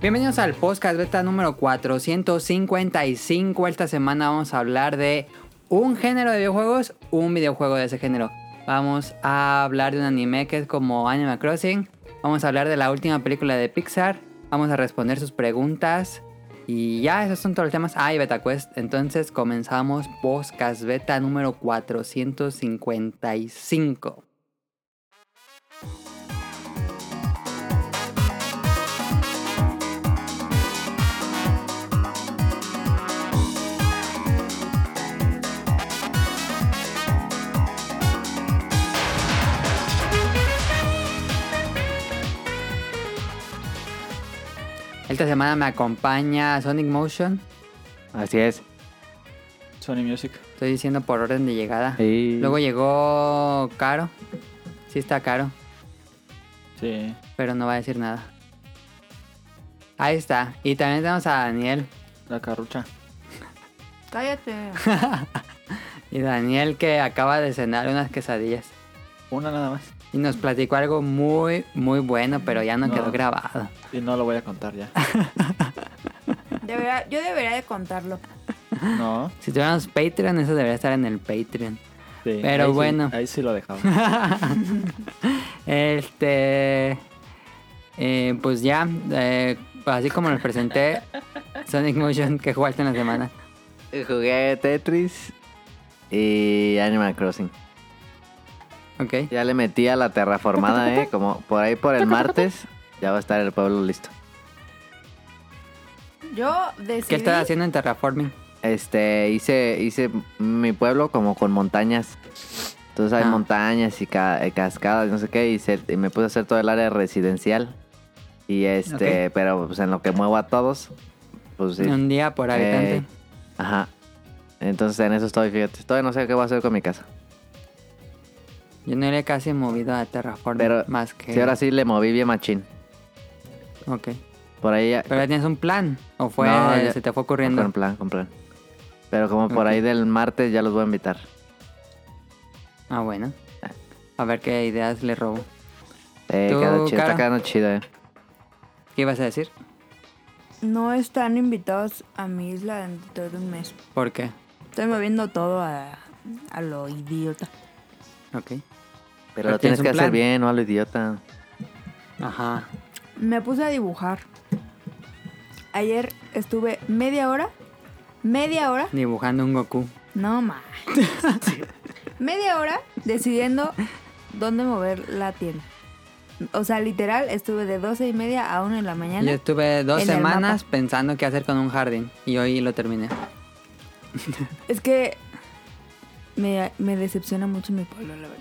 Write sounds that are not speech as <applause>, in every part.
Bienvenidos al podcast beta número 455. Esta semana vamos a hablar de un género de videojuegos, un videojuego de ese género. Vamos a hablar de un anime que es como Animal Crossing. Vamos a hablar de la última película de Pixar. Vamos a responder sus preguntas. Y ya, esos son todos los temas. Ah, y Beta Quest. Entonces comenzamos podcast beta número 455. Esta semana me acompaña Sonic Motion. Así es. Sony Music. Estoy diciendo por orden de llegada. Sí. Luego llegó Caro. Sí está Caro, Sí. pero no va a decir nada. Ahí está. Y también tenemos a Daniel. La carrucha. Cállate. Y Daniel que acaba de cenar unas quesadillas. Una nada más. Y nos platicó algo muy, muy bueno, pero ya no, No. quedó grabado. Y no lo voy a <laughs> contar ya. Debería- yo debería de contarlo. No. Si tuviéramos Patreon, eso debería estar en el Patreon. sí, Pero ahí sí- bueno. ahí sí lo <laughs> dejamos. Este. eh, pues ya, eh, así como les <laughs> presenté, Sonic Motion, que jugaste en la semana. Eh, Jugué Tetris y Animal Crossing. Ok. Ya le metí a la terraformada, ¿eh? Como por ahí por el martes ya va a estar el pueblo listo. Yo decidí. ¿Qué estás haciendo en Terraforming? Este, hice, hice mi pueblo como con montañas. Entonces hay Ah. montañas y ca- eh, cascadas y no sé qué. Y, se- y me puse a hacer todo el área residencial. Y este, pero pues en lo que muevo a todos, pues sí. Un día por habitante. Eh, ajá. Entonces en eso estoy, fíjate. Todavía no sé qué voy a hacer con mi casa. Yo no iré casi movido a Terraforming. Pero más que. Sí, ahora sí le moví bien machín. Ok. Por ahí ya. Pero ya tienes un plan. ¿O fue. No, ya- se te fue ocurriendo? Con plan, con plan. Pero como por Ok. ahí del martes ya los voy a invitar. Ah, bueno. A ver qué ideas le robo. Eh, ¿Tú, quedó chido, Caro? está quedando chido, eh. ¿Qué ibas a decir? No están invitados a mi isla dentro de un mes. ¿Por qué? Estoy moviendo todo a, a lo idiota. Ok. Pero lo ¿tienes tienes un que hacer plan? bien, no a lo idiota. Ajá. Me puse a dibujar. Ayer estuve media hora. Media hora. Dibujando un Goku. <laughs> No más. media hora decidiendo dónde mover la tienda. O sea, literal, estuve de 12 y media a 1 de la mañana. Yo estuve dos En el semanas mapa. pensando qué hacer con un jardín. Y hoy lo terminé. Es que me, me decepciona mucho mi pueblo, la verdad.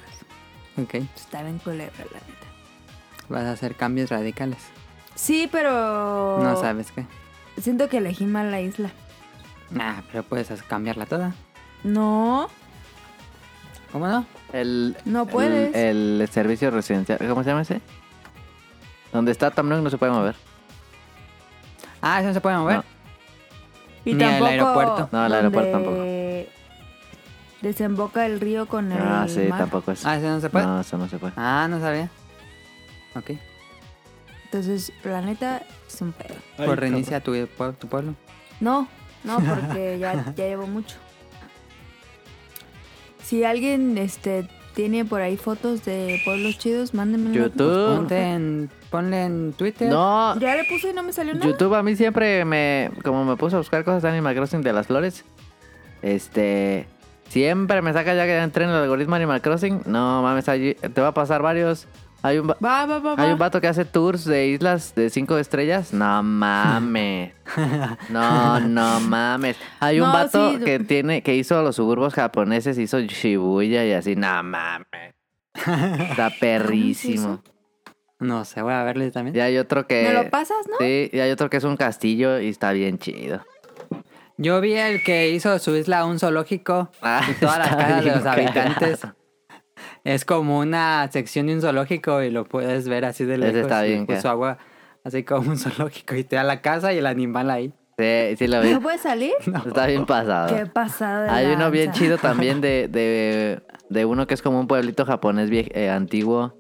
Ok. Está bien culebra, la neta. Vas a hacer cambios radicales. Sí, pero... No sabes qué. Siento que elegí mal la isla. Nah, pero puedes cambiarla toda. No, ¿Cómo no? El, No el- puedes. El, servicio residencial. ¿Cómo se llama ese? Donde está Tom Nook no se puede mover. Ah, eso no se puede mover. No. y Ni al tampoco... aeropuerto. No, al aeropuerto donde Desemboca el río con el Ah, sí, mar. tampoco es. Ah, eso no se puede. No, eso no se puede. Ah, no sabía. Ok. Entonces, la neta, es un pedo. Ay, pues reinicia tu, pue- tu pueblo. No, no, <laughs> porque ya, ya llevo mucho. Si alguien este, tiene por ahí fotos de pueblos chidos, mándenme YouTube. Ponte en, ponle en Twitter. No, Ya le puse y no me salió nada. YouTube a mí siempre me... Como me puse a buscar cosas de Animal Crossing de las flores. Este... Siempre me saca ya que ya entré en el algoritmo Animal Crossing. No mames, ahí te va a pasar varios. Hay un, va- Va, va, va, va. hay un vato que hace tours de islas de cinco estrellas. No <laughs> mames. No, no mames. Hay un No, vato sí. que tiene que hizo los suburbios japoneses, hizo Shibuya y así. <laughs> No mames. Está perrísimo. No sé, voy a verle también. Y hay otro que... ¿Me lo pasas, no? Sí, y hay otro que es un castillo y está bien chido. Yo vi el que hizo su isla un zoológico. Ah, y todas las <laughs> está casas de bien los habitantes. cagado. Es como una sección de un zoológico y lo puedes ver así de Ese lejos. está y bien puso cagado. agua así como un <laughs> zoológico y te da la casa y el animal ahí. <laughs> Sí, sí lo vi. ¿No puede salir? Está bien Qué pasado. pasada. de Hay uno bien lanza. chido también <laughs> de, de, de uno que es como un pueblito japonés vie- eh, antiguo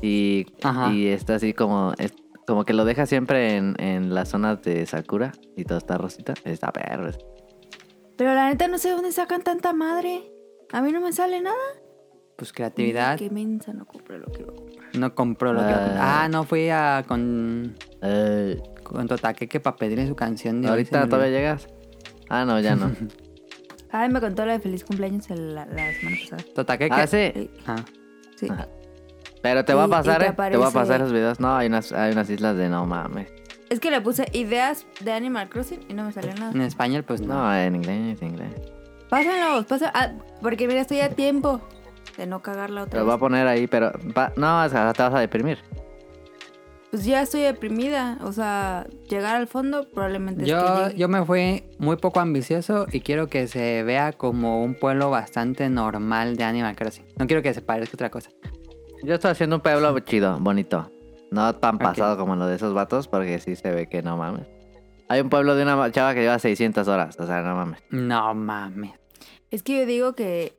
y, Ajá. y está así como... es- Como que lo deja siempre en, en las zonas de Sakura y todo está rosita. Está perro. Pero la neta no sé dónde sacan tanta madre. A mí no me sale nada. Pues creatividad. Qué mensa, no compré lo que iba a comprar. No compró lo que... iba a comprar. Ah. Ah, no fui a con... Eh, Con Totaque que para pedirle su canción. y se Ahorita me todavía olvidó. llegas. Ah, no, <laughs> ya no. Ay, me contó la de feliz cumpleaños el- la, la semana pasada. Totaque que... ah, sí. Sí, Ah. sí. Ajá. Pero te Y- va a y pasar, te ¿eh? Te va a aparece- pasar los videos. No, hay unas, hay unas islas de no mames. Es que le puse ideas de Animal Crossing y no me salió nada. En español, pues no. No, en inglés, en inglés. Pásenlos, pásenlos. Ah, porque mira, estoy a tiempo de no cagarla otra Te lo voy a vez. poner ahí, pero... va- no, o sea, te vas a deprimir. Pues ya estoy deprimida. O sea, llegar al fondo probablemente es que Yo, llegue. yo me fui muy poco ambicioso y quiero que se vea como un pueblo bastante normal de Animal Crossing. No quiero que se parezca a otra cosa. Yo estoy haciendo un pueblo chido, bonito. No tan Ok. pasado como lo de esos vatos, porque sí se ve que no mames. Hay un pueblo de una chava que lleva 600 horas, o sea, no mames. No mames. Es que yo digo que.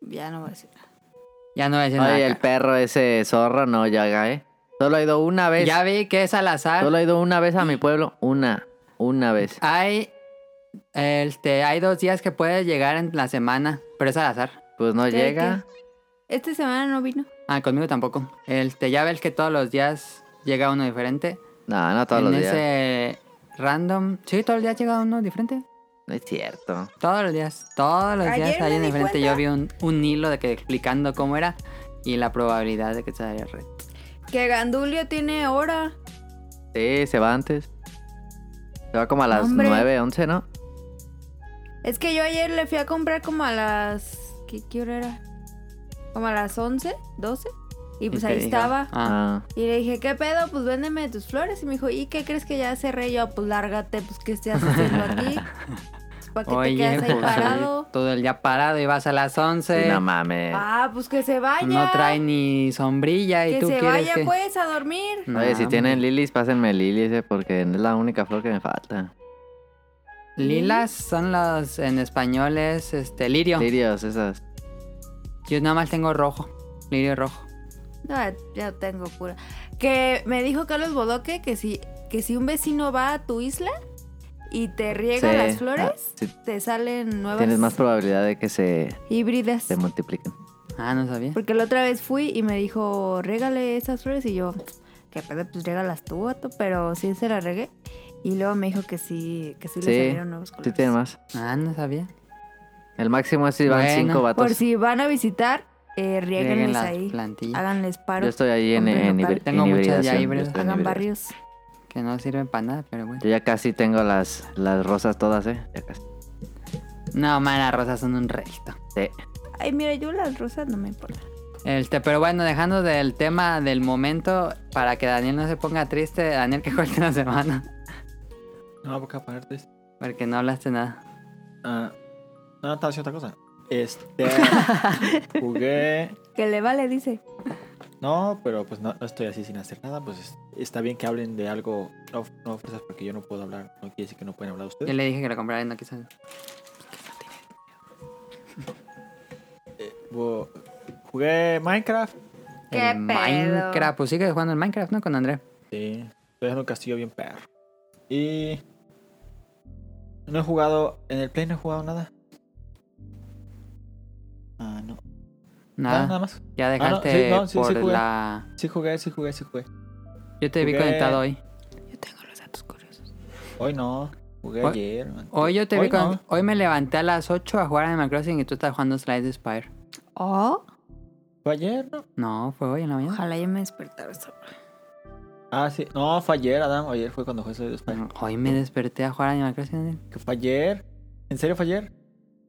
Ya no voy a decir nada. Ya no voy a decir nada Oye, el acá. perro ese zorro no llega, ¿eh? Solo ha ido una vez. Ya vi que es al azar. pues, Solo ha ido una vez a mi pueblo. Una. Una vez. Hay, este, hay dos días que puedes llegar en la semana, pero es al azar. Pues no ¿Qué- llega. Esta semana no vino. Ah, conmigo tampoco. Este, ya ves que todos los días llega uno diferente. No, no todos en los días. ese random. Sí, todos los días llega uno diferente. No es cierto. Todos los días, todos los Ayer días me ahí en di el frente cuenta. yo vi un, un hilo de que explicando cómo era y la probabilidad de que se daría red. Que Gandulio tiene hora. Sí, se va antes. Se va como a las Hombre. 9, 11, ¿no? Es que yo ayer le fui a comprar como a las. ¿Qué, qué hora era? Como a las 11, 12. Y pues te ahí dijo, estaba. Ah, Ah. Y le dije, ¿qué pedo? Pues véndeme tus flores. Y me dijo, ¿y qué crees que ya cerré? Yo, pues lárgate, pues ¿qué estás haciendo <laughs> aquí? ¿Para qué te oye, quedas ahí pues, parado? todo el día parado y vas a las 11. No mames. Ah, pues que se vaya. eh, no trae ni sombrilla y Que tú se quieres vaya que... pues a dormir. No, Oye, si hombre. tienen lilies, pásenme lilies, eh, porque es la única flor que me falta. Lilas son los en español es este lirio. Lirios, esas. Yo nada más tengo rojo. Lirio rojo. No, ya tengo pura. Que me dijo Carlos Bodoque que si, que si un vecino va a tu isla y te riega Sí, las flores, ah, sí. te salen nuevas Tienes más probabilidad de que se, híbridas. se multipliquen. Ah, no sabía. Porque la otra vez fui y me dijo, regale esas flores. Y yo, que pedo, pues regalas tú, vato", pero sí se las regué. Y luego me dijo que sí, que sí, Sí, le salieron nuevos colores. Sí, tiene más. Ah, no sabía. El máximo es si van Bueno, 5 vatos. Por si van a visitar, eh, riéguenles Rieguen las ahí. plantillas Háganles paro. Yo estoy ahí en, Hombre, en, local. hibri- Tengo en muchas ya hibridación, yo híbridas. estoy en Hagan hibridación. barrios. que no sirven para nada, pero bueno. Yo ya casi tengo las, las rosas todas, ¿eh? Ya <laughs> casi. No, man, las rosas son un resto. Sí. Ay, mira, yo las rosas no me importan. Este, pero bueno, dejando del tema del momento, para que Daniel no se ponga triste, Daniel que <laughs> juegue una semana, No, porque aparte es- porque no hablaste nada. Ah, no, estaba haciendo otra cosa. Este. <laughs> jugué. Que le vale, dice. No, pero pues no, no estoy así sin hacer nada. Pues es- está bien que hablen de algo. No, no ofrezas porque yo no puedo hablar. No quiere decir que no pueden hablar Yo ustedes. le dije que lo comprara y no quiso. Eh, bo- jugué Minecraft. Qué El Minecraft, pues sigue jugando el Minecraft, ¿no? Con André. Sí. Estoy haciendo un castillo bien perro. Y. No he jugado. En el Play no he jugado nada. Ah, no. Nada, nada Nada, más. ya Ah, no, sí, dejaste no, sí, sí por jugué. la... Sí jugué, sí jugué, sí jugué. Yo te vi Jugué. conectado hoy. Yo tengo los datos curiosos. Hoy no. Jugué Hoy- ayer. man. Hoy yo te vi con... no. Hoy me levanté a las 8 a jugar a Animal Crossing y tú estás jugando Slide Spire. Oh, Fue ayer, ¿no? No, fue hoy en la mañana. ojalá ya me despertara esta hora. Ah, sí. No, fue ayer, Adam. Ayer fue cuando jugué Slay the Spire. Hoy me desperté a jugar a Animal Crossing. Daniel. Que fue ayer. ¿En serio fue ayer?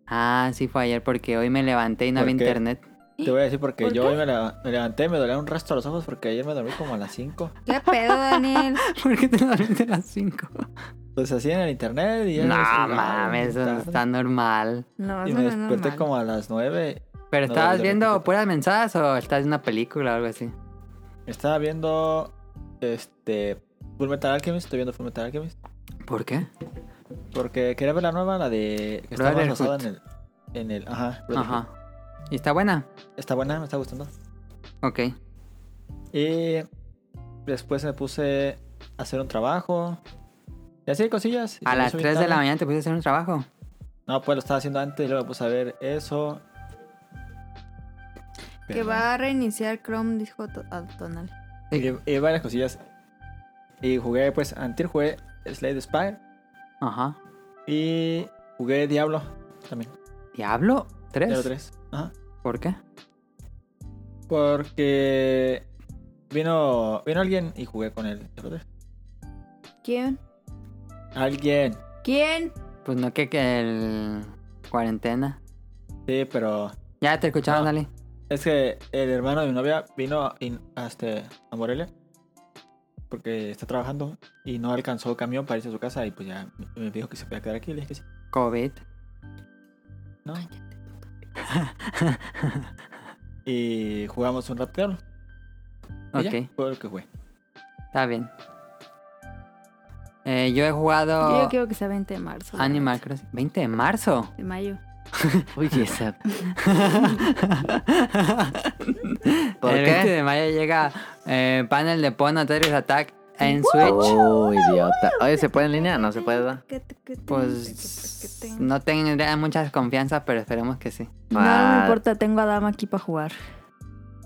Ah, sí fue ayer porque hoy me levanté y no ¿Por había qué? internet. <laughs> Te voy a decir porque ¿Por yo qué? hoy me, la- me levanté, me dolían un resto los ojos porque ayer me dormí como a las 5. ¿Qué pedo, <laughs> Daniel? ¿Por qué te dormiste a las 5? Entonces así en el internet y ya. No Ah, mames, eso no está normal. No, Y eso me no es desperté normal. como a las 9. ¿Pero No, estabas dale, viendo repite. puras mensadas o estás viendo una película o algo así? Estaba viendo. Este. Full Metal Alchemist. Estoy viendo Full Metal Alchemist. ¿Por qué? Porque quería ver la nueva, la de. Que está más Brotherhood. basada en el. En el. Ajá. Brotherhood. Ajá. ¿Y está buena? Está buena, me está gustando. Ok. Y. Después me puse a hacer un trabajo. Y así cosillas. Y A se me las hizo 3 bien de la tarde. mañana te pusiste a hacer un trabajo. No, pues lo estaba haciendo antes y luego me puse a ver eso. Que va a reiniciar Chrome, dijo to- Atonal. Y, y varias cosillas. Y jugué, pues, antier jugué Slade Spire Ajá. y jugué Diablo también. ¿Diablo? Diablo ¿Tres? 3. Ajá. ¿Por qué? Porque vino, vino alguien y jugué con él. Diablo 3. ¿Quién? Alguien. ¿Quién? Pues no que, que el... Cuarentena. Sí, pero Ya te escuchamos, No. Dali. es que el hermano de mi novia vino a, in- a este, a Morelia. Porque está trabajando y no alcanzó camión para irse a su casa. Y pues ya me- me dijo que se podía quedar aquí. Le dije que sí. COVID. ¿no? <laughs> y jugamos un rato de Diablo. Y ya, Ok, fue lo que jugué. está bien. Eh, yo he Yo jugado quiero que sea 20 de marzo. la Animal neta. Crossing. 20 de <laughs> marzo. De mayo. Oye, esa. ¿Por el 20 qué? de mayo llega eh, panel de Pono Tetris Attack en Switch. Oh, idiota. Oye, ¿se puede en línea? No se puede, ¿verdad? Pues no tengo en realidad muchas confianzas, pero esperemos que sí. No, no me importa, tengo a Dama aquí para jugar.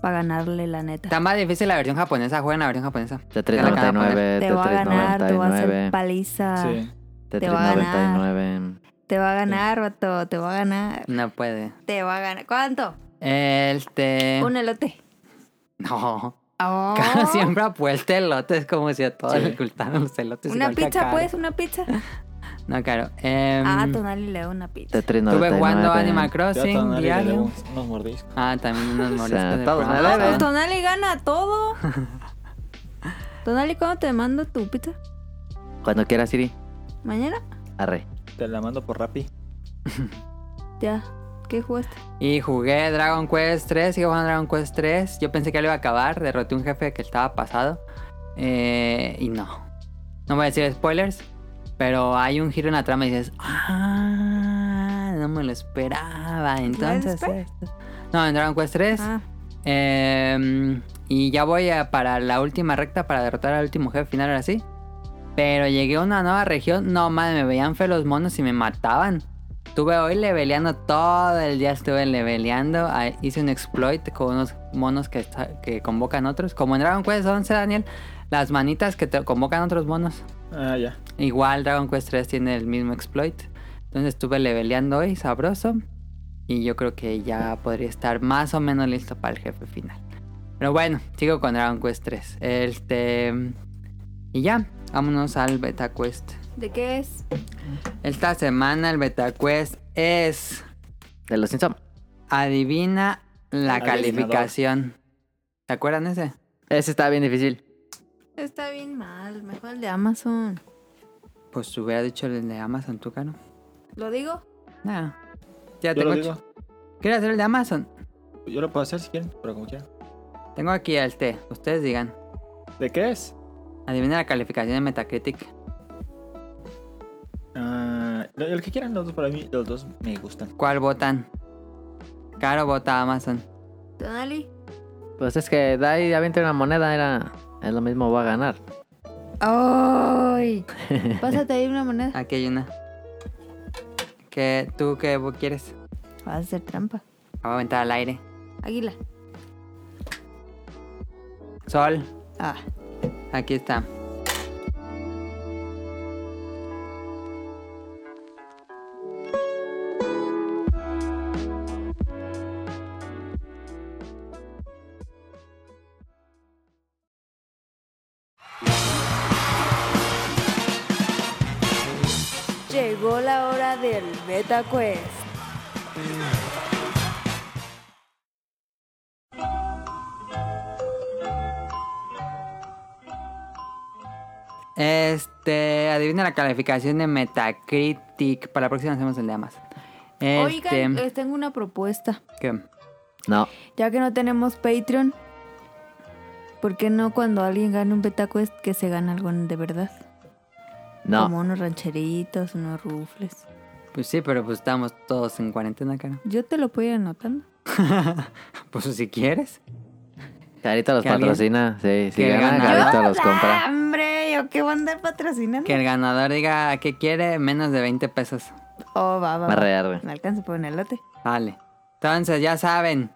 Para ganarle, la neta. Está más difícil la versión japonesa, juega en la versión japonesa. De Ya la acabo de 399, de Te va a ganar, te va a hacer 399, Ah, paliza. Sí. de te va a ganar. 399. Te va a ganar, vato. Te va a ganar. No puede. Te va a ganar. ¿Cuánto? Este. Un elote. <laughs> No. Oh. Siempre apuesta elotes como si a todos Sí. les gustaran los elotes. Una igual que a pizza, Karen. pues, una pizza. No, claro. Em, Ah, Tonali le da una pizza. De 399. Estuve jugando Animal Ya tan Crossing nadie le dio ah, diario. unos- unos mordiscos. Ah, también unos <laughs> O sea, moriscos de todos programa. me deben. Pues Tonali gana todo. <laughs> Tonali, ¿cuándo te mando tu pizza? Cuando quieras, Siri. ¿Mañana? Arre. Te la mando por Rappi. Ya. ¿Qué jugaste? Y jugué Dragon Quest 3, sigo jugando Dragon Quest 3. Yo pensé que lo iba a acabar, derroté un jefe que estaba pasado. Eh, y no. No voy a decir spoilers, pero hay un giro en la trama y dices, ah, no me lo esperaba. Entonces... Square? esto". No, en Dragon Quest 3. Ah, Eh, y ya voy a- para la última recta para derrotar al último jefe final, ahora sí. Pero llegué a una nueva región. No madre, me veían fe los monos y me mataban. Estuve hoy leveleando todo el día, estuve leveleando. Ah, Hice un exploit con unos monos que, está- que convocan otros. Como en Dragon Quest 11, Daniel, las manitas que te convocan otros monos. Ah, ya. Igual Dragon Quest 3 tiene el mismo exploit. Entonces estuve leveleando hoy, sabroso. Y yo creo que ya podría estar más o menos listo para el jefe final. Pero bueno, sigo con Dragon Quest 3. Este. Y ya, vámonos al Beta Quest. ¿De qué es? Esta semana el Beta Quest es. De los Simpsons. Adivina la Adivinador. calificación. ¿Se acuerdan ese? Ese está bien difícil. Está bien mal, mejor el de Amazon. Pues hubiera dicho el de Amazon, tú, Caro. ¿Lo digo? Nah. Ya Yo tengo. lo ch- digo. ¿Quieres hacer el de Amazon? Yo lo puedo hacer si quieren, pero como quieran. Tengo aquí el té. Ustedes digan. ¿De qué es? Adivina la calificación de Metacritic. Ah, lo- el que quieran los dos para mí, los dos me gustan. ¿Cuál votan? Caro vota Amazon. Tonali. Pues es que da ahí ya vente una moneda, era. Es lo mismo, va a ganar. ¡Ay! <laughs> Pásate ahí una moneda. Aquí hay una. ¿Qué, ¿Tú qué vo- quieres? Vas a hacer trampa. La Voy a aventar al aire. Águila. Sol, Ah. aquí está. Llegó la hora del Beta Quest. Este, adivina la calificación de Metacritic. Para la próxima hacemos el de Amazon. Este, Oigan, les tengo una propuesta. ¿qué? No. Ya que no tenemos Patreon, ¿por qué no cuando alguien gane un Beta Quest que se gane algo de verdad? No. Como unos rancheritos, unos rufles. Pues sí, pero pues estamos todos en cuarentena, Caro. <laughs> Yo te lo puedo ir anotando. Pues si quieres. Carito los Que alguien- patrocina, sí. Si que gana, gana. Carito los ¡Ah, compra. Hombre, yo qué voy a andar patrocinando. Que el ganador diga que quiere menos de 20 pesos. Oh, va, va. va. Barrear. Me alcanza por un elote. Vale. Entonces, ya saben.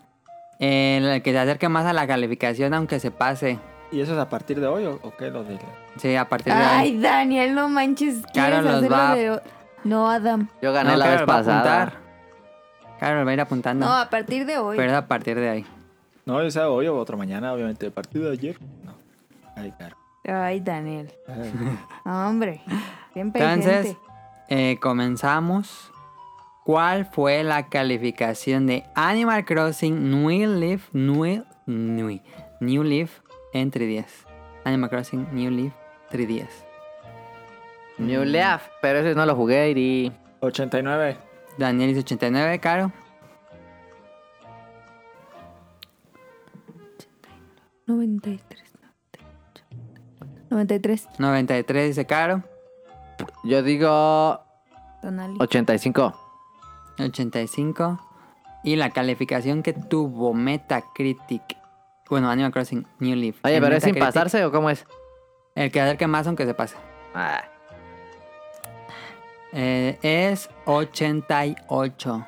El que se acerque más a la calificación, aunque se pase. ¿Y eso es a partir de hoy o, o qué? Lo de... Sí, a partir de ahí. Ay, Daniel, no manches. Caro ¿quieres los hacerlo va- de- No, Adam. Yo gané la vez Carol va a pasada. apuntar. Carol va a ir apuntando. No, a partir de hoy. pero es a partir de ahí. No, yo sea hoy o otro mañana, obviamente. ¿El partido de ayer? No. Ay, <laughs> claro. Ay, Daniel. Ay, Hombre. Siempre hay Entonces, gente. eh, comenzamos. ¿Cuál fue la calificación de Animal Crossing New Leaf, New, New, New Leaf en 3DS? Animal Crossing New Leaf 3DS. New Leaf, pero ese no lo jugué, Iri. 89. Daniel hizo 89, Caro. 93, 93. 93 dice Caro. Yo digo 93. Tonali. 85. 85. Y la calificación que tuvo Metacritic. Bueno, Animal Crossing New Leaf. Oye, En pero es sin Metacritic, pasarse o cómo es? El que acerque más aunque se pase. Ah, Eh, es 88.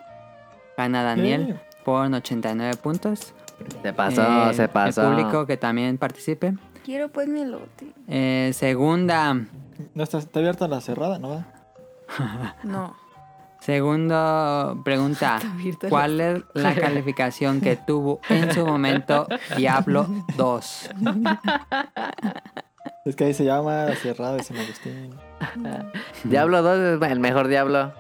Gana Daniel por 89 puntos. se pasó, Eh, se pasó. El público que también participe. Quiero pues mi elote. Eh, segunda, ¿No está, está abierta la cerrada, no va? No. segundo pregunta. abierta la- ¿Cuál es la calificación que tuvo en su momento Diablo 2? Es que ahí se llama la cerrada de San Agustín. Diablo 2 es el mejor Diablo.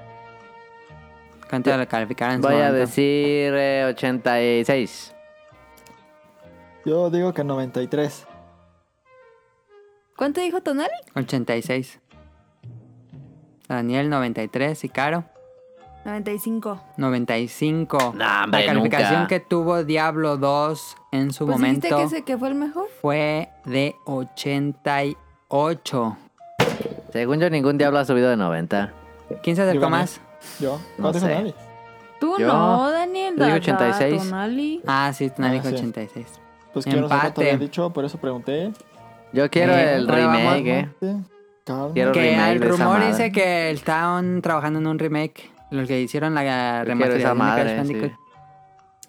¿Cuánto le calificaron en su Voy a momento? decir eh, 86. Yo digo que 93. ¿Cuánto dijo Tonali? 86. Daniel 93 y Caro 95. 95. No, hombre, la calificación nunca. que tuvo Diablo 2 en su Pues dijiste momento que ese que fue el mejor. fue de 88. Según yo, ningún Diablo ha subido de 90. ¿Quién se Yo acercó gané. más? ¿Yo? No ¿Cuánto dijo sé. Dani? Tú Yo- no, Daniel. yo da- digo da, 86. Tonali. Ah, sí, Tonali Ah, dijo sí. 86. Pues que yo no sé cuánto Empate. había dicho, por eso pregunté. Yo quiero Eh, el pero vamos, remake, ¿eh? Calma. Quiero- Que remake el de esa rumor madre. dice que están trabajando en un remake. Los que hicieron la Yo quiero esa remasterización de Crash madre. sí. Bandicoot.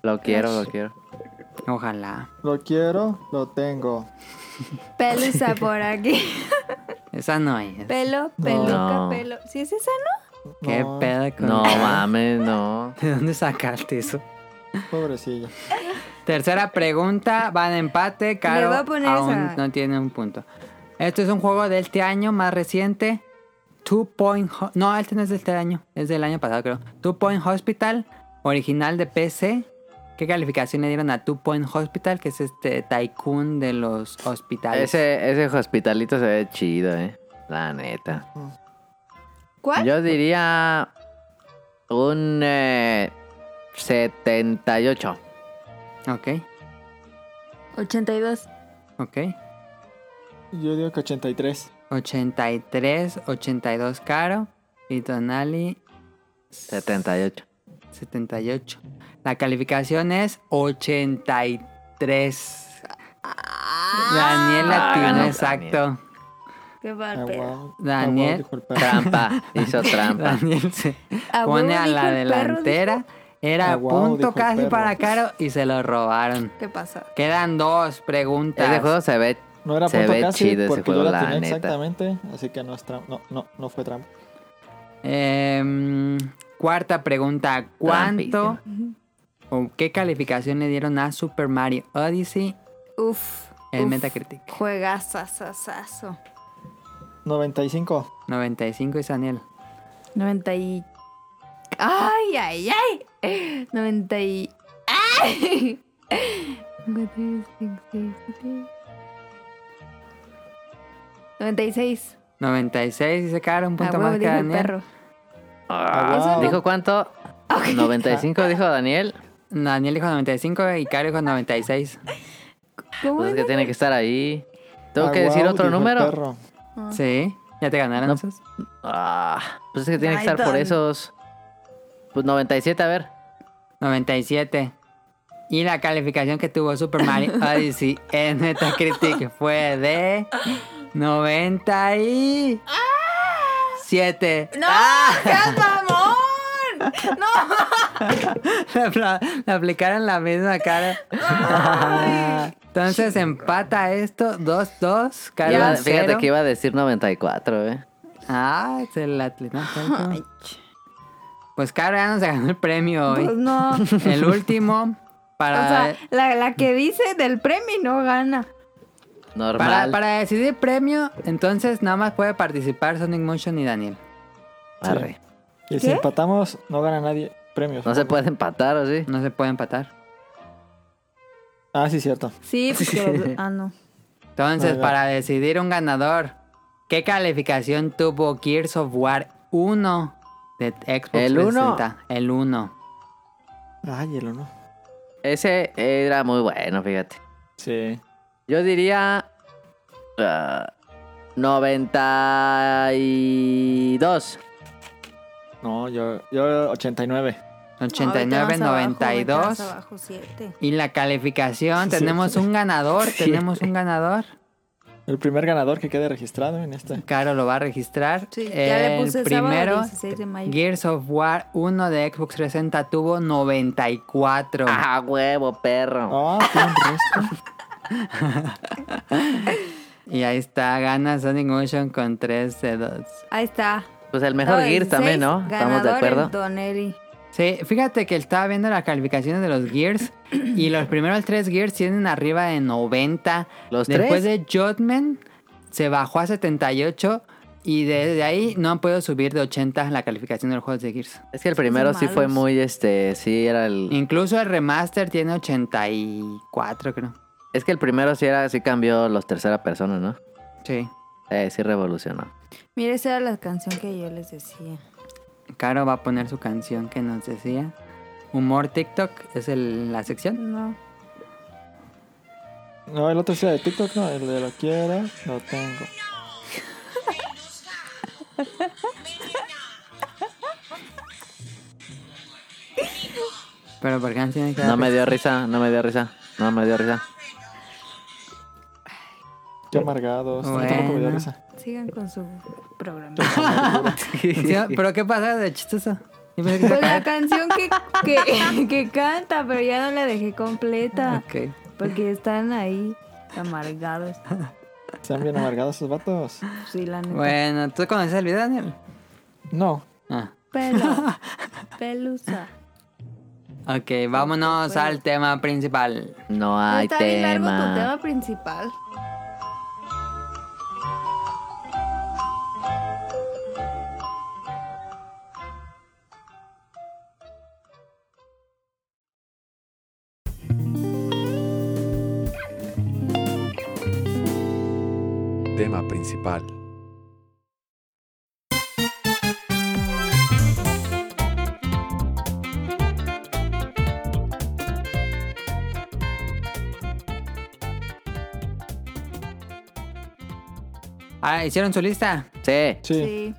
Lo quiero, lo quiero. Ojalá. Lo quiero, lo tengo. <laughs> Pelusa por aquí. Esa no es. Pelo, peluca, No. pelo. ¿Sí es esa, no? Qué No, pedo con No esa? <laughs> mames, no. <laughs> ¿De dónde sacaste eso? Pobrecilla. Tercera pregunta, van a empate, Caro voy a poner aún esa. no tiene un punto. Esto es un juego de este año más reciente. Two Point... Ho- no, este no es de este año, es del año pasado creo. Two Point Hospital, original de PC. ¿Qué calificación le dieron a Two Point Hospital? Que es este tycoon de los hospitales. Ese, ese hospitalito se ve chido, ¿eh? La neta. ¿Cuál? Yo diría un eh, 78. Ok, 82. ok. Yo digo que 83. 83, 82 Caro. Y Tonali 78. 78. La calificación es 83. Daniel Ah, la ganó exacto. Qué Ah, bárbaro. wow. Daniel. Ah, wow, dijo el perro. Trampa, <laughs> hizo trampa. Daniel se A huevo pone a dijo la el perro, delantera. Era Ah, wow, dijo punto el casi perro. para Caro y se lo robaron. ¿Qué pasa? Quedan dos preguntas. Ese juego se ve. No era Se punto ve casi chido ese porque juego, yo la la tenía neta. exactamente, así que no es trampa. No, no, no fue trampa. Em, cuarta pregunta. ¿Cuánto o qué calificación le dieron a Super Mario Odyssey Uf. en uf. Metacritic? Juegazazazazo. 95. 95 es Daniel. 90 y... ¡Ay, ay, ay! 90 y... ¡Ay! 96. 96 dice Caro, un A punto huevo más que dijo el Daniel. perro. Ah, Wow. ¿Dijo <laughs> cuánto? 95 dijo Daniel. Daniel dijo 95 y Caro dijo 96. Ah. ¿Cómo Pues es es? que tiene que estar ahí. ¿Tengo Ah, que decir wow, otro dijo el número? perro. Sí, ya te ganaron No. esos. Ah, pues es que tiene que Ay, estar por Dan. esos. Pues 97, a ver. 97. Y la calificación que tuvo Super <laughs> Mario Odyssey en Metacritic fue de 97. Ah. ¡No! ¡Seas mamón! ¡No! Le, apla- le aplicaron la misma cara. <laughs> Entonces empata esto 2-2. Iba- Carlos fíjate cero. que iba a decir 94, eh. Ah, se la atletó. <laughs> Pues Caro ya no se ganó el premio Pues <laughs> hoy. no. O El último para, sea, la, la que dice del premio no gana. para, Normal. para decidir premio, entonces nada más puede participar Sonic Motion y Daniel. Arre. Y si ¿Qué? empatamos, no gana nadie premios. No se puede empatar, ¿o sí? No se puede empatar. Ah, sí, cierto. Sí, porque... ah, no. Entonces, Vale, va. para decidir un ganador, ¿qué calificación tuvo Gears of War 1 de Xbox ¿El uno? 360? El 1. Ay, el uno. Ese era muy bueno, fíjate. Sí. Yo diría... ah, 92. No, yo, yo 89. 89, 92. Abajo, siete. Y la calificación, Sí. tenemos un <laughs> ganador, tenemos un ganador. El primer ganador que quede registrado en este. Caro lo va a registrar. Sí, ya le el puse sábado primero, 16 de mayo. Gears of War 1 de Xbox 360 tuvo 94. Ah, huevo, perro. Ah, tiene un resto. Y ahí está, gana Sonic Motion con 3 de 2. Ahí está. Pues el mejor No, Gears 16, también, ¿no? Estamos de ganador el acuerdo. Donelli. Sí, fíjate que estaba viendo las calificaciones de los <clears throat> Gears y los primeros 3 Gears tienen arriba de 90. ¿Los Después tres? de Jotman se bajó a 78 y desde ahí no han podido subir de 80 la calificación de los juegos de Gears. Es que el primero Son sí fue malos. muy, este, sí era el... Incluso el remaster tiene 84, creo. Es que el primero sí era, sí cambió los tercera persona, ¿no? Sí. Eh, sí revolucionó. Mira, esa era la canción que yo les decía. Caro va a poner su canción que nos decía. Humor TikTok es el- la sección. No. No, el otro es de TikTok, no, el de lo quiero, lo tengo. Pero por qué no tiene que No dar- me dio risa, no me dio risa, no me dio risa. Qué amargados. Bueno. No, tampoco me dio risa. Sigan con su <laughs> programa. <laughs> Sí, ¿Pero qué pasa de chistoso? Yo pensé que Pues <laughs> se la acababa. canción que, que, <laughs> que canta, pero ya no la dejé completa. Ok. Porque están ahí amargados. Están bien amargados esos vatos. Sí, la neta. Bueno, ¿tú conoces el video, Daniel? No. Ah. <laughs> Pelo. Pelusa. Ok, vámonos al tema principal. No hay Está bien largo tu tema. tema principal. Tema principal. Ah, ¿hicieron su lista? Sí. Sí.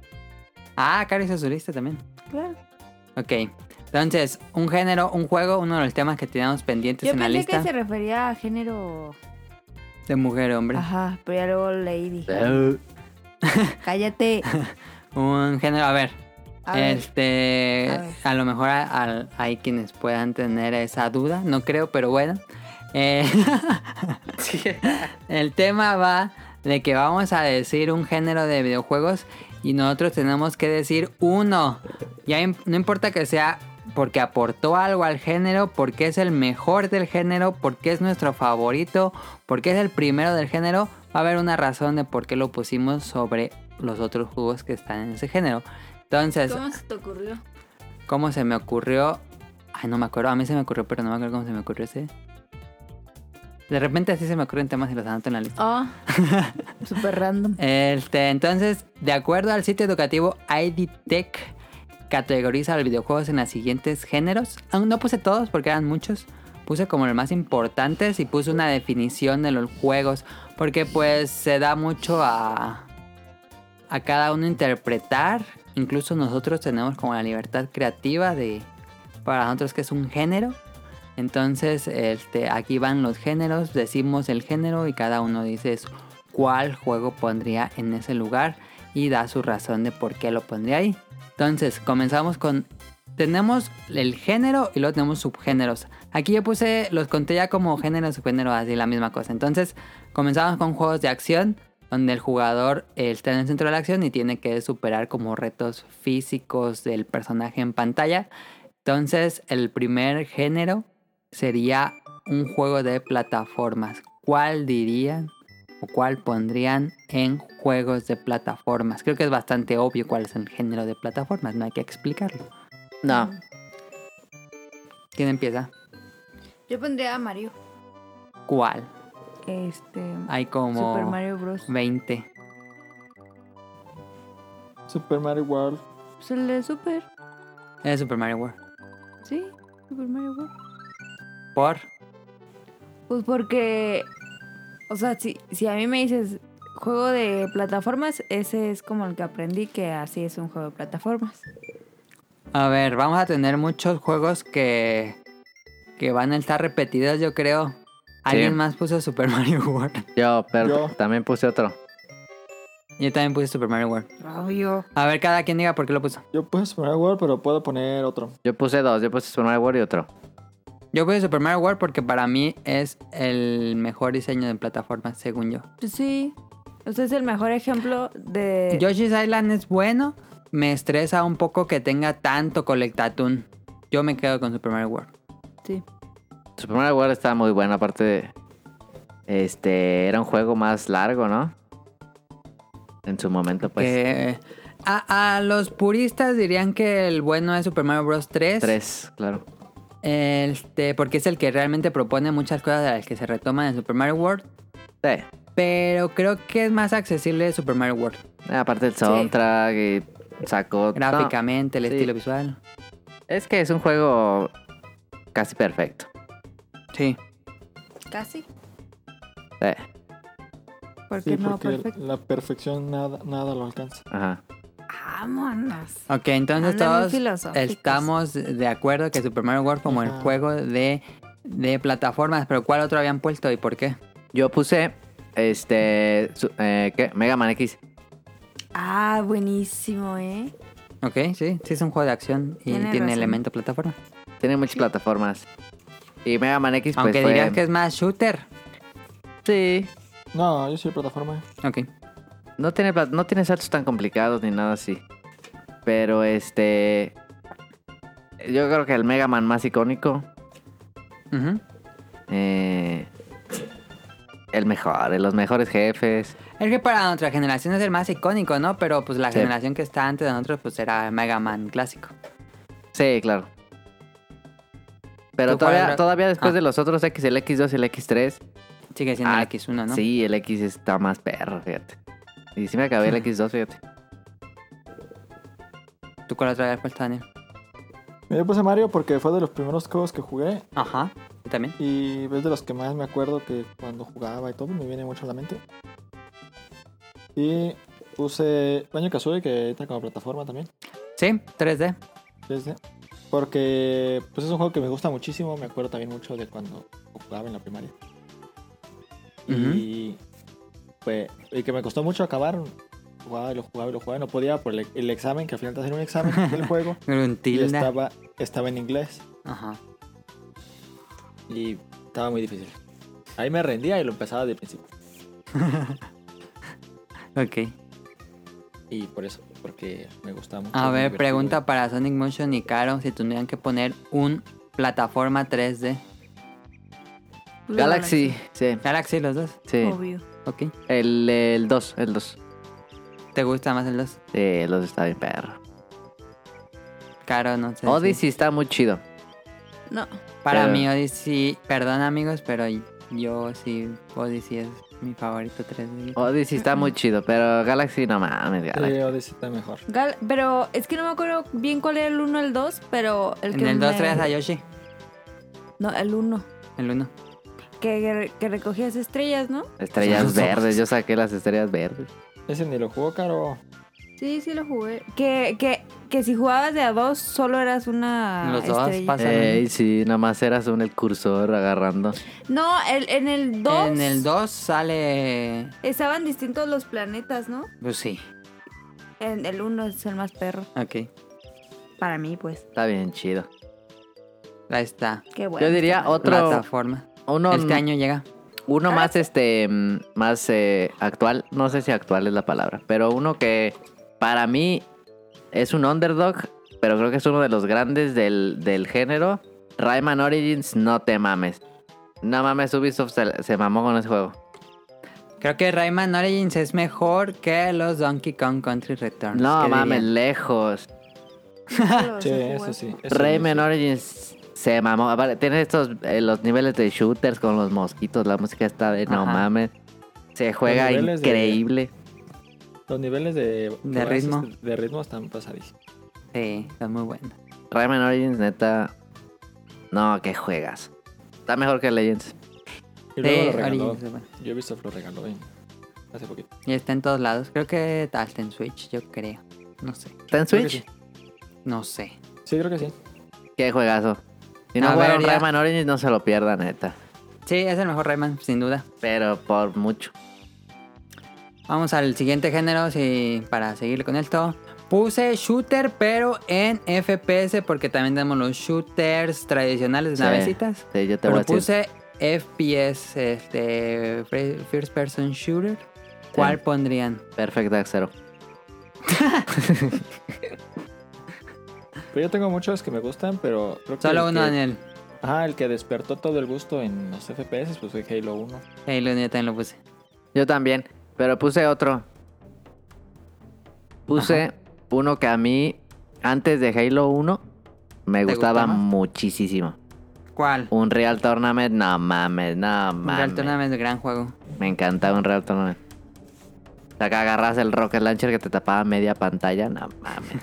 Ah, Caro hizo su lista también. claro. ¿Este Ok. Entonces, un género, un juego, uno de los temas que teníamos pendientes Yo en la pensé lista. que se refería a género. De mujer, hombre. Ajá, pero ya luego leí. dije, "Ah, Eh, <laughs> Cállate. Un género, a ver. A ver. Eh. este. A A, ver. lo mejor a- al- hay quienes puedan tener esa duda. No creo, pero bueno. Eh, <laughs> el tema va de que vamos a decir un género de videojuegos y nosotros tenemos que decir uno. Ya im- no importa que sea porque aportó algo al género, porque es el mejor del género, porque es nuestro favorito, porque es el primero del género, va a haber una razón de por qué lo pusimos sobre los otros juegos que están en ese género. Entonces, ¿cómo, se te ocurrió? se me ocurrió? Ay, no me acuerdo, a mí se me ocurrió, pero no me acuerdo cómo se me ocurrió ese. De repente así se me ocurren temas y los anoto en la lista. Oh, super random. Este, entonces, de acuerdo al sitio educativo ID Tech, categoriza los videojuegos en los siguientes géneros. Aún no puse todos porque eran muchos. Puse como los más importantes y puse una definición de los juegos. Porque pues se da mucho a, a cada uno interpretar. Incluso nosotros tenemos como la libertad creativa de para nosotros que es un género. Entonces, este, aquí van los géneros, decimos el género y cada uno dice su- cuál juego pondría en ese lugar y da su razón de por qué lo pondría ahí. Entonces, comenzamos con... Tenemos el género y luego tenemos subgéneros. Aquí yo puse, los conté ya como género, subgénero, así la misma cosa. Entonces, comenzamos con juegos de acción, donde el jugador eh, está en el centro de la acción y tiene que superar como retos físicos del personaje en pantalla. Entonces, el primer género sería un juego de plataformas. ¿Cuál dirían o cuál pondrían en juegos de plataformas? Creo que es bastante obvio cuál es el género de plataformas, no hay que explicarlo. No. ¿Quién empieza? Yo pondría a Mario. ¿Cuál? Este. Hay como Super Mario Bros. 20. Super Mario World. Pues el de Super. Es Super Mario World. Sí, Super Mario World. Por Pues porque. O sea, si, si a mí me dices juego de plataformas, ese es como el que aprendí que así es un juego de plataformas. A ver, vamos a tener muchos juegos que, que van a estar repetidos, yo creo. Alguien más puso Super <laughs> Mario World. Yo, pero Yo. también puse otro. Yo también puse Super Mario World. Obvio. A ver, cada quien diga por qué lo puso. Yo puse Super Mario World, pero puedo poner otro. Yo puse dos, yo puse Super Mario World y otro. Yo puse Super Mario World porque para mí es el mejor diseño de plataforma, según yo. Pues sí. Usted es el mejor ejemplo Eh. de. Yoshi's Island es bueno. Me estresa un poco que tenga tanto colectatún. Yo me quedo con Super Mario World. Sí. Super Mario World estaba muy bueno, aparte de- Este, era un juego más largo, ¿no? En su momento, pues. que a, a los puristas dirían que el bueno es Super Mario Bros. 3. Tres, claro. Este, porque es el que realmente propone muchas cosas de las que se retoman en Super Mario World. Sí. Pero creo que es más accesible Super Mario World. Aparte el soundtrack y sacó... no, Gráficamente, el Ah, sí. estilo visual. es que es un juego casi perfecto. Sí. Casi. Sí, Porque Sí, no, porque perfecto. la perfección nada, nada lo alcanza. ajá. Vámonos. Ok, entonces Andan muy todos filosóficos. estamos de acuerdo que Super Mario World como el Ajá. juego de, de plataformas. Pero ¿cuál otro habían puesto y por qué? Yo puse, este, su- eh, ¿qué? Mega Man X. Ah, buenísimo, ¿eh? Ok, sí, sí es un juego de acción y Tienes tiene razón. elemento plataforma. Pues Tiene muchas plataformas. Y Mega Man X, pues Aunque fue- dirías que es más shooter. Sí. No, yo soy plataforma. Ok. No tiene, plat- no tiene saltos tan complicados ni nada así. Pero este... Yo creo que el Mega Man más icónico... Ujú. eh, el mejor, de los mejores jefes. Es que para nuestra generación es el más icónico, ¿no? Pero pues la Sí. generación que está antes de nosotros pues era Mega Man clásico. Sí, claro. ¿Tú Pero cuál todavía, era? todavía después Ah. de los otros X, el X2 y el X3, Sigue siendo Ah, el X1, ¿no? sí, el X está más perro, fíjate. Y sí me <laughs> acabé el X2, fíjate. ¿Tú cuál otra vez puesto, Daniel? Yo puse Mario porque fue de los primeros juegos que jugué Ajá. ¿Tú también? y es de los que más me acuerdo que cuando jugaba y todo me viene mucho a la mente. Y puse Baño Kazooie que está como plataforma también. Sí, 3D. desde- Porque pues es un juego que me gusta muchísimo, me acuerdo también mucho de cuando jugaba en la primaria. Y pues y que me costó mucho acabar. Jugaba y lo jugaba y lo jugaba, y no podía por el, el examen, que al final te hacen un examen <laughs> del juego. Y Gruntilda. estaba, estaba en inglés Ajá. y estaba muy difícil. Ahí me rendía y lo empezaba desde el principio. Ok. Y por eso, porque me gustaba mucho. A muy ver, divertido. pregunta para Sonic Motion y Caro si tuvieran que poner un plataforma 3D. Blue Oh, Galaxy, sí, Galaxy, los dos. sí. Obvio. Ok. El, el 2, el 2. ¿Te gusta más el 2? Sí, el 2 está bien perro. Caro, no sé. Odyssey está muy chido. No. si- Para pero- mí Odyssey... Perdón, amigos, pero yo sí... Odyssey es mi favorito 3D. Odyssey está muy chido, pero Galaxy no mames, Galaxy. Sí, Odyssey está mejor. Gal- pero es que no me acuerdo bien cuál era el 1 el 2, pero el en que el 2 me- traes a Yoshi. No, el 1. El 1. Que, que recogías estrellas, ¿no? Estrellas Son los verdes, yo saqué las estrellas verdes. Ese ni lo jugó caro. Sí, sí lo jugué. Que, que, que si jugabas de a dos, solo eras una. Los dos estrella. pasan. Ey, sí, nada más eras un el cursor agarrando. No, el- en el 2. En el 2 sale. Estaban distintos los planetas, ¿no? Pues sí, En el 1 es el más perro. ok. Para mí, pues. Está bien chido. Ahí está. Qué bueno. pues, Yo diría otro, Plataforma. uno, este año llega. uno Ah, más este mm, más eh, actual, no sé si actual es la palabra, pero uno que para mí es un underdog, pero creo que es uno de los grandes del, del género. Rayman Origins, no te mames. No mames, Ubisoft se, se mamó con ese juego. Creo que Rayman Origins es mejor que los Donkey Kong Country Ah, Returns. No ¿Qué mames, dirían? lejos. oh. otro. Sí, eso sí. eso Rayman sí. Origins se mamó. Aparte, Tiene estos eh, los niveles de shooters con los mosquitos. La música está de no Ajá. mames. Se juega niveles de- increíble. Los niveles de, De ritmo. de ritmo están pasadísimos. Sí, está muy bueno. Rayman Origins, neta. No, que juegas. Está mejor que Legends. Y luego Sí, lo regaló. Origins es bueno. Ubisoft lo regaló en- hace poquito. Y está en todos lados. Creo que hasta en Switch, yo creo. No sé. ¿Está en Creo que Switch? sí. No sé. Sí, creo que sí. Qué juegazo. Si no A jugaron ver, ya. Rayman Origins, no se lo pierdan, neta. Sí, es el mejor Rayman, sin duda. Pero por mucho. Vamos al siguiente género, sí, para seguir con esto. Puse shooter, pero en FPS, porque también tenemos los shooters tradicionales de Sí. navecitas. Sí, yo te voy Pero a decir. puse FPS, este, fir- First Person Shooter. ¿Cuál pondrían? Perfect Dark Zero. Pero yo tengo muchos que me gustan, pero creo que Solo el uno, que- Daniel. Ajá, el que despertó todo el gusto en los FPS, pues fue Halo 1. Ahí lo yo también lo puse. Yo también, pero puse otro. Puse uno que a mí, antes de Halo 1, me ¿Te gustaba gustaba? muchísimo. ¿Cuál? Un Real Tournament, no mames, no mames. Real Tournament, gran juego. Me encantaba un Real Tournament. O sea, que agarras el Rocket Launcher que te tapaba media pantalla, no mames.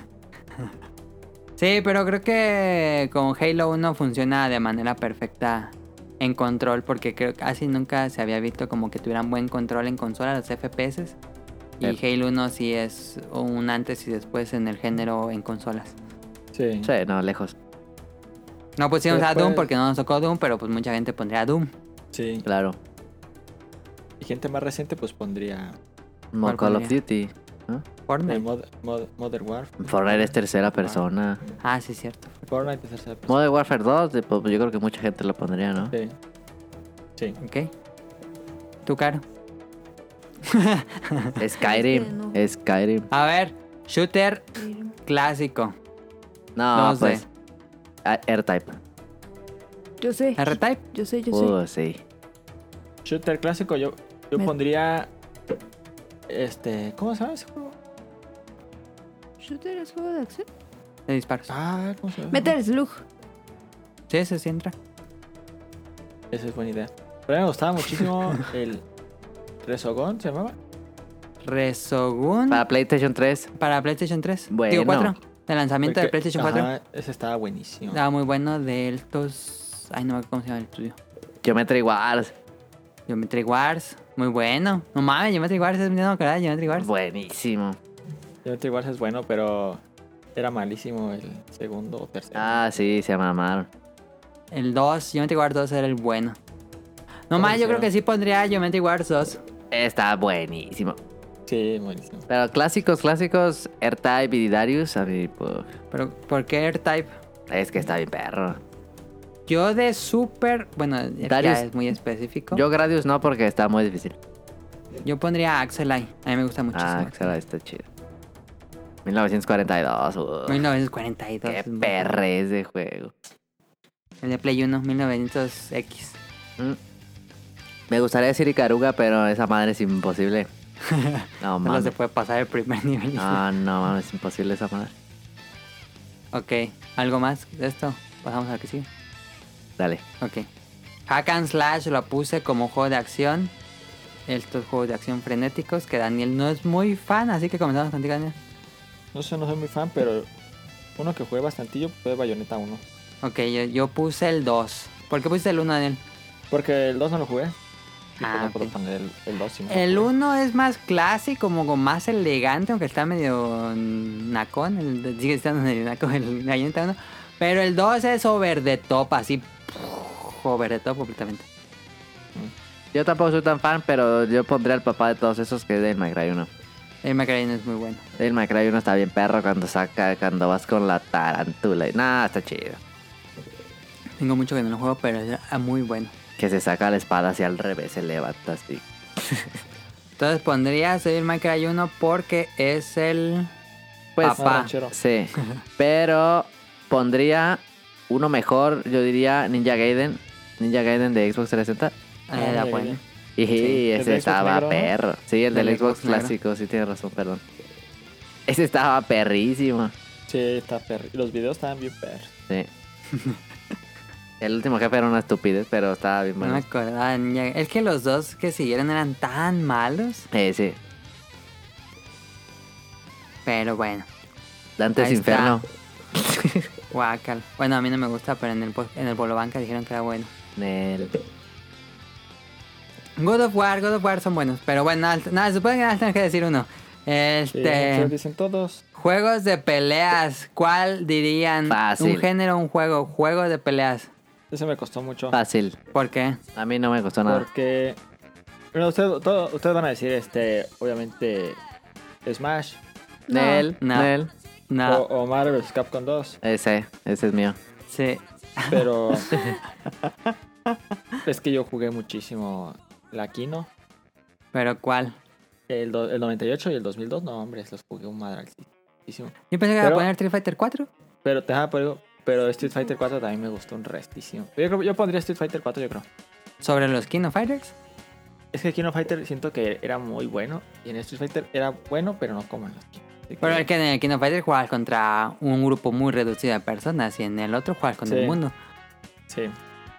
Sí, pero creo que con Halo 1 funciona de manera perfecta en control, porque creo que casi nunca se había visto como que tuvieran buen control en consola los FPS. Y Yep. Halo 1 sí es un antes y después en el género en consolas. Sí. Sí, no, lejos, No pusimos a Doom Después- porque no nos tocó Doom, pero pues mucha gente pondría a Doom. Sí. claro. Y gente más reciente, pues pondría Mo- ¿Cuál Call of pondría? Duty. Fortnite. el mod, mod- Modern Warfare. Fortnite es tercera persona. Ah, sí, cierto. Fortnite es tercera persona. Modern Warfare 2, de- pues, yo creo que mucha gente lo pondría, ¿no? Sí. Sí. Ok. Tu caro. <laughs> Skyrim, no. Skyrim. A ver, shooter clásico. No, No sé. pues. a- Airtype. Yo sé. R-Type. Yo sé, yo sé. Uh, sí. Shooter clásico, yo, yo Me- pondría. Este. ¿Cómo se llama ese juego? ¿Shooter es juego de acción? De disparos. Ah, ¿cómo se llama? Metal Slug. Sí, ese sí entra. Esa es buena idea. Pero a mí me gustaba muchísimo el. Resogon se llamaba. Resogun. Para PlayStation 3, Para PlayStation 3. Bueno. Digo 4. El lanzamiento de Porque- PlayStation Ah. 4. Ajá, ese estaba buenísimo. Estaba muy bueno de estos. Ay, no me acuerdo cómo se llama el estudio. Geometry Wars. Geometry Wars. Muy bueno. No mames, Geometry Wars es mi no, cara, Geometry Wars. Buenísimo. Geometry Wars es bueno, pero era malísimo el segundo o tercero. Ah, sí, se mamaron. El 2, Geometry Wars 2 era el bueno. No mames, ¿Cómo yo hicieron? creo que sí pondría Geometry Wars 2. Está buenísimo. Sí, buenísimo. Pero clásicos, clásicos, Airtype y Darius, a mí, pues, Pero, ¿por qué R-Type? es que está bien perro. Yo de Super. Bueno, ya Darius. es muy específico. Yo, Yo Gradius no, porque está muy difícil. pondría Axelai. A mí me gusta muchísimo. Ah, Axel. claro, está chido. 1942, uh, 1942. qué es muy bueno. perre ese juego. El de Play 1, 1900X. Mm. Me gustaría decir Icaruga, pero esa madre es imposible. No Solo se mames. Ah, puede pasar el primer <laughs> nivel. No, no mames, es imposible esa madre. Ok, ¿algo más de esto? Pasamos al que sigue. Dale. Ok. Hack and Slash lo puse como juego de acción. Estos juegos de acción frenéticos que Daniel no es muy fan, así que comenzamos contigo, Daniel. No sé, no soy muy fan, pero uno que jugué bastantillo fue Bayonetta 1. Ok, yo, yo puse el 2. ¿Por qué pusiste el 1, Daniel? Porque el 2 no lo jugué. Sí, Ah, no me acuerdo ok. tan del- el 2. sí me El acuerdo. 1 es más clásico, como con más elegante, aunque está medio nacón. El, de- sigue estando medio nacón el galleta 1. Pero el 2 es over the top, así. Over the top completamente. Yo tampoco soy tan fan, pero yo pondría al papá de todos esos que es Dale McRae 1. El Macarena es muy bueno. Dale McRae 1 está bien perro cuando saca, cuando vas con la tarantula. y- Nah, está chido. Tengo mucho que no lo juego, pero es ah, muy bueno. Que se saca la espada hacia al revés, se levanta así. Entonces pondría Devil May Cry 1 porque es el. Pues, Ah, papá. ranchero. Sí. Pero pondría uno mejor, yo diría Ninja Gaiden. Ninja Gaiden de Xbox 360. Ah, era ya, ya. bueno. Y el ese del Xbox estaba negro, ¿no? perro. Sí, el del, Del Xbox, Xbox negro. clásico, sí tienes razón, perdón. Ese estaba perrísimo. Sí, está perro. Y Los videos estaban bien perros. Sí. el último jefe era una estupidez, pero estaba bien No me bueno. acordaba. ni- Es que los dos que siguieron eran tan malos. Eh, sí. Pero bueno, Dante's Ahí está. Inferno. guacal. Bueno, a mí no me gusta, pero en el, po- en el Polo Banca dijeron que era bueno. Nel. God of War, God of War son buenos. Pero bueno, nada, nada, supongo que nada tengo que decir uno. Sí, se Este. lo dicen todos. Juegos de peleas. ¿Cuál dirían? Fácil. Un género, un juego. Juegos de peleas. Ese me costó mucho. Fácil. ¿Por qué? A mí no me costó nada. Porque. Bueno, ustedes, todo- ustedes van a decir, este, obviamente, Smash Nel. No. Nel. No. o, o Marvel vs. Capcom <laughs> 2. Ese, ese es mío. Sí. Pero. es que yo jugué muchísimo la Kino. ¿Pero cuál? El, do- el 98 y el 2002, no, hombre, los jugué un madral. Muchísimo. Yo pensé que iba a Pero- poner Street Fighter 4. Pero te pero, pero Street Fighter 4 también me gustó un restísimo. Yo, creo- yo pondría Street Fighter 4, yo creo. Sobre los King of Fighters. Es que Kino Fighter siento que era muy bueno. Y en Street Fighter era bueno, pero no como en los Kino. Así que- Pero es que en el King of Fighters jugabas contra un grupo muy reducido de personas y en el otro jugabas contra Sí. el mundo. Sí.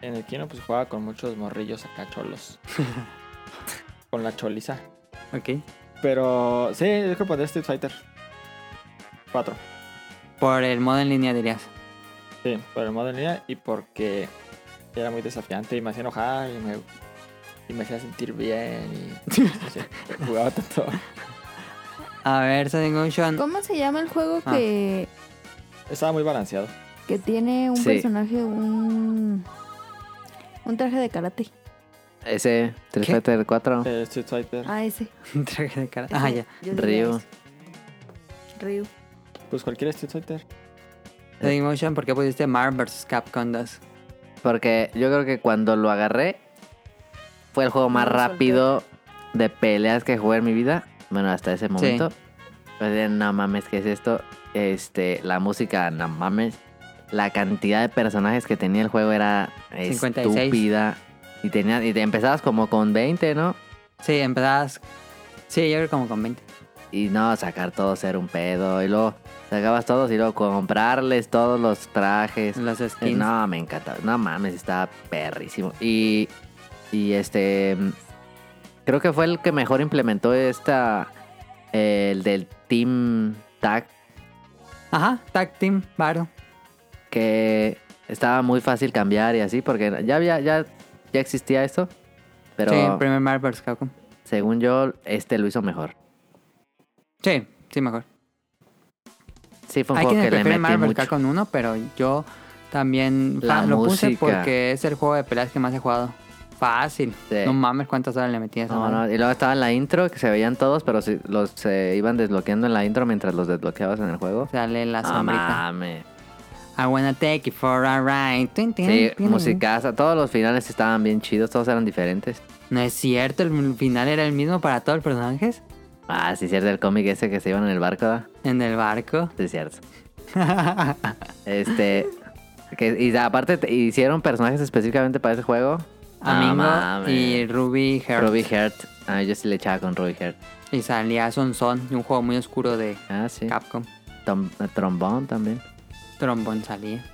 En el Kino pues jugaba con muchos morrillos acá <laughs> cholos. con la choliza. Ok. Pero sí, yo creo que pondría Street Fighter 4. Por el modo en línea dirías. Sí, por el modo en línea y porque era muy desafiante y me hacía enojar y me, y me hacía sentir bien <laughs> y pues, no sé, jugaba tanto. A ver, Sonic Motion. ¿Cómo se llama el juego Ah. que, Estaba muy balanceado. que tiene un Sí. personaje, un, un traje de karate? Ese, Street ¿Qué? Fighter 4. Eh, Street Fighter. Ah, ese. Un <laughs> traje de cara. Ah, ya. Ryu. Río. Pues cualquier Street Fighter. Sonic Motion, ¿por qué pusiste Marvel vs. Capcom 2? Porque yo creo que cuando lo agarré, fue el juego más lo solté. rápido de peleas que jugué en mi vida. Bueno, hasta ese momento. Pues de, no mames, ¿qué es esto? Este, la música, no mames. La cantidad de personajes que tenía el juego era 56. estúpida. Y, tenía, y te empezabas como con 20, ¿no? Sí, empezabas. Sí, yo creo como con 20. Y no, sacar todos era un pedo. Y luego sacabas todos y luego comprarles todos los trajes. Los Eh, skins. No, me encanta. No mames, estaba perrísimo. Y, y este. mm, Creo que fue el que mejor implementó esta. eh, El del Team Tag. Ajá, Tag Team, Varo. Que estaba muy fácil cambiar y así, porque ya había. Ya, ya existía esto. Pero Sí, primer Marvel vs. Capcom. según yo, este lo hizo mejor. Sí, sí, mejor. Sí, fue un Hay juego quienes que le prefieren metí Marvel vs. mucho. Capcom 1, pero yo también La fa- lo puse música. porque es el juego de peleas que más he jugado. Fácil. Sí. No mames cuántas horas le metí a esa No, madre. no, y luego estaba en la intro, que se veían todos, pero sí, los se iban desbloqueando en la intro mientras los desbloqueabas en el juego. Dale la No sombrita. mames. I wanna take you for a ride. Tin, tin, Sí, tin. musicaza. Todos los finales estaban bien chidos, todos eran diferentes. No es cierto, el final era el mismo para todos los personajes. Ah, sí, cierto, el cómic ese que se iban en el barco, ¿da? En el barco. <laughs> Sí, cierto. Este. Que, y aparte, te- hicieron personajes específicamente para ese juego. Amigo mames. y Ruby Heart. Ruby Heart. Ah, yo sí le echaba con Ruby Heart. Y salía Son Son, un juego muy oscuro de Ah, sí. Capcom. Tom- eh, trombón también. Trombón salía.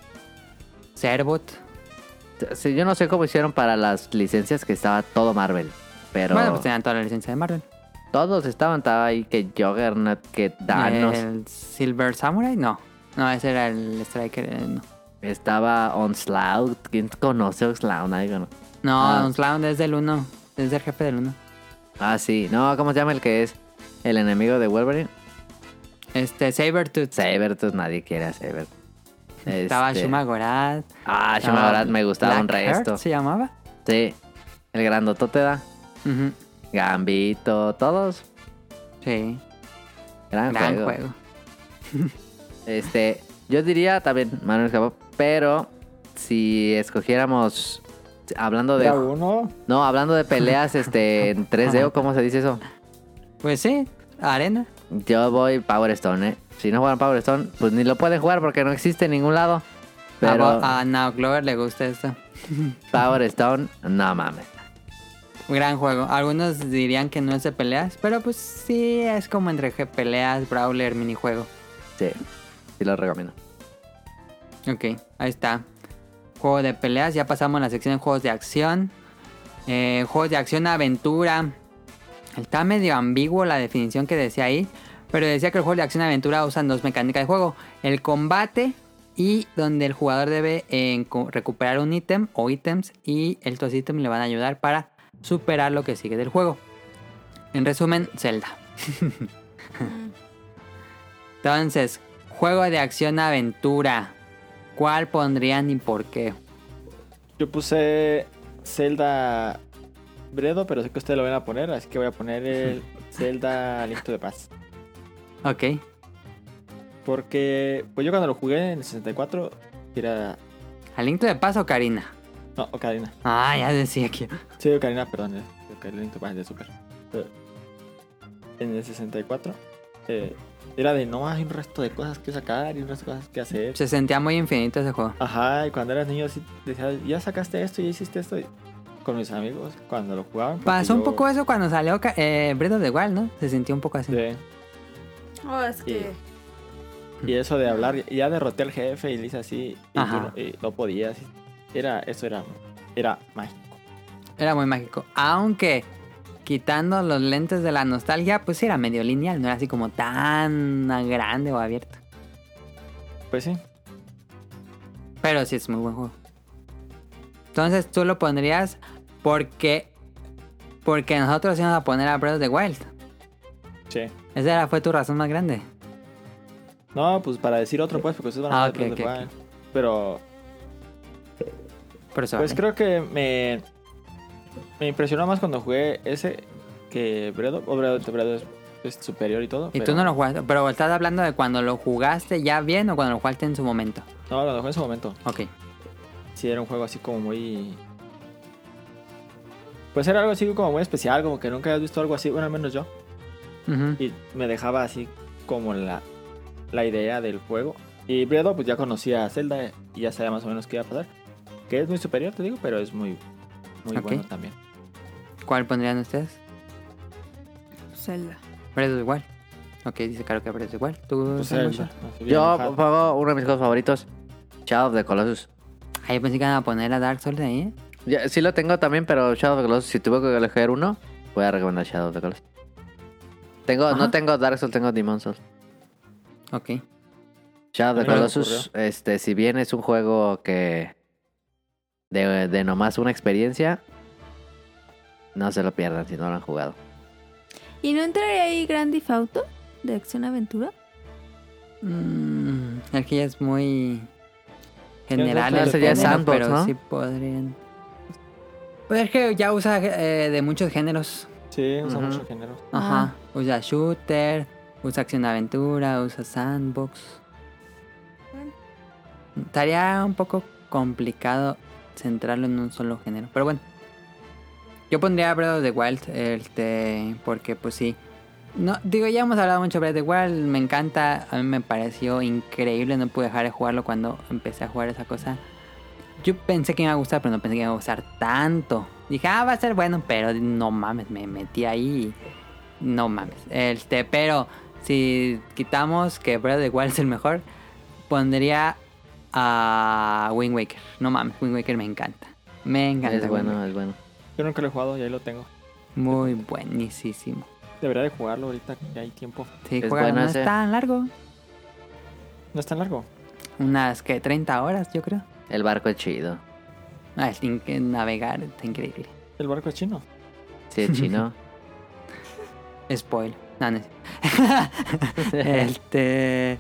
Serbot. Sí, yo no sé cómo hicieron para las licencias que estaba todo Marvel. Pero Bueno, pues tenían toda la licencia de Marvel. todos estaban, estaba ahí que Juggernaut, que Thanos. Eh, El Silver Samurai, no. No, ese era el Striker. eh, No, Estaba Onslaught. ¿Quién conoce Onslaught? Nadie conoce. no Ah. Onslaught es del 1. Es el jefe del uno. Ah, sí. No, ¿cómo se llama el que es el enemigo de Wolverine? Este, Sabertooth. Sabertooth, nadie quiere a Sabertooth. Estaba Este, Shuma Gorath. Ah, Shuma estaba Gorath me gustaba un Blackheart, resto. ¿Se llamaba? Sí. El grandotote da. Ujú, Gambito, todos. Sí. Gran, Gran juego. juego. Este, yo diría también Manuel escapó, pero si escogiéramos hablando Era de uno. no, hablando de peleas este en 3D o cómo se dice eso. Pues sí, arena. Yo voy Power Stone, eh. Si no juegan Power Stone, pues ni lo pueden jugar porque no existe en ningún lado. Pero A, Bo- a Nao Clover le gusta esto. Power Stone, no mames. Gran juego. Algunos dirían que no es de peleas, pero pues sí es como entre je- peleas, brawler, minijuego. Sí. Sí lo recomiendo. Ok, ahí está. Juego de peleas, ya pasamos a la sección de juegos de acción. Eh, juegos de acción, aventura. Está medio ambiguo la definición que decía ahí, pero decía que el juego de acción y aventura usan dos mecánicas de juego. El combate y donde el jugador debe eh, co- recuperar un ítem o ítems y estos ítems le van a ayudar para superar lo que sigue del juego. En resumen, Zelda. Entonces, juego de acción aventura. ¿Cuál pondrían y por qué? Yo puse Zelda Bredo, pero sé que ustedes lo van a poner, así que voy a <laughs> poner el Zelda Aliento de Paz. Ok. Porque, pues yo cuando lo jugué en el 64, era. ¿Aliento de paz o Karina? No, Ocarina. Ah, ya decía que. Sí, Ocarina, perdón. eh, Ocarina Aliento de Paz de Super. Eh, En el 64, eh, era de no, hay un resto de cosas que sacar y un resto de cosas que hacer. Se sentía muy infinito ese juego. Ajá, y cuando eras niño, sí decías, ya sacaste esto, ya hiciste esto. Y Con mis amigos, cuando lo jugaban. porque Pasó un yo- poco eso cuando salió Ca- eh, Breath of the Wild, ¿no? Se sintió un poco así. Sí. Oh, es que. Y eso de hablar, ya derroté al jefe y le hice así, y, tú Ajá. no- y no podías. Era, eso era, era mágico. Era muy mágico. Aunque, quitando los lentes de la nostalgia, pues era medio lineal, no era así como tan grande o abierto. Pues sí, Pero sí es muy buen juego. Entonces tú lo pondrías porque. Porque nosotros íbamos a poner a Breath of the Wild. sí. Esa era- fue tu razón más grande. No, pues para decir otro, pues, porque ustedes van a Ah, hablar de ok, Breath ok, of the Wild. Pero, Por eso. pues vale. creo que me, me impresionó más cuando jugué ese que Bredo. O Bredo, es, es superior y todo. Y tú no lo jugaste, pero estás hablando de cuando lo jugaste ya bien o cuando lo jugaste en su momento. No, cuando jugué en su momento. Ok. Sí, era un juego así como muy. Pues era algo así como muy especial, como que nunca habías visto algo así, bueno, al menos yo. Ujú. y me dejaba así como la, la idea del juego. Y Bredo, pues ya conocía a Zelda y ya sabía más o menos qué iba a pasar. Que es muy superior, te digo, pero es muy, muy Ok. bueno también. ¿Cuál pondrían ustedes? Zelda. Breath of the Wild. Ok, dice claro que Breath of the Wild. ¿Tú, Pues Sangucho? Zelda, así bien Yo enojado. pongo uno de mis juegos favoritos, Shadow of the Colossus. Ah, yo pensé que iban a poner a Dark Souls ahí. ¿eh? Ya, sí lo tengo también, pero Shadow of the Colossus, si tuve que elegir uno, voy a recomendar Shadow of the Colossus. Tengo, no Ajá. tengo Dark Souls, tengo Demon Souls. Ok. Shadow of the A mí me Colossus, este, si bien es un juego que de, de nomás una experiencia, no se lo pierdan si no lo han jugado. ¿Y no entraría ahí Grand Theft Auto de Acción Aventura? Mm, el que ya es muy Ya general. no el sería género, sandbox, pero ¿no? sí podrían. Pues es que ya usa eh, de muchos géneros. Sí, usa Ujú. mucho género. Ajá. Usa shooter, usa acción aventura, usa sandbox. Bueno. Estaría un poco complicado centrarlo en un solo género. Pero bueno. Yo pondría Breath of the Wild, este, porque pues sí. No, digo, ya hemos hablado mucho de Breath of the Wild, me encanta, a mí me pareció increíble, no pude dejar de jugarlo cuando empecé a jugar esa cosa. Yo pensé que me iba a gustar, pero no pensé que me iba a gustar tanto. Dije, ah, va a ser bueno, pero no mames, me metí ahí. y No mames. Este, pero si quitamos que Breath of the Wild es el mejor, pondría a Wind Waker. No mames, Wind Waker me encanta. Me encanta. Es Wind Waker. bueno, es bueno. Yo nunca lo he jugado y ahí lo tengo. Muy buenísimo. Debería de jugarlo ahorita que hay tiempo. Sí, Es juega, bueno no ese. es tan largo. No es tan largo. Unas que 30 horas, yo creo. El barco es chido. Ah, es in- que navegar está increíble. El barco es chino. <laughs> Sí, es chino. Spoiler. No, no es- <laughs> este.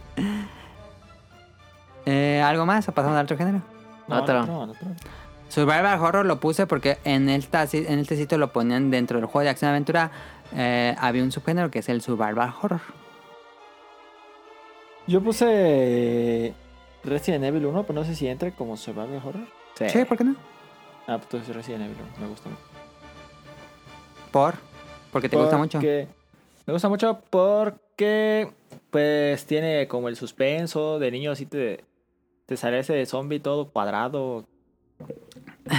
eh, ¿Algo más o pasamos al otro género? Otro. No, no, otro. Survival Horror lo puse porque en, esta, si- en este sitio lo ponían dentro del juego de acción aventura. eh, había un subgénero que es el Survival Horror. Yo puse Resident Evil 1, pero no sé si entra como Survival Horror. Sí. Sí, ¿por qué no? Ah, pues entonces Resident Evil 1, me gusta mucho. Por. Porque te gusta mucho. Porque- Me gusta mucho porque, pues, tiene como el suspenso de niño, así te, te sale ese zombie todo cuadrado.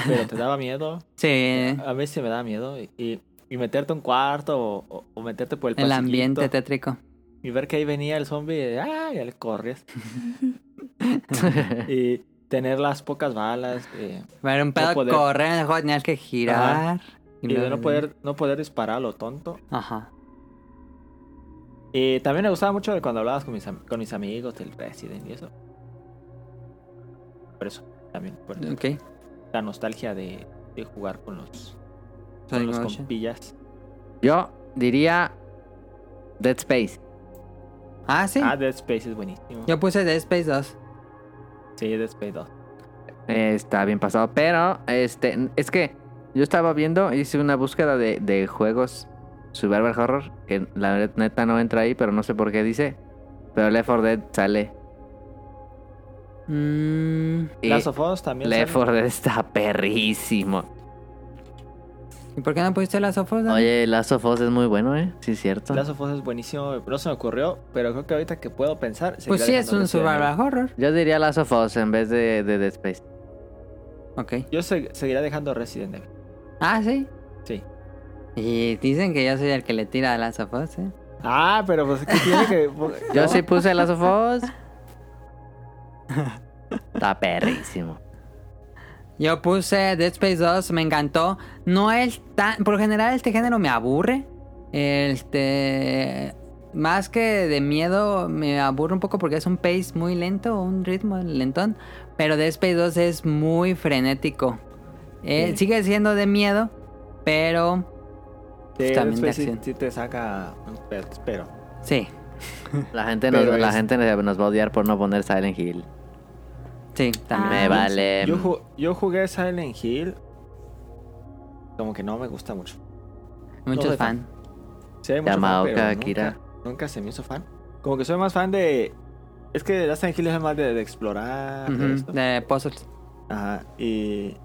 Pero te <laughs> daba miedo. Sí. A mí sí me da miedo. Y, y- y meterte a un cuarto o, o- o meterte por el El pasillito ambiente tétrico. Y ver que ahí venía el zombie. ¡Ah! Ya <laughs> le corres. y tener las pocas balas. eh, Era un pedo poder. correr en el juego, tenías que girar. y de luego- no poder, no poder disparar a lo tonto. Ajá. Y Eh, también me gustaba mucho de cuando hablabas con mis, am- con mis amigos del Resident y eso. Por eso, también. Por Ok. la nostalgia de, de jugar con los, con Sonic los Motion. compillas. Yo diría Dead Space. Ah, sí. Ah, Dead Space es buenísimo. Yo puse Dead Space 2. Sí, Dead Space 2. Eh, está bien pasado. Pero, este, es que yo estaba viendo, hice una búsqueda de, de juegos Survival Horror, que la neta no entra ahí, pero no sé por qué dice. Pero Left 4 Dead sale. Mm, Y Last of Us también. Left sale. 4 Dead está perrísimo. ¿Y por qué no pusiste las sofos? Oye, Last of Us es muy bueno, ¿eh? Sí, es cierto. Last of Us es buenísimo. No se me ocurrió, pero creo que ahorita que puedo pensar. Pues seguiré sí, es dejando un Resident Evil. survival horror. Yo diría Last of Us en vez de, de Dead Space. Ok. Yo se- seguiré dejando Resident Evil. Ah, sí. Sí. Y dicen que yo soy el que le tira a las sofos, ¿eh? Ah, pero pues ¿qué tiene <laughs> que. Yo sí puse Last of <laughs> Us. Está perrísimo. Yo puse Dead Space 2, me encantó. No es tan. Por lo general, este género me aburre. Este. Más que de miedo, me aburre un poco porque es un pace muy lento, un ritmo lentón. Pero Dead Space 2 es muy frenético. Eh, Sí. Sigue siendo de miedo, pero. Sí, Dead También de Space sí, acción. sí te saca un pet, pero. Sí, La gente, nos, Pero la es- gente nos va a odiar por no poner Silent Hill. sí, también. Me Ah, vale. Yo, ju- yo jugué Silent Hill. Como que no me gusta mucho. Muchos soy fan. fans. Sí, hay mucho Yamaoka, fan, pero Akira. Nunca, nunca se me hizo fan. Como que soy más fan de. Es que Last Hill es más de, de explorar. de esto. de puzzles. Ajá. Y.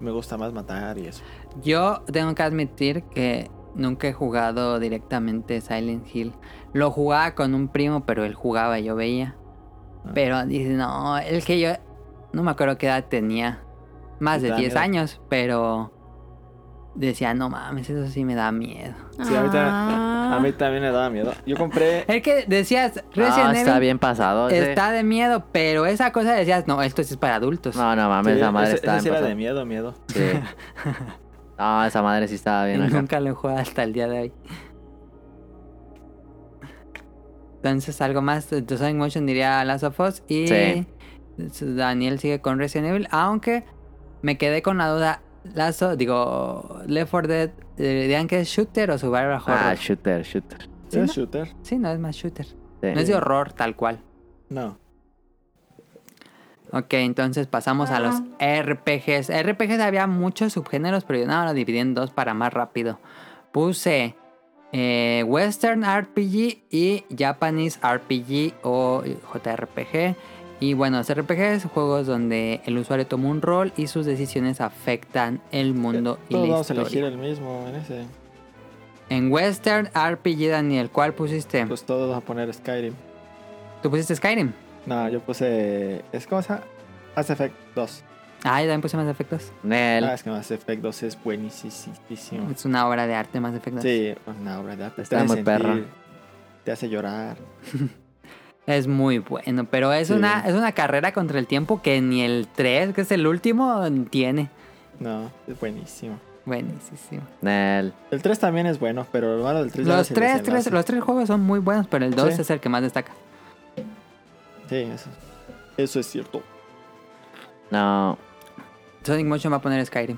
Me gusta más matar y eso. Yo tengo que admitir que nunca he jugado directamente Silent Hill. Lo jugaba con un primo, pero él jugaba y yo veía. Ah. Pero dice, no, el que yo no me acuerdo qué edad tenía. Más ¿Te de da 10 miedo? años, pero decía, no mames, eso sí me da miedo. Sí, ahorita- Ah. A mí también me daba miedo. Yo <laughs> compré. El que decías, No, Resident Ah, está Evil bien pasado. ese. está de miedo, pero esa cosa decías, no, esto sí es para adultos. No, no mames, sí, esa madre eh, ese- está ese sí bien era de miedo, pasada. miedo. <laughs> Sí. No, esa madre sí estaba Y <laughs> bien acá. nunca lo he jugado hasta el día de hoy. Entonces, algo más. The Sonic Motion diría Last of Us. Y Sí. Daniel sigue con Resident Evil. Aunque me quedé con la duda. Lazo, digo, Left 4 Dead, eh, dirían que es shooter o survival horror. Ah, shooter, shooter. ¿Sí, ¿Es no? shooter? sí, no es más shooter. Sí. No es de horror tal cual. No. Ok, entonces pasamos a los RPGs. RPGs había muchos subgéneros, pero yo nada, lo dividí en dos para más rápido. Puse eh, Western RPG y Japanese RPG o JRPG. Y bueno, los RPGs, juegos donde el usuario toma un rol y sus decisiones afectan el mundo y Todos la vamos a elegir historia. el mismo en ese. En Western RPG, Daniel, ¿cuál Em. pusiste? Pues todos vamos a poner Skyrim. ¿Tú pusiste Skyrim? No, yo puse. ¿Es como esa? Mass Effect 2. Ah, yo también puse Mass Effectos. Nel, Ah, es que Mass Effect 2 es buenísimo. Es una obra de arte, Mass Effectos. Sí, una obra de arte. Está hace muy sentir, perra. Te hace llorar. Es muy bueno, pero es, Sí. una, es una carrera contra el tiempo que ni el 3, que es el último, tiene. No, es buenísimo. Buenísimo. Nel. El 3 también es bueno, pero hermano, el 3 Pues ya Los es el tres, tres, desenlace. los tres juegos son muy buenos, pero el 2 Sí. es el que más destaca. Sí, eso, eso es cierto. No. Sonic Motion va a poner Skyrim.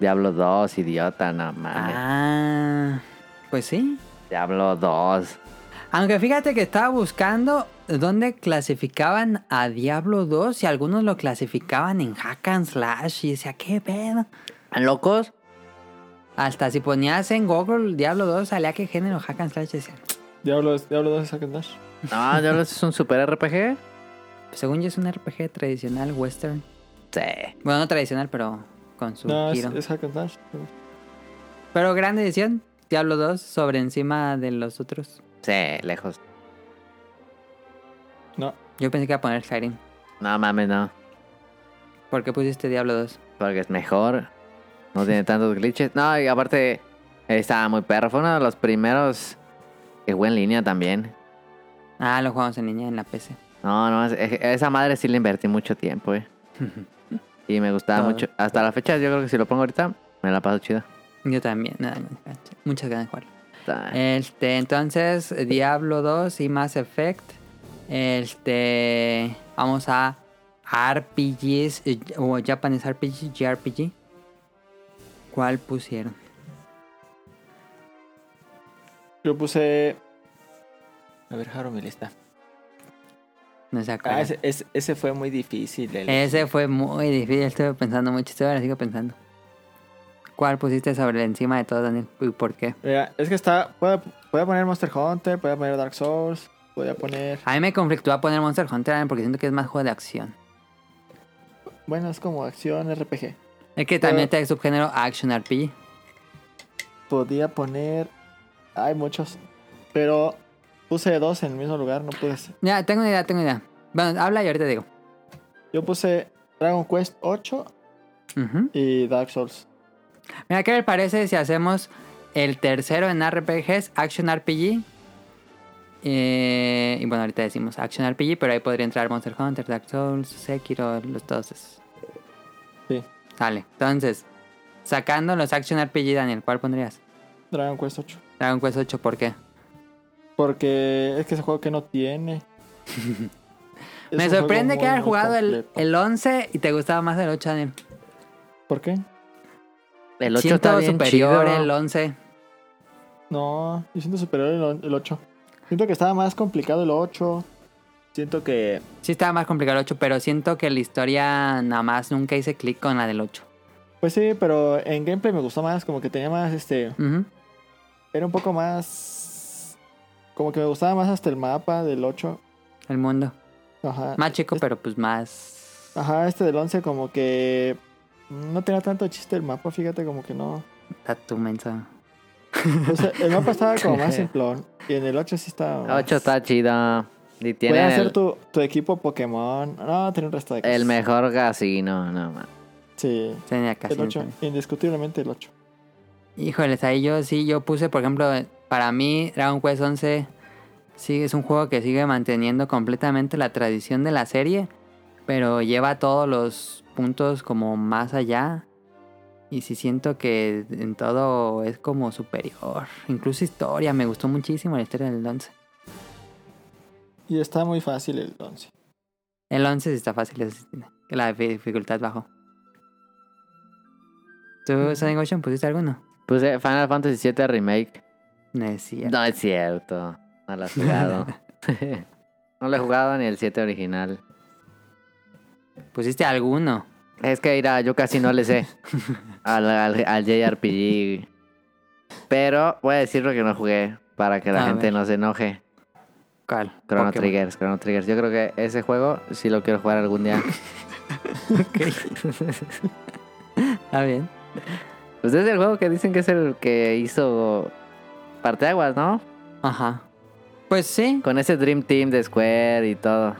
Diablo 2, idiota, no mames. Ah, pues sí. Diablo 2. Aunque fíjate que estaba buscando dónde clasificaban a Diablo 2 y algunos lo clasificaban en hack and slash y decía, ¿qué pedo? ¿Están locos? Hasta si ponías en Google Diablo 2 salía qué género hack and slash decía. Diablo, Diablo 2 es Hack and Dash. <laughs> No, Diablo 2 es un super RPG. Según yo es un RPG tradicional western. Sí. Bueno, no tradicional, pero con su No, es, giro. es Hack and Dash. Pero gran edición, Diablo 2 sobre encima de los otros. Sí, lejos. No, Yo pensé que iba a poner Skyrim. No mames, no. ¿Por qué pusiste Diablo 2? Porque es mejor. No tiene tantos glitches. No, y aparte, estaba muy perro. Fue uno de los primeros que jugué en línea también. Ah, lo jugamos en línea en la PC. No, no, es- es- esa madre sí le invertí mucho <laughs> tiempo, eh. Y me gustaba Ah. mucho. Hasta la fecha, yo creo que si lo pongo ahorita, me la paso chida. Yo también, nada, nada, muchas ganas de jugarlo. Está- Ah. Este, entonces, Diablo 2 y Mass Effect. Este, vamos a RPGs eh, o Japanese RPG, JRPG. ¿Cuál pusieron? yo puse. A ver, Jaro mi lista. No se acuerdan. Ah, ese, ese, ese fue muy difícil. el- Ese fue muy difícil, estuve pensando mucho, todavía lo sigo pensando. ¿Cuál pusiste sobre encima de todo, Daniel? ¿Y por qué? Mira, es que está. Podía, podía poner Monster Hunter, podía poner Dark Souls, podía poner. A mí me conflictúa poner Monster Hunter Daniel, porque siento que es más juego de acción. Bueno, es como acción RPG. Es que también está el subgénero Action RPG. Podía poner. Hay muchos. Pero puse dos en el mismo lugar, no pude. hacer. Ya, tengo una idea, tengo una idea. Bueno, habla y ahorita digo. Yo puse Dragon Quest 8 Ujú. y Dark Souls. Mira, ¿qué les parece si hacemos el tercero en RPGs, Action RPG? Eh, y bueno, ahorita decimos Action RPG, pero ahí podría entrar Monster Hunter, Dark Souls, Sekiro, los todos esos. Sí. Dale, entonces, sacando los Action RPG, Daniel, ¿cuál pondrías? Dragon Quest 8. Dragon Quest 8, ¿por qué? Porque es que ese juego que <laughs> no tiene. Es Me un juego sorprende que muy, hayas muy jugado el, completo. el 11 y te gustaba más el 8, Daniel. ¿Por qué? El 8 Siento está bien superior eh, chido. el 11. No, yo siento superior el, o- el 8. Siento que estaba más complicado el 8. Siento que. Sí estaba más complicado el 8, pero siento que la historia nada más nunca hice clic con la del 8. Pues sí, pero en gameplay me gustó más, como que tenía más este. Ujú. Era un poco más. Como que me gustaba más hasta el mapa del 8. El mundo. Ajá. Más chico, pero pues más... Ajá, este del 11 como que no tenía tanto chiste el mapa, fíjate, como que no. Está tu menso. O sea, el mapa estaba como más simplón y en el 8 sí estaba... más. 8 está chido. Y tiene Puedes hacer el, tu, tu equipo Pokémon. No, tiene un resto de el mejor casino, no mames. Sí, Tenía casi. el 8, indiscutiblemente el 8. Híjoles, ahí yo sí, yo puse, por ejemplo, para mí Dragon Quest 11 sí, es un juego que sigue manteniendo completamente la tradición de la serie, pero lleva todos los puntos como más allá. Y sí siento que en todo es como superior. Incluso historia, me gustó muchísimo la historia del 11. Y está muy fácil el 11. El 11 sí está fácil, eso sí tiene. La dificultad bajó. ¿Tú, Sonic Ocean, pusiste alguno? Puse Final Fantasy VII Remake. No es cierto. No es cierto. No lo <laughs> he jugado. no lo he jugado ni el 7 original. ¿Pusiste alguno? Es que mira, yo casi no le sé al, al- al JRPG. Pero voy a decir lo que no jugué para que la A gente ver. no se enoje. ¿Cuál? Chrono Pokémon. Triggers, Chrono Triggers. Yo creo que ese juego sí lo quiero jugar algún <laughs> día. Está Ah, bien. <laughs> Pues es el juego que dicen que es el que hizo Parteaguas, ¿no? Ajá. Pues sí, Con ese Dream Team de Square y todo.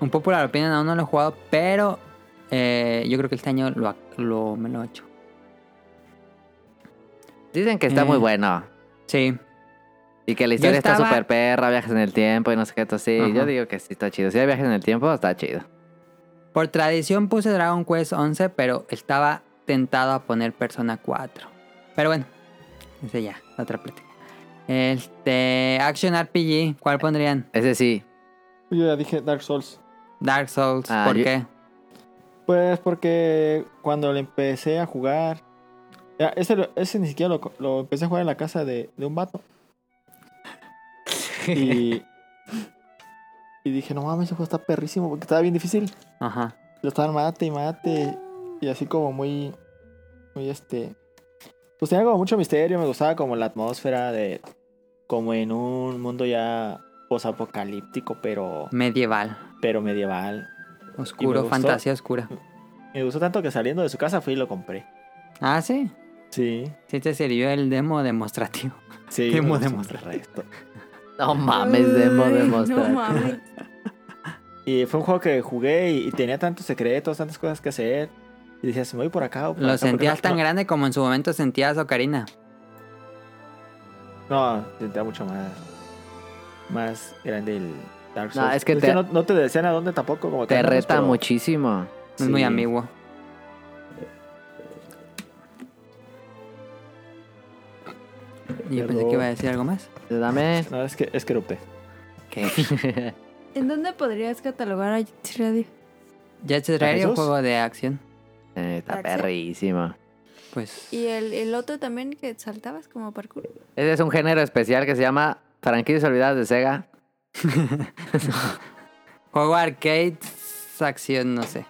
un popular opinion aún no lo he jugado, pero eh, yo creo que este año lo, ac- lo- me lo he hecho. Dicen que está Eh. muy bueno. Sí, Y que la historia está estaba- súper perra, viajes en el tiempo y no sé qué, todo así. Ajá. Yo digo que sí está chido. Si hay viajes en el tiempo, está chido. por tradición puse Dragon Quest 11, pero estaba tentado a poner Persona 4. Pero bueno, ese ya, otra plática. Este, Action RPG, ¿cuál pondrían? Ese sí. Yo ya dije Dark Souls. Dark Souls, Ah, ¿por yo- qué? Pues porque cuando lo empecé a jugar, Ya, ese, lo- ese ni siquiera lo, co- lo empecé a jugar en la casa de, de un vato. Y, y dije, no mames, ese juego está perrísimo porque estaba bien difícil. Ajá. Lo estaban mate y mate. Y así como muy. Muy este. Pues tenía como mucho misterio. Me gustaba como la atmósfera de. Como en un mundo ya posapocalíptico, pero. Medieval. Pero medieval. Oscuro, gustó. fantasía oscura. Me gustó tanto que saliendo de su casa fui y lo compré. Ah, sí. Sí. Sí te sirvió el demo <laughs> demostrativo. Sí. Qué me moda gustó un mostrar. resto. No mames, demo Ay, de No mostrar. mames. Y fue un juego que jugué y, y tenía tantos secretos, tantas cosas que hacer. Y decías, me voy por acá o por Lo acá, ¿por qué sentías no- tan no- grande como en su momento sentías Ocarina. No, sentía mucho más. Más grande el Dark No, Souls. es que te- no, no te decían a dónde tampoco. Como que Te al menos, reta pero- muchísimo. Es muy Sí. ambiguo. Y Yo pensé que Pero- iba a decir algo más. Dame. No, es que es que erupé. <laughs> Que ¿En dónde podrías catalogar a Jitsi Radio? Jet Set ¿Para Radio, Jesús? juego de acción. Eh, está Axel. perrísimo. Pues Y el, el otro también que saltabas como parkour. Ese es un género especial que se llama Franquicias Olvidadas de Sega. juego arcade, acción, no sé.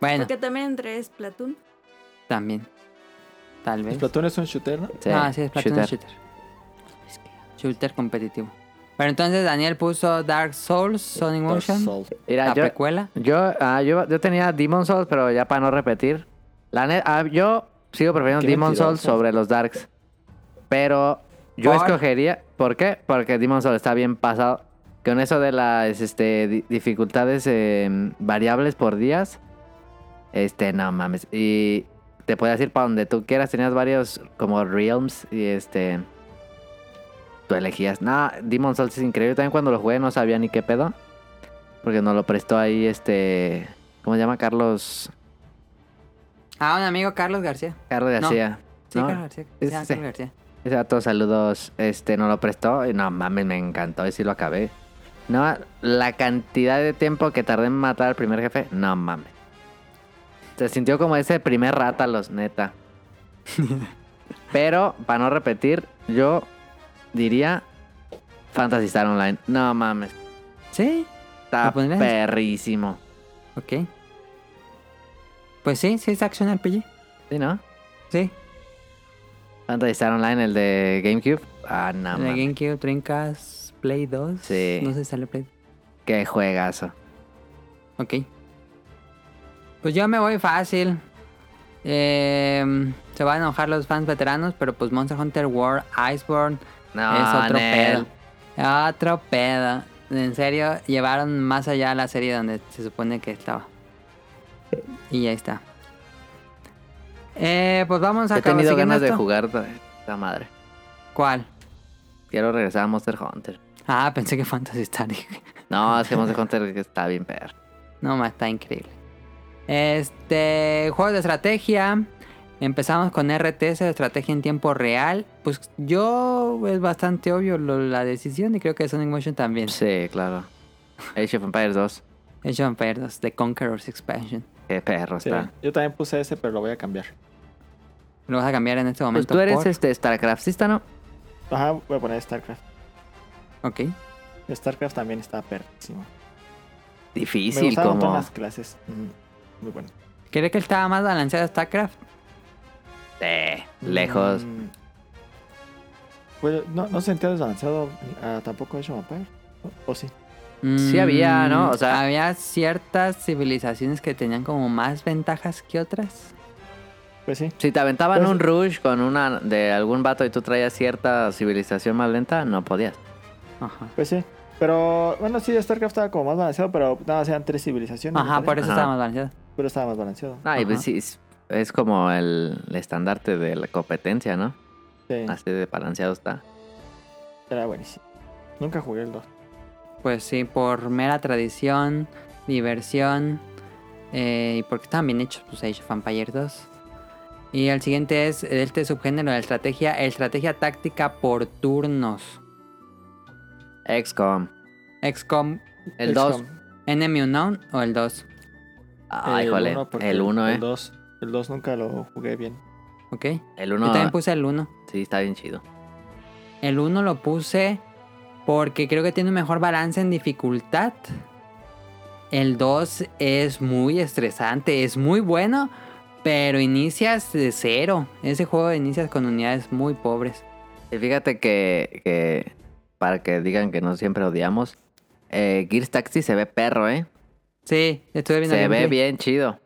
Bueno, Porque también entre Splatoon. también. Tal vez. Platón es un shooter, ¿no? Sí, ah, sí, es Platoon shooter. shooter. shooter. competitivo. Pero entonces Daniel puso Dark Souls, Sonic Dark Motion, Souls. Mira, la yo, precuela. yo, ah, yo, yo tenía Demon Souls, pero ya para no repetir. La net, ah, yo sigo prefiriendo Qué Demon mentiroso. Souls sobre los Darks. Pero yo ¿Por? escogería. ¿Por qué? Porque Demon Souls está bien pasado. Con eso de las este, di- dificultades eh, variables por días. Este, no mames. Y te podías ir para donde tú quieras. Tenías varios como realms y este. Tú elegías. No, Demon Souls es increíble. También cuando lo jugué no sabía ni qué pedo. Porque nos lo prestó ahí este. ¿Cómo se llama? Carlos. Ah, un amigo Carlos García. Carlos No. García. Sí, ¿no? Carlos García. Sí, Sí, ah, sí. Carlos García. Ese dato, saludos. Este, nos lo prestó y no mames, me encantó y sí lo acabé. No, la cantidad de tiempo que tardé en matar al primer jefe, no mames. Se sintió como ese primer <laughs> Rátalos, neta. Pero, para no repetir, yo diría Fantasy Star Online. No mames, Sí, está ¿Lo pondrías? perrísimo. ok. Pues sí, sí es acción RPG. ¿Sí, no? Sí, Fantasy Star Online, el de GameCube. Ah, no la mames. GameCube, Trincas, Play 2. Sí. No sé si sale Play. Qué juegazo. Ok. Pues yo me voy fácil. Eh, se van a enojar los fans veteranos, pero pues Monster Hunter World, Iceborne, No, es otro Nel. pedo. Otro pedo. En serio, llevaron más allá la serie donde se supone que estaba. Y ya está. Eh, pues vamos a He acabar- tenido siguiendo ganas de esto. jugar esta madre. ¿Cuál? Quiero regresar a Monster Hunter. Ah, pensé que Fantasy Star. <laughs> dije. No, es que Monster Hunter <laughs> está bien perro. No, ma, está increíble. Este, juegos de estrategia. Empezamos con RTS, estrategia en tiempo real. Pues yo es bastante obvio lo- la decisión y creo que Sonic Motion también. Sí, claro. Age of Empires 2. Age of Empires 2, The Conqueror's Expansion. Qué perro Sí, está. yo también puse ese, pero lo voy a cambiar. Lo vas a cambiar en este Pues momento. tú eres por- este StarCraftista, ¿no? Ajá, voy a poner StarCraft. Ok. StarCraft también está perrísimo. Me Difícil, gustaron todas como. las clases. Mm, Muy bueno. ¿Crees que estaba más balanceado StarCraft? Sí, lejos. Mm. Bueno, no, no sentía desbalanceado ah, tampoco Age of Empires. ¿O, o sí? Sí había, ¿no? O sea- Mm, Había ciertas civilizaciones que tenían como más ventajas que otras. Pues sí. Si te aventaban Pues- un rush con una de algún vato y tú traías cierta civilización más lenta, no podías. Ajá. Pues sí. Pero bueno, sí, StarCraft estaba como más balanceado, pero nada, más eran tres civilizaciones. Ajá, por me parece. eso Ajá. estaba más balanceado. Pero estaba más balanceado. No, y pues Ajá. sí, es, es como el, el estandarte de la competencia, ¿no? Sí, Así de balanceado está. era buenísimo. Nunca jugué el 2. Pues sí, por mera tradición, diversión eh, y porque estaban bien hechos, pues Age of Empires 2. Y el siguiente es este subgénero de estrategia, estrategia táctica por turnos. XCOM. XCOM, El 2. XCOM. Enemy Unknown o el 2. Ay, el jole. uno, porque El 1, eh. El 2 el dos nunca lo jugué bien. ¿ok? El Yo uno también puse el 1. sí está bien chido. El 1 lo puse porque creo que tiene un mejor balance en dificultad. El 2 es muy estresante, es muy bueno, pero inicias de cero. Ese juego inicias con unidades muy pobres. Y fíjate que, que para que digan que no siempre odiamos, eh, Gears Taxi se ve perro, ¿eh? Sí, estuve viendo Se ve gameplay, bien chido.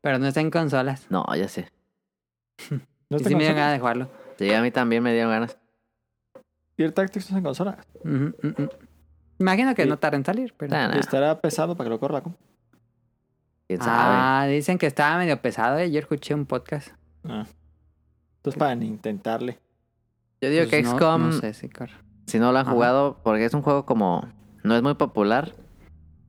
Pero no está en consolas. No, ya sé. ¿No Y está sí en me dieron consola? ganas de jugarlo. Sí, a mí también me dieron ganas. Gear Tactics no está en consola. Ujú, mm, mm. Imagino que Sí. no tarda en salir, pero. Nah, nah, Y estará pesado para que lo corra. ¿cómo? Ah, quién sabe. Ah, dicen que estaba medio pesado. eh. Yo escuché un podcast. Ah. Entonces, para intentarle. Yo digo Pues que no- XCOM, No, sé si corre. si no lo han Ajá. jugado, porque es un juego como... No es muy popular.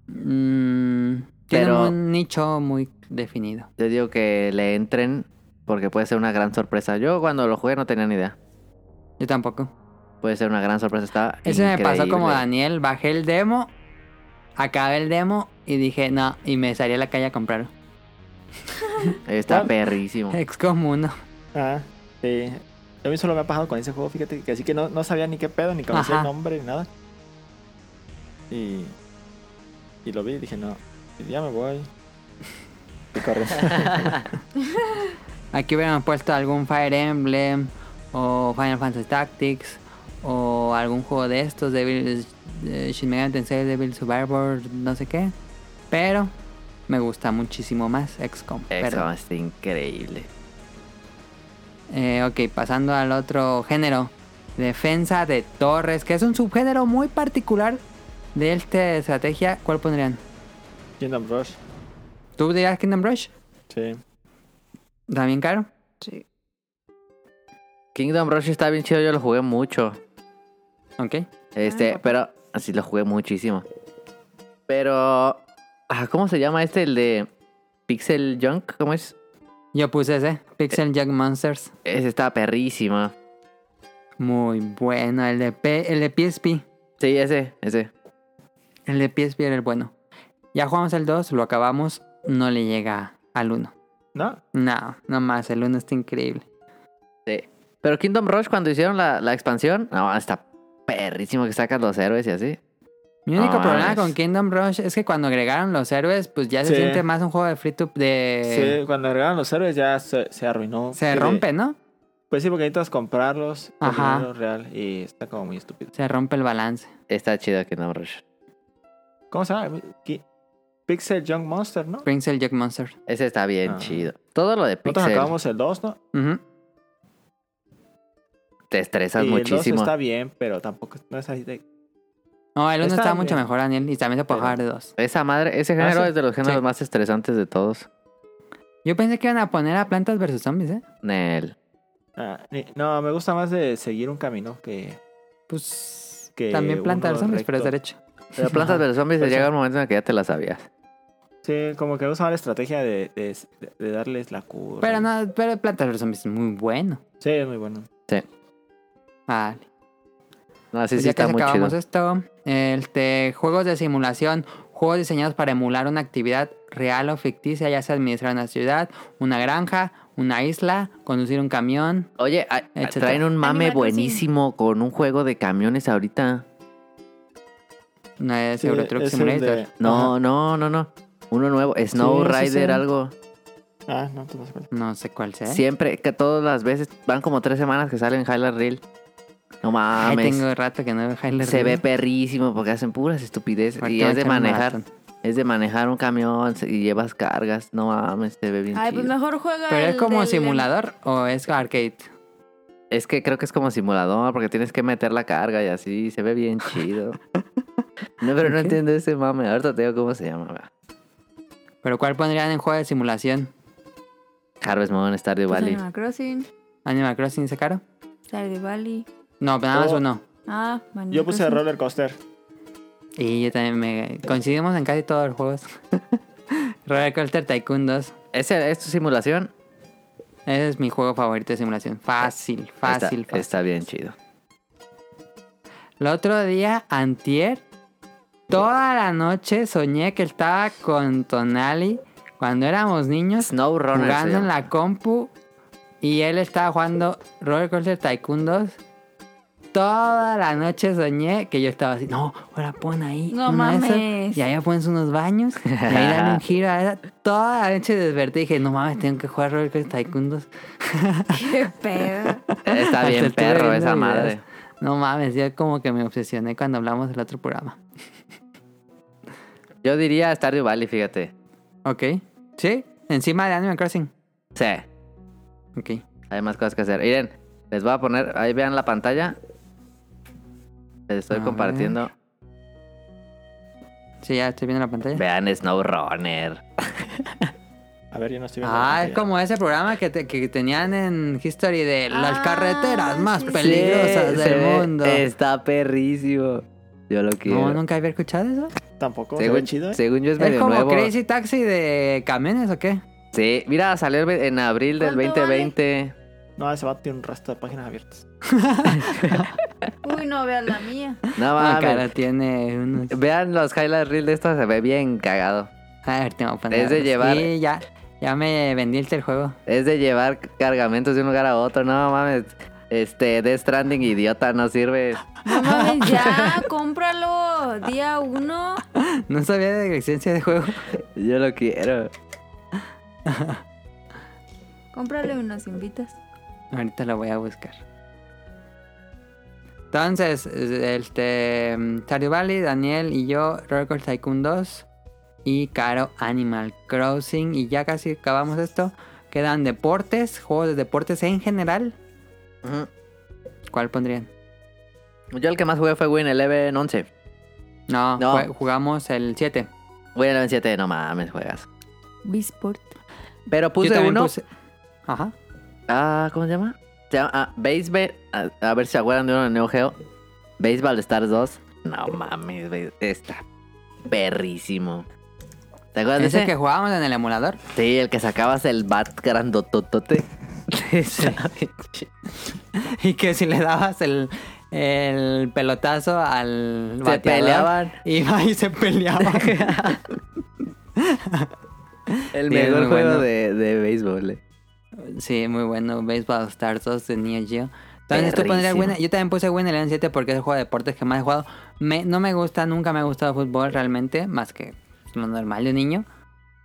Mm, Pero- Tiene un nicho muy definido. Yo digo que le entren porque puede ser una gran sorpresa. Yo cuando lo jugué no tenía ni idea. Yo tampoco. Puede ser una gran sorpresa. Está Eso me pasó como increíble. Daniel. Bajé el demo, acabé el demo y dije, no, y me salí a la calle a comprarlo. Está <laughs> ¿Cuál? perrísimo. XCOM 1. Ah, sí. A mí solo me ha pasado con ese juego, fíjate, que así que no, no sabía ni qué pedo, ni conocía Ajá. el nombre, ni nada. Y, y lo vi y dije, no, ya me voy. <laughs> Y corrí. Aquí hubieran puesto algún Fire Emblem o Final Fantasy Tactics o algún juego de estos, Devil, eh, Shin Megami Tensei, Devil Survivor, no sé qué. Pero me gusta muchísimo más XCOM. Eso perdón. está increíble. Eh, ok, pasando al otro género. Defensa de torres, que es un subgénero muy particular de esta estrategia. ¿Cuál pondrían? Kingdom Rush. ¿Tú dirías Kingdom Rush? Sí. ¿También caro? Sí. Kingdom Rush está bien chido, yo lo jugué mucho. Ok. Este, Ah, pero así lo jugué muchísimo. Pero ah, ¿cómo se llama este el de Pixel Junk? ¿Cómo es? Yo puse ese, Pixel Jack Monsters. Ese está perrísimo. Muy bueno, el de, P- el de PSP. Sí, ese, ese. El de PSP era el bueno. Ya jugamos el 2, lo acabamos, no le llega al 1. ¿No? No, no más, el 1 está increíble. Sí. Pero Kingdom Rush cuando hicieron la, la expansión, no, está perrísimo que sacas los héroes y así. Mi No Ah, único problema mames. con Kingdom Rush es que cuando agregaron los héroes, pues ya se Sí. siente más un juego de free to de... Sí, cuando agregaron los héroes ya se, se arruinó. Eh. Se Sí, rompe, ¿no? Pues sí, porque necesitas comprarlos por Ajá. dinero real y está como muy estúpido. Se rompe el balance. Está chido Kingdom Rush. ¿Cómo se llama? Ki- Pixel Young Monster, ¿no? Pixel Jack Monster. Ese está bien Ah. chido. Todo lo de Nosotros Pixel acabamos el 2, ¿no? Ujú. te estresas y el 2 muchísimo. está bien, pero tampoco no es así de... No, el 1 Está está, mucho bien. mejor, Daniel, y también se puede Pero- jugar de 2. Esa madre, ese género sí. es de los géneros Sí. más estresantes de todos. Yo pensé que iban a poner a plantas versus zombies, ¿eh? Nel. Ah, ni- no, me gusta más de seguir un camino que... Pues Que también uno plantas versus zombies, pero es recto. derecho. Pero plantas del zombies Pues sí. llega un momento en el que ya te la sabías. Sí, como que usa la estrategia de, de, de darles la curva. Pero no, pero plantas versus zombies es muy bueno. Sí, es muy bueno. Vale. No, sí, Pues sí ya está casi muy acabamos chido. esto. Este, juegos de simulación, juegos diseñados para emular una actividad real o ficticia, ya sea administrar una ciudad, una granja, una isla, conducir un camión. Oye, a- a- Etcétera. traen un Animal mame Crossing. buenísimo con un juego de camiones ahorita. Una es Sí, Euro Truck es el Simulator. de- No, Ajá. no, no, no. Uno nuevo, Snow Sí, sí, Rider, sí. algo. Ah, no, tú no sabes. No sé cuál sea. Siempre, que todas las veces, van como tres semanas que salen Highlight Reel. No Ay, mames. tengo rato que no veo Highlight Se ve Reel. perrísimo porque hacen puras estupideces. Ahorita Y voy a es de echar un manejar, maratón. es de manejar un camión y llevas cargas. No mames, se ve bien Ay, chido. pues mejor juega ¿Pero es el como del- simulador o es arcade? Es que creo que es como simulador, porque tienes que meter la carga y así, se ve bien chido. No, pero no Ok. entiendo ese mame. Ahorita te digo cómo se llama. va. ¿Pero cuál pondrían en juego de simulación? Harvest Moon, Stardew Pues Valley. Animal Crossing, ¿Animal Crossing se caro? Stardew Valley. No, pero nada más Oh. uno. Ah, Animal Yo puse Crossing. roller coaster. Y yo también me... Coincidimos en casi todos los juegos. <laughs> Roller Coaster Tycoon 2. ¿Ese, ¿Es tu simulación? Ese es mi juego favorito de simulación. Fácil, fácil, está, fácil. está bien chido. El otro día, antier, toda la noche soñé que estaba con Tonali cuando éramos niños Snow Runner. se jugando en llama. la compu Y él estaba jugando Roller Coaster Tycoon 2. Toda la noche soñé que yo estaba así, no, ahora pon ahí. No una de esas, mames. y allá pones unos baños. Y ahí dan un giro a esa. Toda la noche desperté y dije, no mames, tengo que jugar Roller Coaster Tycoon 2. <laughs> Qué pedo. Está bien estuve perro viendo esa videos. madre. No mames, yo como que me obsesioné cuando hablamos del otro programa. Yo diría Stardew Valley, fíjate. Ok. Sí, encima de Animal Crossing. Sí, Ok. hay más cosas que hacer. Miren, les voy a poner, ahí vean la pantalla. Les estoy A compartiendo. Sí, ya estoy viendo la pantalla. Vean SnowRunner. A ver, yo no estoy viendo. la Ah, es pantalla. como ese programa que, te- que tenían en History de las Ah, carreteras más sí, sí. peligrosas Sí, se del ve- mundo. Está perrísimo. Yo lo quiero. No, nunca había escuchado eso. Tampoco. Se ve Según, chido, ¿eh? según yo es ¿Es medio como nuevo. Crazy Taxi de camiones o qué? Sí, mira, salió el ve- en abril del ¿Cuánto 2020. No, ese vato tiene un resto de páginas abiertas. Uy, no veas la mía. No Ah, mames. cara, tiene unos. Vean los highlights reel de esto, se ve bien cagado. A ver, Ah, tengo Es de llevar- Sí, ya, ya me vendiste el juego. <laughs> Es de llevar cargamentos de un lugar a otro, no mames. Este, Death Stranding, idiota, no sirve. No mames, ya, cómpralo. Día uno. No sabía de la existencia de juego. Yo lo quiero. Cómpralo y nos invitas. Ahorita lo voy a buscar. Entonces, este. mm, Stardew Valley, Daniel y yo, Record Tycoon 2 y Caro Animal Crossing. Y ya casi acabamos esto. Quedan deportes, juegos de deportes en general. Ujú. ¿Cuál pondrían? Yo el que más jugué fue Win Eleven 11. No, No. jue- jugamos el 7. Win Eleven 7, no mames, juegas. Bisport. Pero Yo puse también uno. puse- Ajá. Ah, ¿cómo se llama? Se llama ah, Baseball. A, a ver si se acuerdan de uno de Neo Geo. Baseball Stars 2. No mames, be- está perrísimo. ¿Te acuerdas de ¿Ese ese? que jugábamos en el emulador? <laughs> Sí, el que sacabas el bat <laughs> grandototote. Está bien chido. Y que si le dabas el, el pelotazo al <laughs> Se bateador, peleaban. Iba y se peleaban. <laughs> El Sí, es mejor muy juego bueno. de, de béisbol. eh. Sí, muy bueno. Baseball Stars 2 de Neo Geo. Entonces tú pondrías Perrísimo. Win- Yo también puse Win Eleven 7 porque es el juego de deportes que más he jugado. Me- no me gusta, nunca me ha gustado el fútbol realmente, más que lo normal de niño.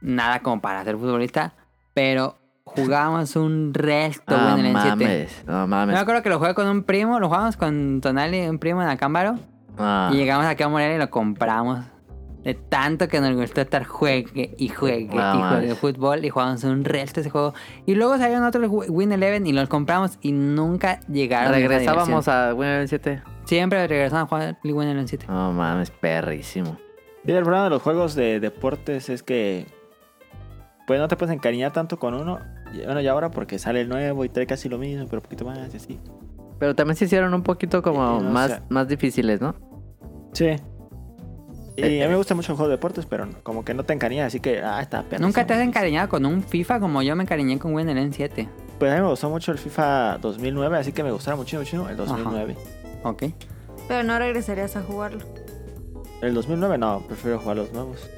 Nada como para ser futbolista. Pero jugábamos un resto Ah, Win Eleven 7. mames, no Yo mames. me acuerdo que lo jugué con un primo, lo jugábamos con Tonali, un primo en Acámbaro. Ah, Y llegamos acá a Morelia y lo compramos. De tanto que nos gustó estar juegue y juegue No y juegue mames. fútbol y jugamos un resto de ese juego. Y luego salieron otros ju- Win Eleven y los compramos y nunca llegaron. a esa Regresábamos a Ah, Win Eleven 7. dirección. Siempre regresamos a jugar Win Eleven 7. No mames, perrísimo. Mira, el problema de los juegos de deportes es que. Pues no te puedes encariñar tanto con uno. Y- Bueno, y ahora porque sale el nuevo y trae casi lo mismo, pero un poquito más y así. Pero también se hicieron un poquito como Sí, no, o más, sea- más difíciles, ¿no? Sí. Y Eh, a mí me gusta mucho el juego de deportes, pero como que no te encariñas, así que. Ah, está perrísimo. Nunca te has encariñado con un FIFA como yo me encariñé con Win Eleven 7. Pues a mí me gustó mucho el FIFA 2009, así que me gustaba muchísimo, muchísimo el 2009. Ok. Pero no regresarías a jugarlo. El 2009 no, prefiero jugar los nuevos.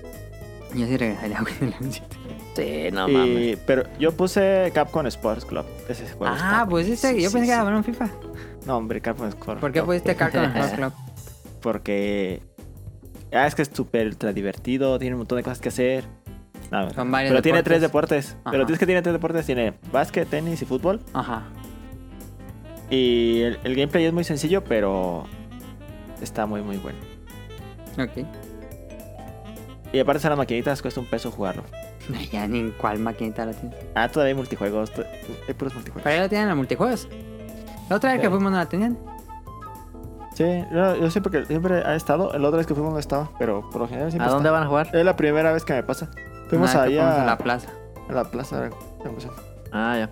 Yo sí regresaría a Win Eleven 7. Sí, no Y- mames. pero yo puse Capcom Sports Club. Ese juego ah, está- pues ese, sí, yo sí, pensé que sí. era un FIFA. No, hombre, Capcom Sports ¿Por qué Club. pusiste Carcon Hot Club? Porque. Ah, es que es súper ultra divertido, tiene un montón de cosas que hacer. No, Son varios pero tiene deportes. tres deportes. Ajá. Pero tienes que tiene tres deportes: tiene básquet, tenis y fútbol. Ajá. Y el, el gameplay es muy sencillo, pero está muy, muy bueno. Ok. Y aparte, son las maquinitas, cuesta un peso jugarlo. No, ya ni en cuál maquinita la tiene. Ah, todavía hay multijuegos, to- hay puros multijuegos. Pero ya lo tienen en multijuegos. La otra vez que Sí. fuimos no la tenían. Sí, yo, yo siempre, que, siempre ha estado. La otra vez que fuimos no estaba, pero por lo general ¿A siempre dónde Ah, está. van a jugar? Es la primera vez que me pasa. Fuimos Una vez que allá a la plaza. a la plaza de la Constitución. Ah, ya.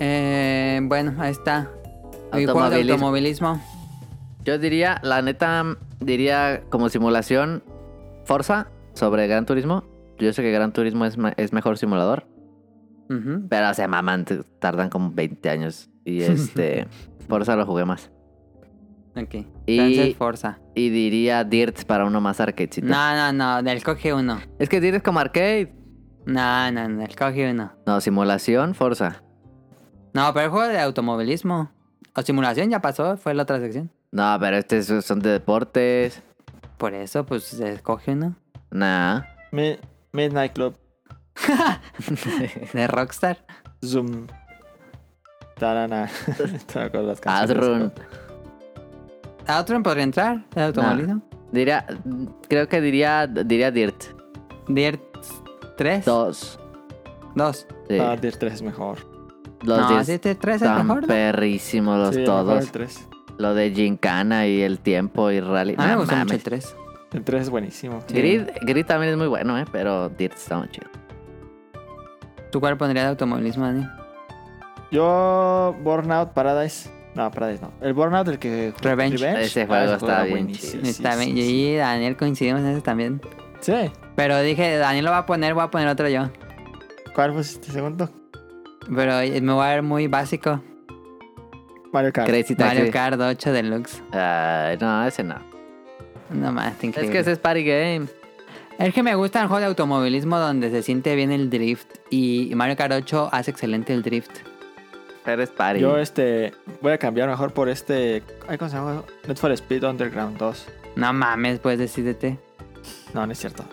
Eh, bueno, ahí está. Y juegos de Automovilismo. automovilismo. Yo diría, la neta, diría como simulación Forza sobre Gran Turismo. Yo sé que Gran Turismo es, me- es mejor simulador, Ujú. pero se maman, t- tardan como 20 años. <laughs> Y este, Forza lo jugué más. Ok. Y- Entonces, Forza. Y diría Dirt para uno más arcadecito. No, no, no, del coge uno. Es que Dirt es como arcade. No, no, no, el Cogio no. No, simulación, Forza. No, pero el juego de automovilismo. O simulación ya pasó, fue la otra sección. No, pero este es- son de deportes. Por eso, pues, se escoge uno. <laughs> Nah. Mi- Midnight Club. De Rockstar. Zoom. Tarana. <laughs> Te con las canciones. Asrun. Outrun podría entrar, de automovilismo. Diría, creo que diría, diría Dirt. Dirt 3. Dos. 2. Sí. Ah, Dirt 3 es mejor. Los No, Dirt si este 3 es están mejor. ¿no? perrísimos los Sí, mejor todos. el 3. Lo de Gincana y el tiempo y A rally. mí me Nah, gustó mucho el mames. 3. El 3 es buenísimo. Sí. Grid, Grid también es muy bueno, eh, pero Dirt está muy chido. ¿Tú cuál pondría de automovilismo, Dani? Yo, Burnout Paradise. No, Paradise no. El Burnout, el que. Revenge. Ese Ah, juego ese está era bien buenísimo. Sí, sí, También- sí, sí. Y Daniel coincidimos en ese también. Sí. Pero dije, Daniel lo va a poner, voy a poner otro yo. ¿Cuál fue este segundo? Pero me voy a ver muy básico. Mario Kart. Crazy Taxi. Mario Kart 8 Deluxe. Ay, no, ese no. No más, está Es increíble. que ese es Party Game. Es que me gusta el juego de automovilismo donde se siente bien el drift y Mario Kart 8 hace excelente el drift. Pero es Party. Yo, este. Voy a cambiar mejor por este. Ay, ¿Cómo se llama? Need for Speed Underground 2. No mames, pues decídete. No, no es cierto.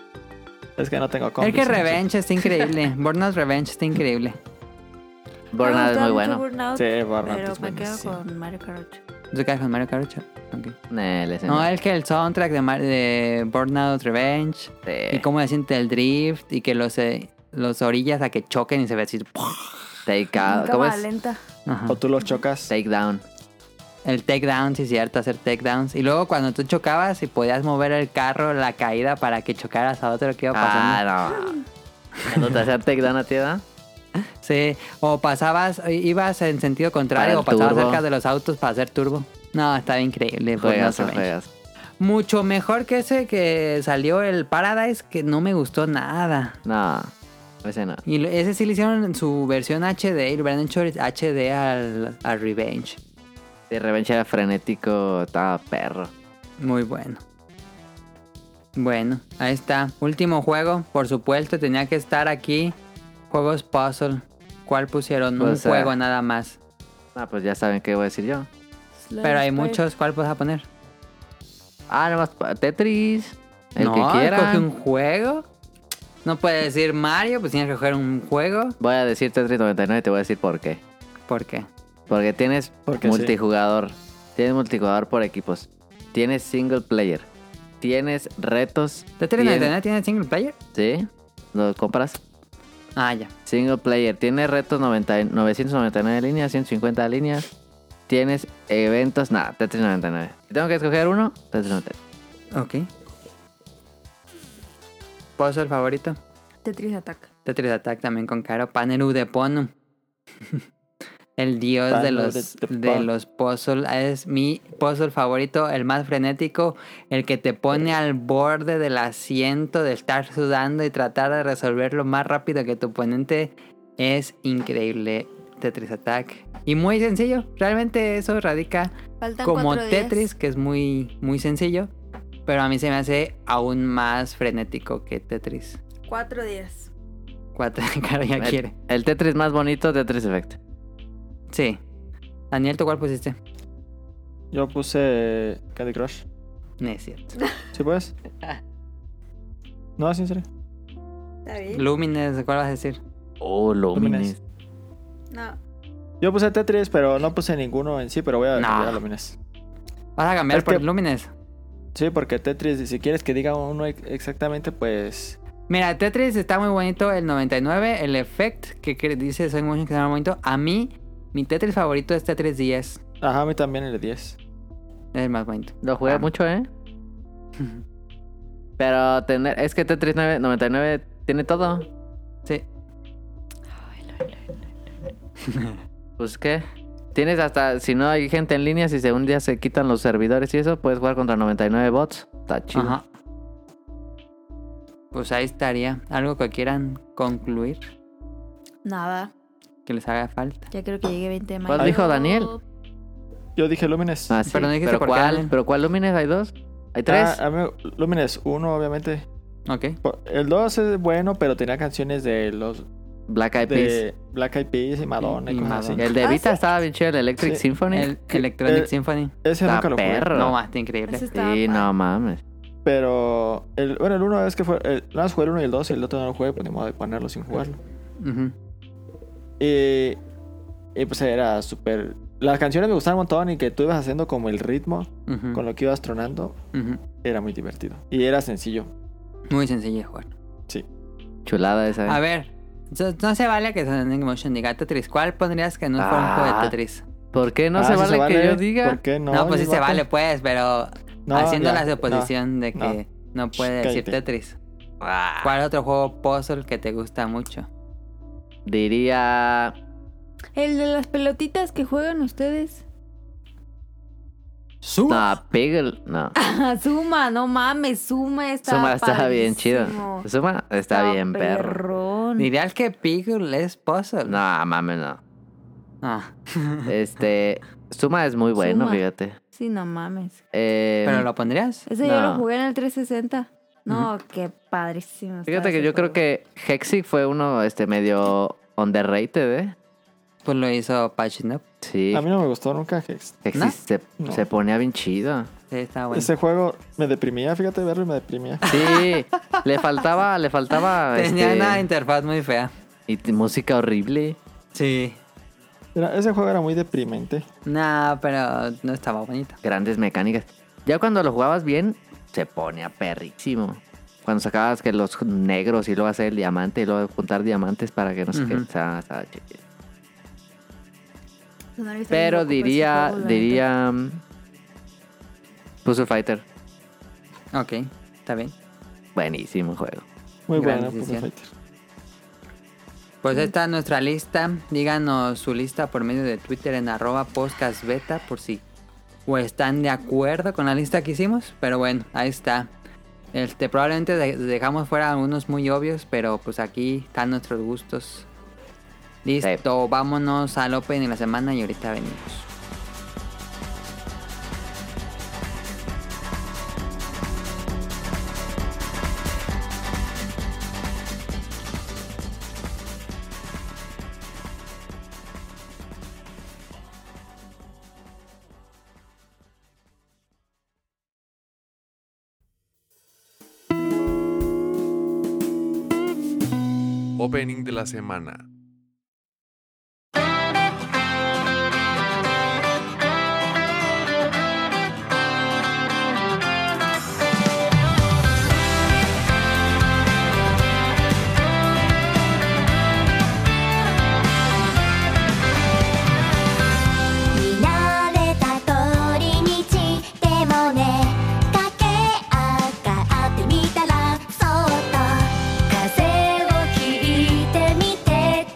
Es que no tengo Es que no sé. Revenge está <laughs> increíble. Burnout Revenge está increíble. Burnout es muy bueno. Ah, Burnout, Sí, Burnout pero es me quedo buenísimo. con Mario Kart 8. ¿Tú quedas con Mario Kart 8? Ok. Nel, ese No, no. es que el soundtrack de, Mar- de Burnout Revenge Sí. eh, y cómo se siente el drift y que los, eh, los orillas a que choquen y se ve así. ¡pum! Take out. ¿Cómo Cámara es? lenta. Ajá. O tú los chocas. Take down. El takedown, sí, cierto, hacer takedowns. Y luego cuando tú chocabas y podías mover el carro, la caída para que chocaras a otro que iba pasando. Ah, no. Cuando te hacían take down a ti, ¿verdad? Sí, o pasabas, ibas en sentido Para contrario, el o pasabas turbo. cerca de los autos para hacer turbo. Pues No, estaba increíble. Burnout Juegas, Revenge. juegas. Mucho mejor que ese que salió el Paradise, que no me gustó nada. No, ese no. Y lo- ese sí le hicieron su versión HD y lo hubieran hecho HD al, al Revenge. De Revenge era frenético, estaba perro. Muy bueno. Bueno, ahí está. Último juego, por supuesto, tenía que estar aquí. Juegos Puzzle. ¿Cuál pusieron? Pues, Un eh, juego nada más. Ah, pues ya saben qué voy a decir yo. Pero hay muchos, ¿cuál vas a poner? Ah, nomás pa- Tetris. El no, que escoge quiera. un juego. No puedes decir Mario, pues tienes que coger un juego. Voy a decir Tetris 99 y te voy a decir por qué. ¿Por qué? Porque tienes Porque multijugador. Tienes multijugador por equipos. Tienes single player. Tienes retos. ¿Tetris tienes- 99 tiene single player? Sí. ¿Lo compras? Ah, ya. Single player. Tienes retos 90 999 líneas, 150 líneas. Tienes eventos. Nada, Tetris 99. Si tengo que escoger uno, Tetris 99. Ok. Puzzle favorito. Tetris Attack. Tetris Attack también con Caro. Paneru de Ponum. <laughs> El dios de Paneru los, de Ponum. de los puzzles. ah, Es mi puzzle favorito, el más frenético. El que te pone al borde del asiento de estar sudando y tratar de resolverlo más rápido que tu oponente. Es increíble Tetris Attack. Y muy sencillo. Realmente eso radica Faltan como cuatro días. Tetris, que es muy, muy sencillo. Pero a mí se me hace aún más frenético que Tetris. Cuatro días. Cuatro, <laughs> Caro ya quiere. El, el Tetris más bonito, Tetris Effect. Sí. Daniel, ¿tú cuál pusiste? Yo puse Candy Crush. No es cierto. ¿Sí puedes? No, es en serio. ¿Está bien? Lumines, ¿cuál vas a decir? Oh, Lumines. Lumines. No. Yo puse Tetris, pero no puse ninguno en sí, pero voy a No. cambiar a Lumines. ¿Vas a cambiar Es por que- Lumines? Sí, porque Tetris, si quieres que diga uno ex- exactamente, pues. Mira, Tetris está muy bonito, el 99, el Effect, que cre- dice Soy Motion que está muy bonito. A mí, mi Tetris favorito es Tetris 10. Ajá, a mí también el 10. Es el más bonito. Lo jugué Ah. mucho, ¿eh? Pero tener, es que Tetris 9 99 tiene todo. Sí. Pues qué. Tienes hasta, si no hay gente en línea, si se un día se quitan los servidores y eso, puedes jugar contra 99 bots. Está chido. Ajá. Pues ahí estaría. Algo que quieran concluir, Nada. que les haga falta. Ya creo que llegué 20 de mayo. ¿Cuál dijo Daniel? Yo dije Lumines. Ah, sí. Pero Pero, no dijiste por qué, cuál, Alan. pero cuál Lumines hay dos, hay tres. Ah, a mí, Lumines 1, obviamente. Ok. El 2 es bueno, pero tenía canciones de los Black Eyed Peas. ah, de Black Eyed Peas y Madonna y, Y cosas Madonna. El de Ah, Vita sí. estaba bien chido, el Electric Sí. Symphony. El Electronic eh, Symphony. así. Ese Está nunca lo jugué, perro. No más, está increíble. Ese estaba Sí, padre. no mames. Pero, el, bueno, el 1 es que fue. El, nada más jugué el 1 y el 2 y el otro no lo jugué, pues ni modo de ponerlo sin jugarlo. Ujú. Y, y pues era súper. Las canciones me gustaban un montón y que tú ibas haciendo como el ritmo Ujú. con lo que ibas tronando Ujú. era muy divertido. Y era sencillo. Muy sencillo de jugar. Chulada esa. A ver, so- no se vale que sonen como Shinigata Tetris. ¿Cuál pondrías que no fuera un juego Ah. de Tetris? ¿Por qué no Ah, se, ¿sí vale que yo diga? ¿Por qué no? No, pues sí se Nivato? vale, pues, pero No, haciendo ya, la no. suposición de no. que no, puede Shh, decir cállate. Tetris. Ah, ¿Cuál otro juego puzzle que te gusta mucho? Diría. El de las pelotitas que juegan ustedes. No, Piggle. No. Ah, Ajá, <laughs> Suma, no mames, Suma está Suma está bien chido. padrísimo. Suma está bien, perro. perrón. Dirías que Piggle es puzzle. No, <laughs> mames, no. Ah, Este. Suma es muy bueno, Suma. fíjate. Sí, no mames. Eh, ¿Pero lo pondrías? Ese yo No. lo jugué en el 360. No, qué padrísimo. está Fíjate que ese yo creo juego. que Hexic fue uno este medio underrated, ¿eh? Pues lo hizo Patching Up. Sí. A mí no me gustó nunca. que- Hexic ¿No? se, No. se ponía bien chido. Sí, está bueno. Ese juego me deprimía, fíjate verlo y me deprimía. Sí, le faltaba, le faltaba Tenía este, una interfaz muy fea. y t- música horrible. Sí. Era- ese juego era muy deprimente. No, pero no estaba bonito. grandes mecánicas. Ya cuando lo jugabas bien, se ponía perrísimo. Cuando sacabas que los negros y luego hacer el diamante y luego juntar diamantes para que no sé qué. Ujú. Estaba- estaba chido. No lo he visto Pero tampoco, ese diría, juego, la diría. mm, Puzzle Fighter. Ok, está bien. Buenísimo juego. Muy Gran bueno, Puzzle decisión. Fighter. Pues esta es nuestra lista. Díganos su lista por medio de Twitter en arroba podcastbeta por si o están de acuerdo con la lista que hicimos. Pero bueno, ahí está. Este, probablemente de- dejamos fuera algunos muy obvios, pero pues aquí están nuestros gustos. Listo, vámonos al Open de la semana y ahorita venimos. Opening de la semana. 見慣れた通り道でもね駆け上がってみたらそっと風を切いてみて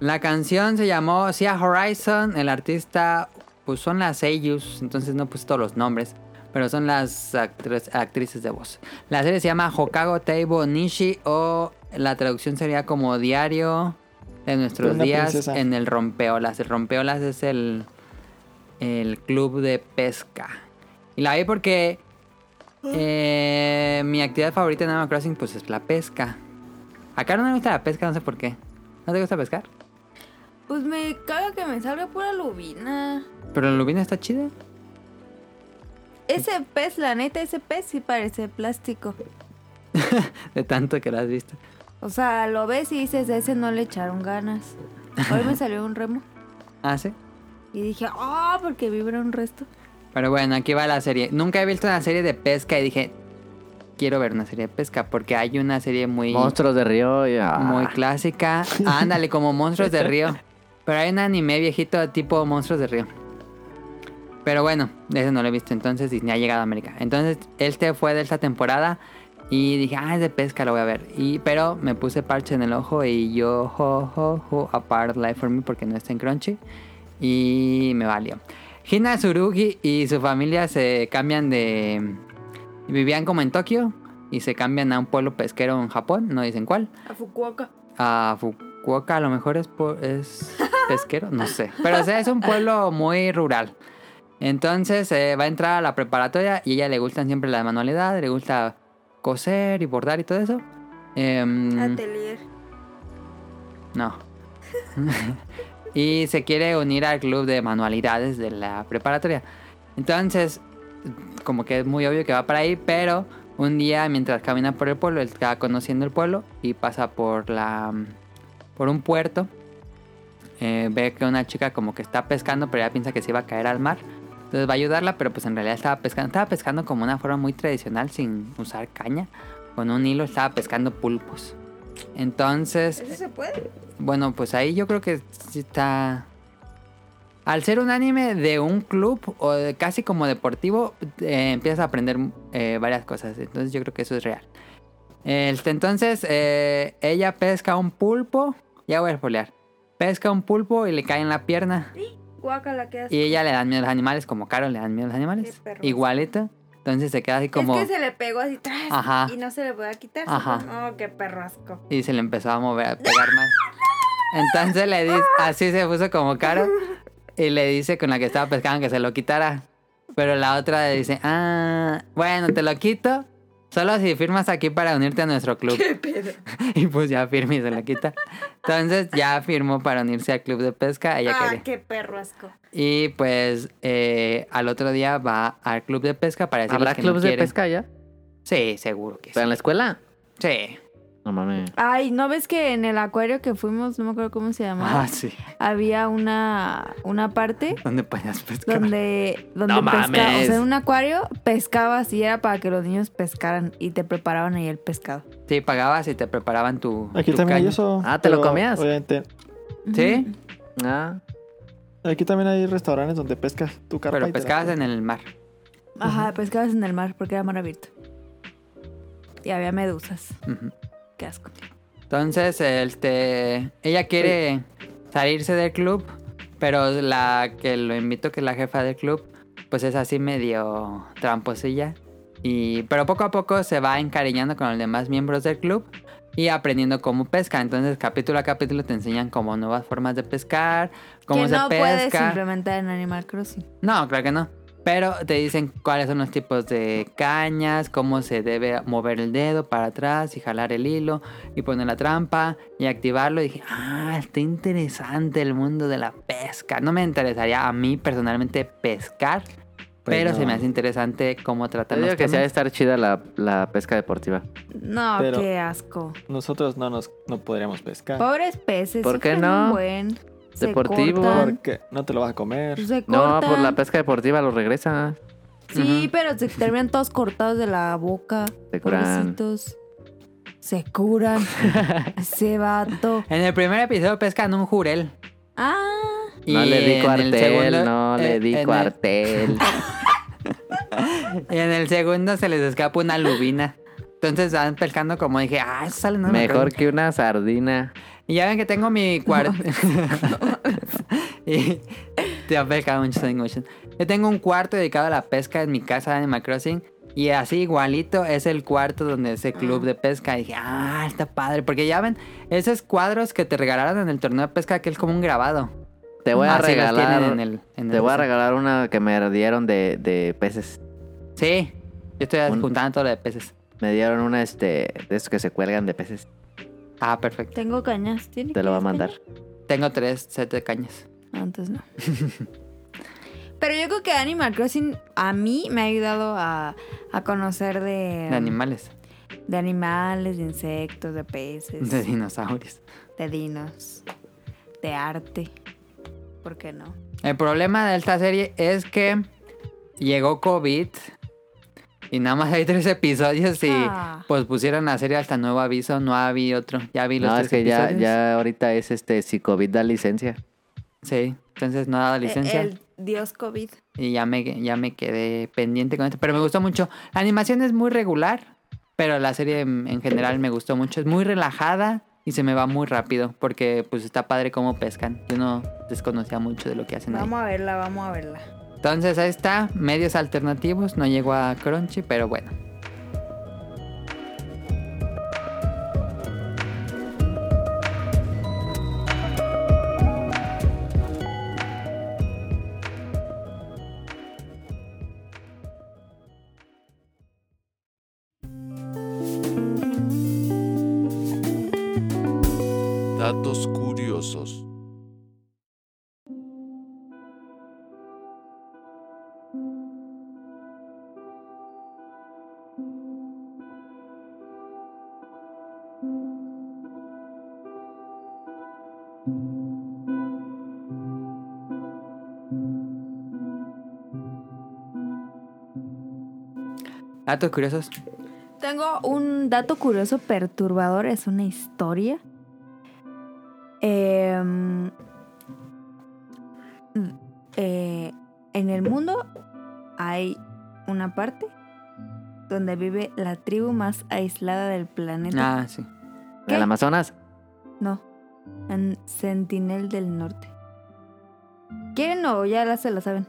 La canción se llamó Sea Horizon. El artista, pues son las Seiyus, entonces no puse todos los nombres, pero son las actri- actrices de voz. La serie se llama Hokago Teibo Nishi o la traducción sería como Diario de nuestros Una días princesa. en el Rompeolas. El Rompeolas es el, el club de pesca. Y la vi porque eh, mi actividad favorita en Animal Crossing pues es la pesca. Acá no me gusta la pesca, no sé por qué. ¿No te gusta pescar? Pues me caga que me salga pura lubina. Pero la lubina está chida. Ese pez, la neta, ese pez sí parece plástico. De tanto que la has visto. O sea, lo ves y dices, a ese no le echaron ganas. Hoy <laughs> me salió un remo Ah, sí. y dije, ah, porque vibra un resto. Pero bueno, aquí va la serie. Nunca he visto una serie de pesca y dije, quiero ver una serie de pesca porque hay una serie muy, Monstruos de río. y- ah. muy clásica. Ándale, como Monstruos de Río. Pero hay un anime viejito tipo Monstruos de Río. Pero bueno, ese no lo he visto. Entonces Disney ha llegado a América. Entonces este fue de esta temporada. Y dije, ah, es de pesca, lo voy a ver. Y, pero me puse parche en el ojo y yo, jo, jo, jo, apart life for me porque no está en Crunchy. Y me valió. Hina Tsurugi y su familia se cambian de... Vivían como en Tokio y se cambian a un pueblo pesquero en Japón, no dicen cuál. A Fukuoka. A Fukuoka a lo mejor es, po- es pesquero, no sé. Pero o sea, es un pueblo muy rural. Entonces eh, va a entrar a la preparatoria y a ella le gustan siempre las manualidades, le gusta coser y bordar y todo eso. Mm. Em, Ah, Atelier. no. <laughs> y se quiere unir al club de manualidades de la preparatoria. Entonces, como que es muy obvio que va para ahí, pero un día mientras camina por el pueblo, él está conociendo el pueblo y pasa por la por un puerto. Eh, ve que una chica como que está pescando, pero ella piensa que se iba a caer al mar. Entonces va a ayudarla, pero pues en realidad estaba pescando. Estaba pescando como una forma muy tradicional, sin usar caña. Con un hilo estaba pescando pulpos. Entonces... se puede? Bueno, pues ahí yo creo que sí está. Al ser un anime de un club o de- casi como deportivo, eh, empiezas a aprender eh, varias cosas. Entonces yo creo que eso es real. Este, entonces eh, ella pesca un pulpo. Ya voy a spoilear. Pesca un pulpo y le cae en la pierna. Guaca la que hace. Y ella le dan miedo a los animales, como Caro le dan miedo a los Qué animales. perro. Igualito. Entonces se queda así como. Es que se le pegó así tras Ajá. y no se le podía quitar. Ajá. supongo. Oh, qué perro asco. <laughs> Y se le empezó a mover, a pegar más. Entonces le dice, así se puso como caro. Y le dice con la que estaba pescando que se lo quitara. Pero la otra le dice, ah, bueno, te lo quito. Solo si firmas aquí para unirte a nuestro <laughs> club. Y pues ya firma y se lo quita. Entonces ya firmó para unirse al club de pesca. Ella ah, quería. qué perro asco. Y pues eh, al otro día va al club de pesca para decirle ¿Habrá que clubes no de quiere. pesca ya? Sí, seguro que sí. ¿Pero en la escuela? Sí. No mames. Ay, ¿no ves que en el acuario que fuimos, no me acuerdo cómo se llamaba, Ah, sí. había una, una parte ¿Dónde podías pescar? donde, donde No pesca- mames. o sea, en un acuario pescabas y era para que los niños pescaran y te preparaban ahí el pescado. Sí, pagabas y te preparaban tu. Aquí tu también hay caña. eso. Ah, ¿te lo pero comías? Obviamente. Sí, Ah, Aquí también hay restaurantes donde pescas tu carpa. pero y te la pescabas comes. en el mar. Ajá, pescabas en el mar porque era mar abierto. Y había medusas. Ujú. Qué asco. Entonces, este, ella quiere salirse del club, pero la que lo invito, que es la jefa del club, pues es así medio tramposilla. Y, pero poco a poco se va encariñando con los demás miembros del club y aprendiendo cómo pesca. Entonces, capítulo a capítulo te enseñan como nuevas formas de pescar, cómo que se no puedes pesca. implementar en Animal Crossing. No, claro que no. Pero te dicen cuáles son los tipos de cañas, cómo se debe mover el dedo para atrás y jalar el hilo y poner la trampa y activarlo. Y dije, ah, está interesante el mundo de la pesca. No me interesaría a mí personalmente pescar, pero se no. me hace interesante cómo te tratar digo los que sí ha de temas. estar chida la, la pesca deportiva. No, Pero- qué asco. Nosotros no nos no podríamos pescar. Pobres peces. ¿Por qué sufren un no? buen. se Deportivo. cortan, Porque no te lo vas a comer. se No, por cortan. la pesca deportiva lo regresa. Sí, pero se terminan todos cortados de la boca. Se curan. Pobrecitos. Se <laughs> curan. Ese vato. En el primer episodio pescan un jurel. Ah, No Y le en di el cuartel, segundo- no le eh, di en el- <laughs> cuartel. Y en el segundo se les escapa una lubina. Entonces van pescando como dije, ah, salen una Mejor que una sardina. Y ya ven que tengo <laughs> mi cuarto. <laughs> y te ha pescado mucho Sonic Motion. Yo tengo un cuarto dedicado a la pesca en mi casa de Animal Crossing. Y así igualito es el cuarto donde ese club de pesca. Y dije, ah, está padre. Porque ya ven, esos cuadros que te regalaron en el torneo de pesca, que es como un grabado. Te voy a Así los Ah, tienen regalar. en el- en Te el- voy a regalar una que me dieron de, de peces. Sí, yo estoy Un- juntando todo lo de peces. Me dieron una este de esos que se cuelgan de peces. Ah, perfecto. tengo cañas. ¿Tiene Te lo voy a cañas, mandar. Tengo tres sets de cañas. caña? Ah, Entonces no. Pero yo creo que Animal Crossing a mí me ha ayudado a, a conocer de, Em, De animales, de animales, de insectos, de peces, de dinosaurios. de dinos, de arte. ¿Por qué no? El problema de esta serie es que llegó COVID y nada más hay tres episodios y Ah. pues pusieron la serie hasta nuevo aviso, no había otro. Ya vi los No, tres es que ya, episodios. ya ahorita es este si COVID da licencia. Sí, entonces no ha dado licencia Eh, El, dios COVID. y ya me, ya me quedé pendiente con esto. Pero me gustó mucho. La animación es muy regular, pero la serie en, en general me gustó mucho. Es muy relajada y se me va muy rápido porque pues está padre cómo pescan. Yo no desconocía mucho de lo que hacen ahí. Vamos a verla, vamos a verla. Entonces ahí está, medios alternativos, no llegó a Crunchy, pero bueno. Datos curiosos. Datos curiosos. Tengo un dato curioso perturbador, es una historia. Em, mm, eh, en el mundo hay una parte donde vive la tribu más aislada del planeta. Ah, sí. En ¿Qué? el Amazonas. No, en Sentinel del Norte. ¿Quieren o ya la- se la saben?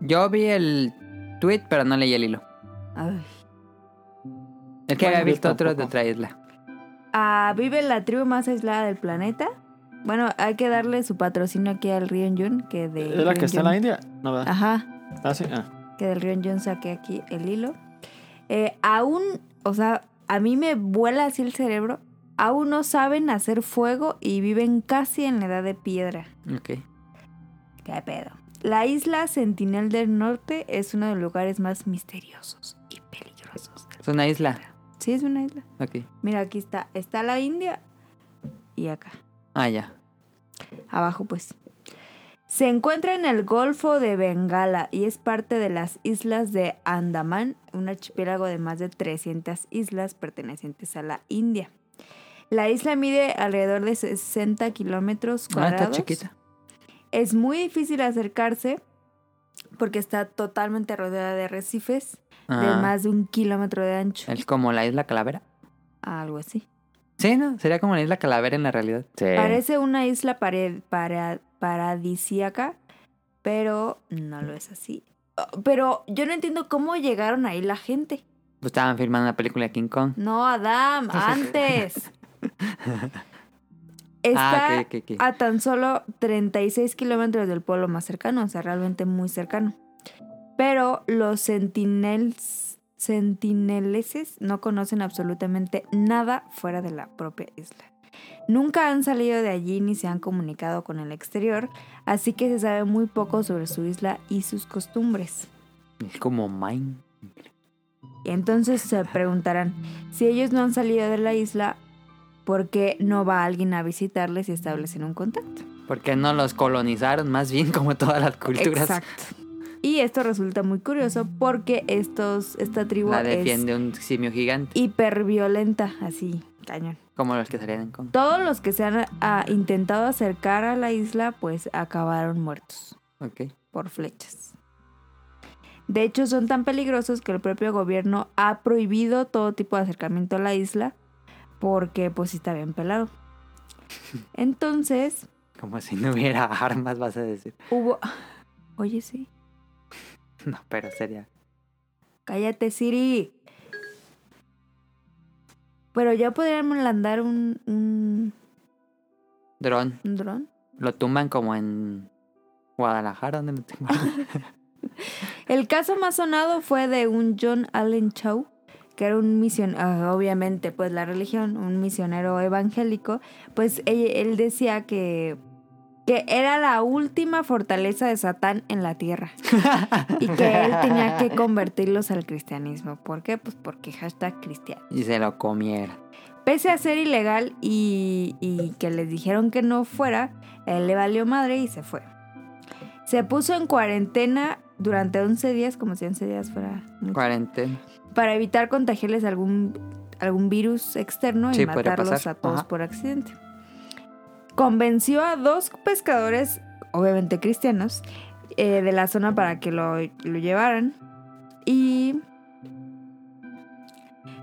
Yo vi el tweet, pero no leí el hilo. Ay. Es que había Bueno, yo visto otros de tampoco. otra isla. Ah, vive la tribu más aislada del planeta. Bueno, hay que darle su patrocinio aquí al Ryunjun, que Pues, de... ¿Es la Eh, que está en la Ryunjun- India? No, ¿verdad? Ajá, Ah, sí. ah. que del Ryunjun saqué aquí el hilo. Eh, aún, o sea, a mí me vuela así el cerebro. Aún no saben hacer fuego y viven casi en la edad de piedra. Ok. ¿Qué pedo? La isla Sentinel del Norte es uno de los lugares más misteriosos y peligrosos. del- Es una isla. Sí, es una isla. Ok. Mira, aquí está. Está la India y acá. Ah, ya. abajo pues. Se encuentra en el Golfo de Bengala y es parte de las islas de Andaman, un archipiélago de más de 300 islas pertenecientes a la India. La isla mide alrededor de 60 kilómetros Ah, está cuadrados. chiquita. Es muy difícil acercarse porque está totalmente rodeada de arrecifes de Ah, más de un kilómetro de ancho, es como la isla Calavera. algo así. Sí, ¿no? Sería como la isla Calavera en la realidad. Sí. Parece una isla pare- para- paradisíaca, pero no lo es así. Oh, Pero yo no entiendo cómo llegaron ahí la gente. Pues estaban filmando la película de King Kong. <laughs> No, Adam, antes. Está Ah, ok, ok, ok. a tan solo 36 kilómetros del pueblo más cercano, o sea, realmente muy cercano. Pero los sentinels, sentineleses no conocen absolutamente nada fuera de la propia isla. Nunca han salido de allí ni se han comunicado con el exterior, así que se sabe muy poco sobre su isla y sus costumbres. Es como Mine. Y entonces se preguntarán, si ellos no han salido de la isla, ¿por qué no va alguien a visitarles y establecen un contacto? Porque no los colonizaron, más bien como todas las culturas. Exacto. Y esto resulta muy curioso porque estos, esta tribu La es defiende un simio gigante, hiperviolenta, así, cañón. como los que salían en Kong. Todos los que se han ah, intentado acercar a la isla, pues acabaron muertos Ok. por flechas. De hecho, son tan peligrosos que el propio gobierno ha prohibido todo tipo de acercamiento a la isla porque pues sí está bien <laughs> pelado. Entonces, Como si no hubiera <laughs> armas, vas a decir. hubo... ah, Oye, sí. No, pero sería. Cállate, Siri. Pero ya podrían landar un, un, Dron. un dron. Lo tumban como en Guadalajara, donde lo <laughs> tumbaron. El caso más sonado fue de un John Allen Chow, que era un misionero, obviamente, pues la religión, un misionero evangélico. Pues él, él decía que, que era la última fortaleza de Satán en la tierra y que él tenía que convertirlos al cristianismo. ¿Por qué? Pues porque hashtag cristiano. y se lo comiera. Pese a ser ilegal y, y que les dijeron que no fuera, él le valió madre y se fue. Se puso en cuarentena durante 11 días, como si 11 días fuera mucho, Cuarentena. para evitar contagiarles algún, algún virus externo Sí, y podría matarlos pasar. a todos Ajá. por accidente. Convenció a dos pescadores, obviamente cristianos, eh, de la zona para que lo, lo llevaran. Y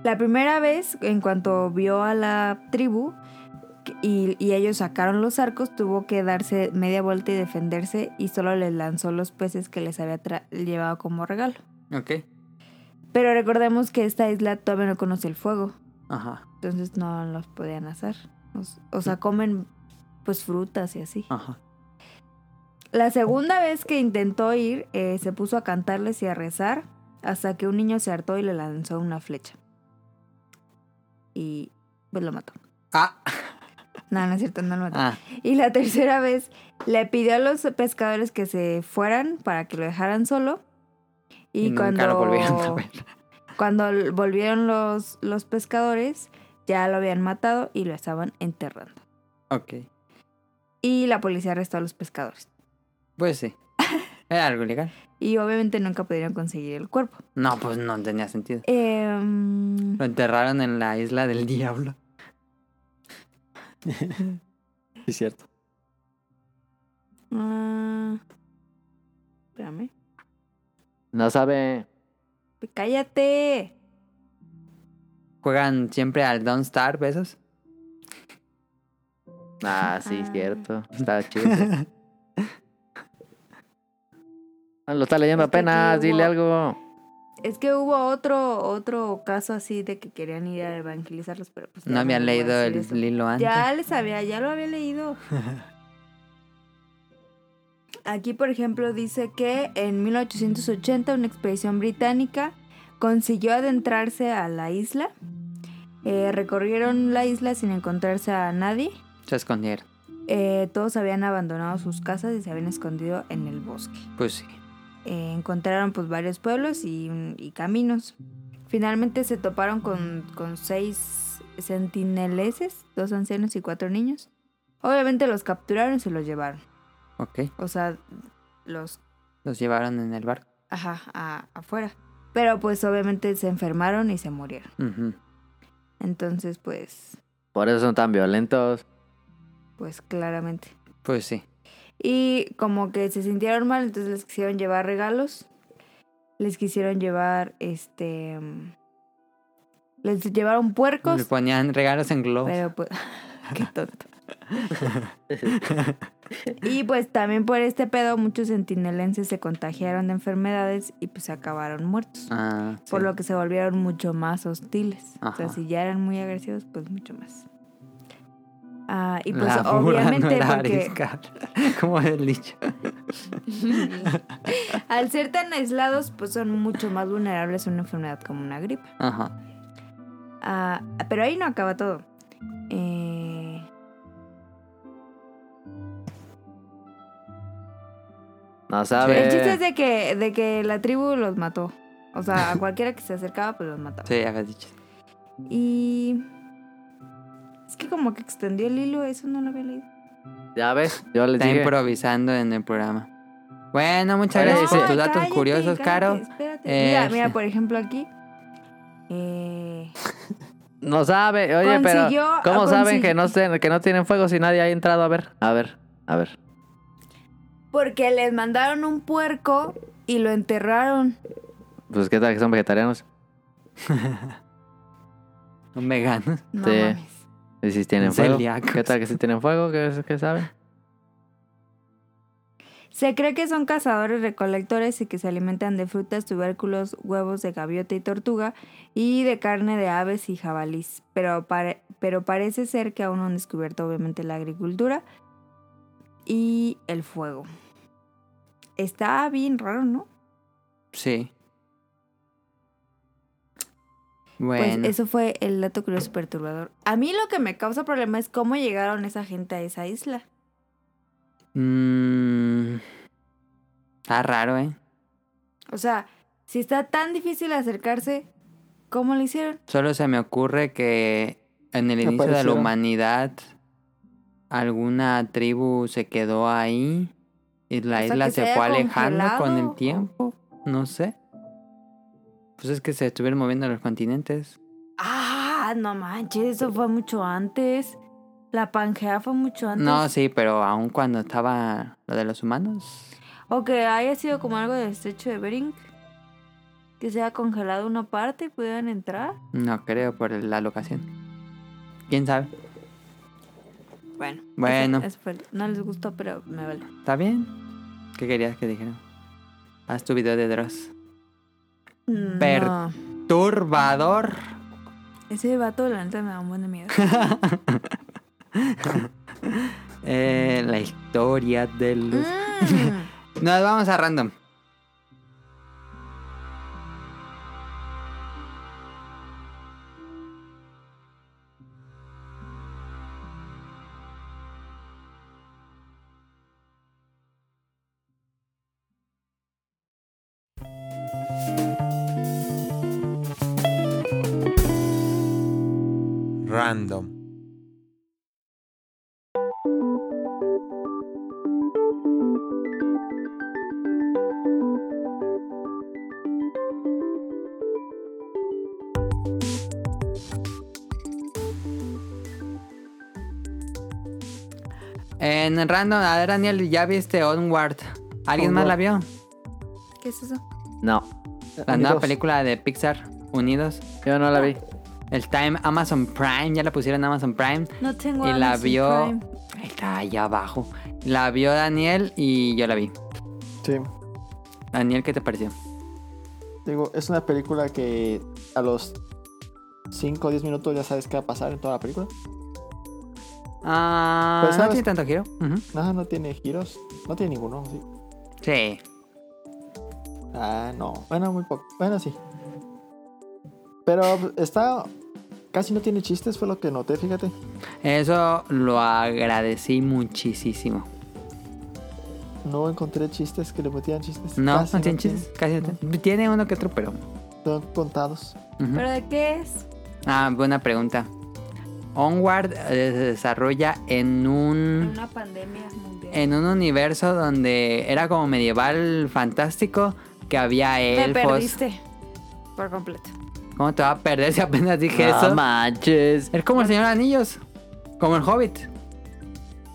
la primera vez, en cuanto vio a la tribu que- y, y ellos sacaron los arcos, tuvo que darse media vuelta y defenderse y solo les lanzó los peces que les había tra- llevado como regalo. Ok. Pero recordemos que esta isla todavía no conoce el fuego, Ajá, entonces no los podían asar. O, s- o sea, comen pues frutas y así. ajá. La segunda vez que intentó ir, eh, se puso a cantarles y a rezar hasta que un niño se hartó y le lanzó una flecha. Y pues lo mató. Ah, No, no es cierto, no lo mató. ah. Y la tercera vez le pidió a los pescadores que se fueran para que lo dejaran solo. Y, Y, nunca cuando lo volvieron a ver. Cuando l- volvieron los, los pescadores, ya lo habían matado y lo estaban enterrando. Ok. Y la policía arrestó a los pescadores. Pues sí. Era algo legal. Y obviamente nunca pudieron conseguir el cuerpo. No, pues no tenía sentido. Em, Lo enterraron en la isla del diablo. Sí, cierto. ah, espérame. No sabe. ¡Cállate! Juegan siempre al Don't Star, <laughs> besos. Ah, sí, Ah. cierto. <laughs> Está chido. ese. Ah, Lo está leyendo Es que aquí apenas, dile hubo- algo. Es que hubo otro, otro caso así de que querían ir a evangelizarlos, pero pues... No ya habían les voy a leído decir el eso. hilo antes. Ya les había, ya lo había leído. Aquí, por ejemplo, dice que en 1880 una expedición británica consiguió adentrarse a la isla. Eh, recorrieron la isla sin encontrarse a nadie. Se escondieron. Eh, todos habían abandonado sus casas y se habían escondido en el bosque. Pues sí. Eh, encontraron pues varios pueblos y, y caminos. Finalmente se toparon con, con seis sentineleses, dos ancianos y cuatro niños. Obviamente los capturaron y se los llevaron. Ok. O sea, los... Los llevaron en el barco. Ajá, a- afuera. Pero pues obviamente se enfermaron y se murieron. Ujú. Entonces pues, Por eso son tan violentos. pues claramente. Pues sí. Y como que se sintieron mal, entonces les quisieron llevar regalos. Les quisieron llevar, este... Les llevaron puercos. Le ponían regalos en globos. Pero pues, <laughs> qué tonto. y pues también por este pedo muchos sentinelenses se contagiaron de enfermedades y pues acabaron muertos. Ah, Por sí. lo que se volvieron mucho más hostiles. O sea, Ajá. si ya eran muy agresivos, pues mucho más. Ah, y pues La burra no obviamente era porque arisca. <laughs> Como el dicho. <laughs> al ser tan aislados, pues son mucho más vulnerables a una enfermedad como una gripe. Ajá. Ah, pero ahí no acaba todo. Eh, No El chiste Eh. es sabe. de que, de que la tribu los mató. O <laughs> sea, a cualquiera que se acercaba, pues los mataba. Sí, habías dicho. Y. Es que como que extendió el hilo, eso no lo había leído. Ya ves, yo les Está dije. improvisando en el programa. Bueno, muchas Ahora gracias por dice- tus datos cállate, curiosos, Caro. cállate, espérate. Eh, Mira, mira, por ejemplo, aquí. Eh, No sabe, oye, Consiguió- pero ¿cómo ah, saben consi- que no, se- que no tienen fuego si nadie ha entrado? A ver, a ver, a ver. porque les mandaron un puerco y lo enterraron. Pues qué tal que son vegetarianos. Un vegano. No Sí. mames. Y si tienen fuego. Celíacos. ¿Qué tal que si tienen fuego? ¿Qué, qué saben? Se cree que son cazadores recolectores y que se alimentan de frutas, tubérculos, huevos de gaviota y tortuga y de carne de aves y jabalís. Pero, pare- pero parece ser que aún no han descubierto obviamente la agricultura y el fuego. Está bien raro, ¿no? Sí. Bueno. Pues eso fue el dato curioso perturbador. A mí lo que me causa problema es cómo llegaron esa gente a esa isla. mm, está raro, ¿eh? O sea, si está tan difícil acercarse, ¿cómo lo hicieron? Solo se me ocurre que en el inicio de la Aparecieron. humanidad alguna tribu se quedó ahí y la O sea, isla que se se haya fue alejando con congelado, el tiempo. No sé. Pues es que se estuvieron moviendo los continentes. Ah, no manches, eso fue mucho antes. La Pangea fue mucho antes. No, sí, pero aún cuando estaba lo de los humanos. O que haya sido como algo del estrecho de Bering. Que se haya congelado una parte y pudieran entrar. No creo por la locación. ¿Quién sabe? Bueno. eso- Bueno. eso fue- no les gustó, pero me vale. ¿Está bien? ¿Qué querías que dijera? Haz tu video de Dross. Mm, Per- no, Turbador. Ese vato, la neta, me da un buen de <laughs> miedo. <laughs> Eh, la historia del... Mm. Nos vamos a random. Random. En el random, a ver Daniel, ya viste Onward. ¿Alguien más la vio? ¿Qué es eso? No, La nueva Unidos. película de Pixar, Unidos. yo no la vi. El Time Amazon Prime, ya la pusieron en Amazon Prime. No tengo Y la Amazon vio... Mm. Prime. Ahí está, allá abajo. La vio Daniel y yo la vi. Sí. Daniel, ¿qué te pareció? Digo, es una película que a los 5 o 10 minutos ya sabes qué va a pasar en toda la película. Ah, Pues, no ¿sabes? tiene tanto giro. Ujú. No, no tiene giros. No tiene ninguno, sí. Sí. Ah, no. Bueno, muy poco. Bueno, sí. Pero está... Casi no tiene chistes, fue lo que noté, fíjate. Eso lo agradecí muchísimo. No encontré chistes que le metieran chistes. No, Casi no tiene chistes, casi no tiene. Tiene uno que otro, pero. Son contados. ujú. ¿Pero de qué es? Ah, buena pregunta. Onward eh, se desarrolla en un. Una pandemia mundial. En un universo donde era como medieval fantástico, que había Me elfos. perdiste. Por completo. ¿Cómo te va a perder si apenas dije No eso? manches. Es como el Señor de los Anillos, como el Hobbit.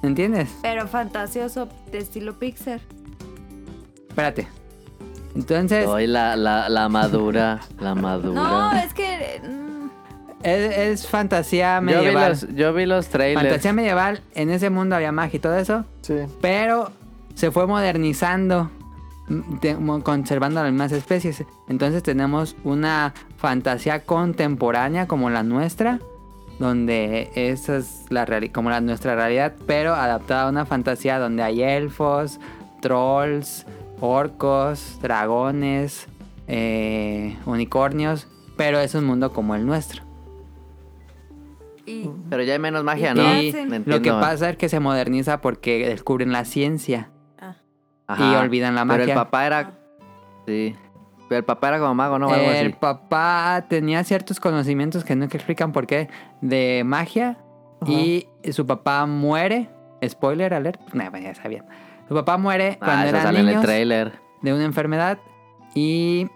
¿Entiendes? Pero fantasioso de estilo Pixar. Espérate. Entonces, Hoy la, la, la madura, la madura. No, es que. mm, es, es fantasía yo, vi medieval. los, yo vi los trailers. Fantasía medieval, en ese mundo había magia y todo eso, Sí. pero se fue modernizando, mm, te- mo- conservando las mismas especies. Entonces tenemos una fantasía contemporánea como la nuestra, donde esa es la reali- como la, nuestra realidad, pero adaptada a una fantasía donde hay elfos, trolls, orcos, dragones, eh, unicornios, pero es un mundo como el nuestro. y- Pero ya hay menos magia, ¿Y ¿no? qué hacen? Me Lo que entiendo. pasa es que se moderniza porque descubren la ciencia. Ajá. y olvidan la magia. Pero el papá era. Sí. Pero el papá era como mago, ¿no? O algo el así. papá tenía ciertos conocimientos que no explican por qué de magia y su papá muere Spoiler alert. No, bueno, ya sabían. Su papá muere Ah, cuando eso eran sale en el niños trailer. de una enfermedad y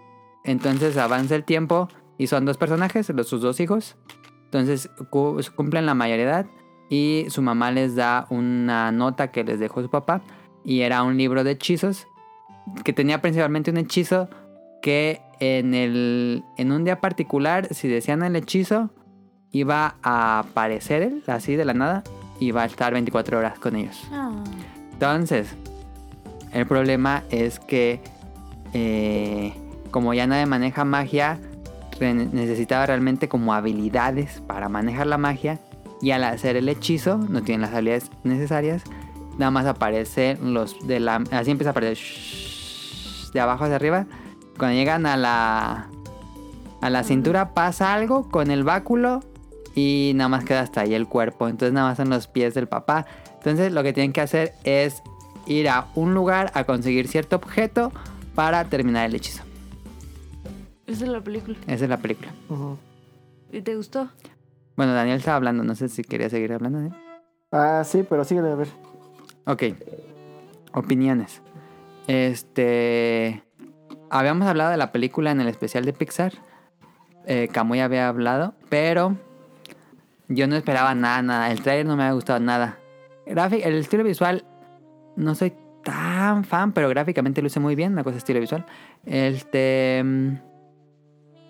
entonces avanza el tiempo y son dos personajes, los, sus dos hijos. Entonces cu- cumplen la mayoridad y su mamá les da una nota que les dejó su papá y era un libro de hechizos que tenía principalmente un hechizo que en, el, en un día particular, si decían el hechizo, iba a aparecer él así de la nada y va a estar 24 horas con ellos. Entonces, el problema es que eh, como ya nadie maneja magia, re- necesitaba realmente como habilidades para manejar la magia y al hacer el hechizo no tienen las habilidades necesarias. Nada más aparecen los de la... Así empieza a aparecer shhh, de abajo hacia arriba. Cuando llegan a la... A la cintura pasa algo con el báculo y nada más queda hasta ahí el cuerpo. Entonces nada más son los pies del papá. Entonces lo que tienen que hacer es ir a un lugar a conseguir cierto objeto para terminar el hechizo. Esa es la película. Esa es la película. Ujú. ¿Y te gustó? Bueno, Daniel está hablando, no sé si quería seguir hablando. ¿eh? Ah, sí, pero síguele a ver. Ok. Opiniones. Este. Habíamos hablado de la película en el especial de Pixar. Eh, Camuy había hablado, pero yo no esperaba nada, nada. El trailer no me había gustado nada. Grafi- el estilo visual, no soy tan fan, pero gráficamente luce muy bien, una cosa de estilo visual. Este. mm,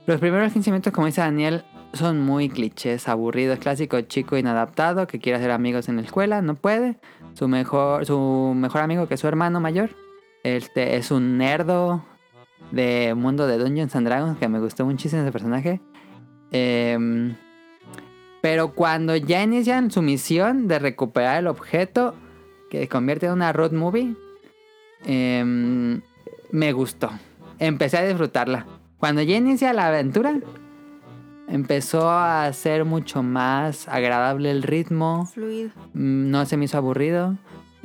Los primeros 15 minutos, como dice Daniel, son muy clichés, aburridos, clásico chico inadaptado que quiere hacer amigos en la escuela, no puede su mejor, su mejor amigo, que es su hermano mayor. Este es un nerdo de mundo de Dungeons and Dragons, que me gustó muchísimo ese personaje. Em, pero cuando ya inician su misión de recuperar el objeto, que se convierte en una road movie, em, me gustó. Empecé a disfrutarla. Cuando ya inicia la aventura, empezó a ser mucho más agradable el ritmo. Fluido. Mm, No se me hizo aburrido.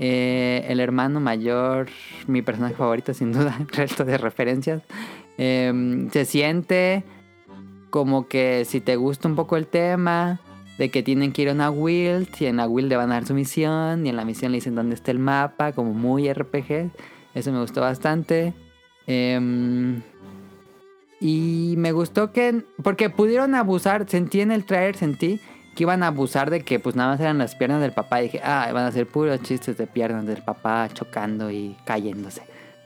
Eh, el hermano mayor, mi personaje favorito sin duda, <laughs> el resto de referencias. Eh, se siente como que si te gusta un poco el tema, de que tienen que ir a una guild y en la guild le van a dar su misión y en la misión le dicen dónde está el mapa, como muy RPG. Eso me gustó bastante. Eh, y me gustó que, porque pudieron abusar, sentí en el trailer, sentí que iban a abusar de que pues nada más eran las piernas del papá. Y dije, ah, van a ser puros chistes de piernas del papá chocando y cayéndose.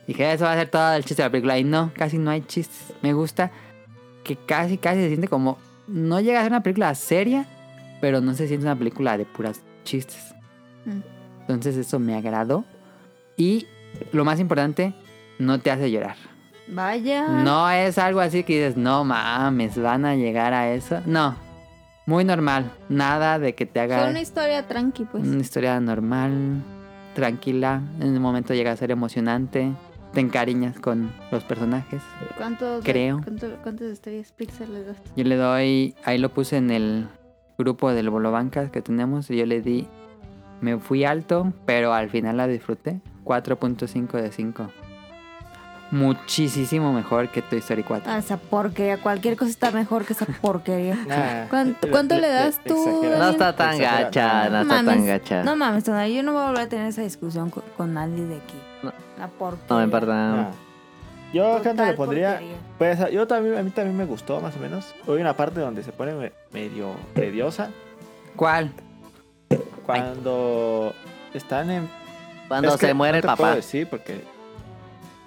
Dije, eso va a ser todo el chiste de la película. Y no, casi no hay chistes. Me gusta que casi, casi se siente como... No llega a ser una película seria, pero no se siente una película de puras chistes. Mm. Entonces eso me agradó. Y lo más importante, no te hace llorar. Vaya. No es algo así que dices, no mames, van a llegar a eso. No, muy normal. Nada de que te haga Fue una historia tranqui, pues. una historia normal, tranquila. En el momento llega a ser emocionante. Te encariñas con los personajes. ¿Cuántos, Creo. cuánto- ¿Cuántas estrellas Pixar les das? Yo le doy, ahí lo puse en el grupo del Bolobancas que tenemos. Y yo le di, me fui alto, pero al final la disfruté. 4.5 de 5. Muchísimo mejor que Toy Story 4. Ah, esa porquería. Cualquier cosa está mejor que esa porquería. Nah. <laughs> ¿Cuánto, cuánto le das tú? Exagerado. No Daniel? está tan Exagerado. gacha, no está mames. tan gacha. <laughs> No mames, Tonali, yo no voy a volver a tener esa discusión co- con, nadie de aquí. No. La porquería. No me Nah. importa. Ah. Yo acá Total le pondría. porquería. Pues yo también, a mí también me gustó, más o menos. Hubo una parte donde se pone me- medio tediosa. ¿Cuál? Cuando están en. Cuando Es que se muere no el te puedo papá. decir porque.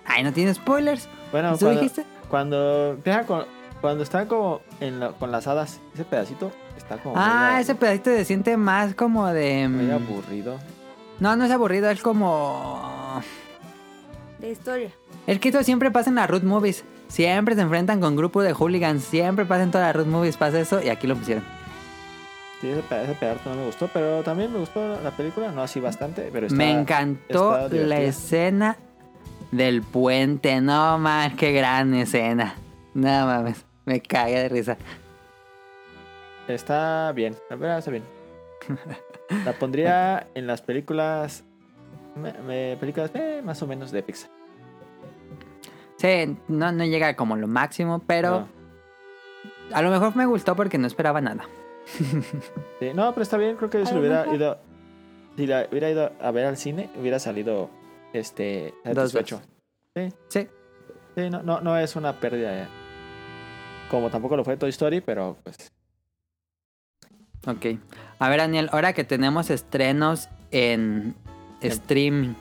Ay, no tiene spoilers. Bueno, ¿Tú cuando, dijiste? cuando empieza con- Cuando están como en la- con las hadas, ese pedacito está como. Ah, medio- ese pedacito se siente más como de. medio mm, aburrido. No, no es aburrido, es como. De historia. El que esto siempre pasa en las Root Movies. Siempre se enfrentan con grupos de hooligans. Siempre pasa en todas las Root Movies, pasa eso y aquí lo pusieron. Sí, ese, pe- ese pedazo no me gustó, pero también me gustó la película, no así bastante, pero está- Me encantó está divertida. la escena del puente. No más, qué gran escena. No mames, me cagué de risa. Está bien, la verdad <laughs> está bien. La pondría en las películas. me- me- películas eh, más o menos de Pixar. Sí, no, no llega como lo máximo, pero No. a lo mejor me gustó porque no esperaba nada. Sí, no, pero está bien, creo que A se lo le hubiera mejor- ido. si la hubiera ido a ver al cine, hubiera salido este Dos satisfecho. Sí. Sí, no, no, no es una pérdida. eh. Como tampoco lo fue Toy Story, pero pues. Ok. A ver, Daniel, ahora que tenemos estrenos en streaming,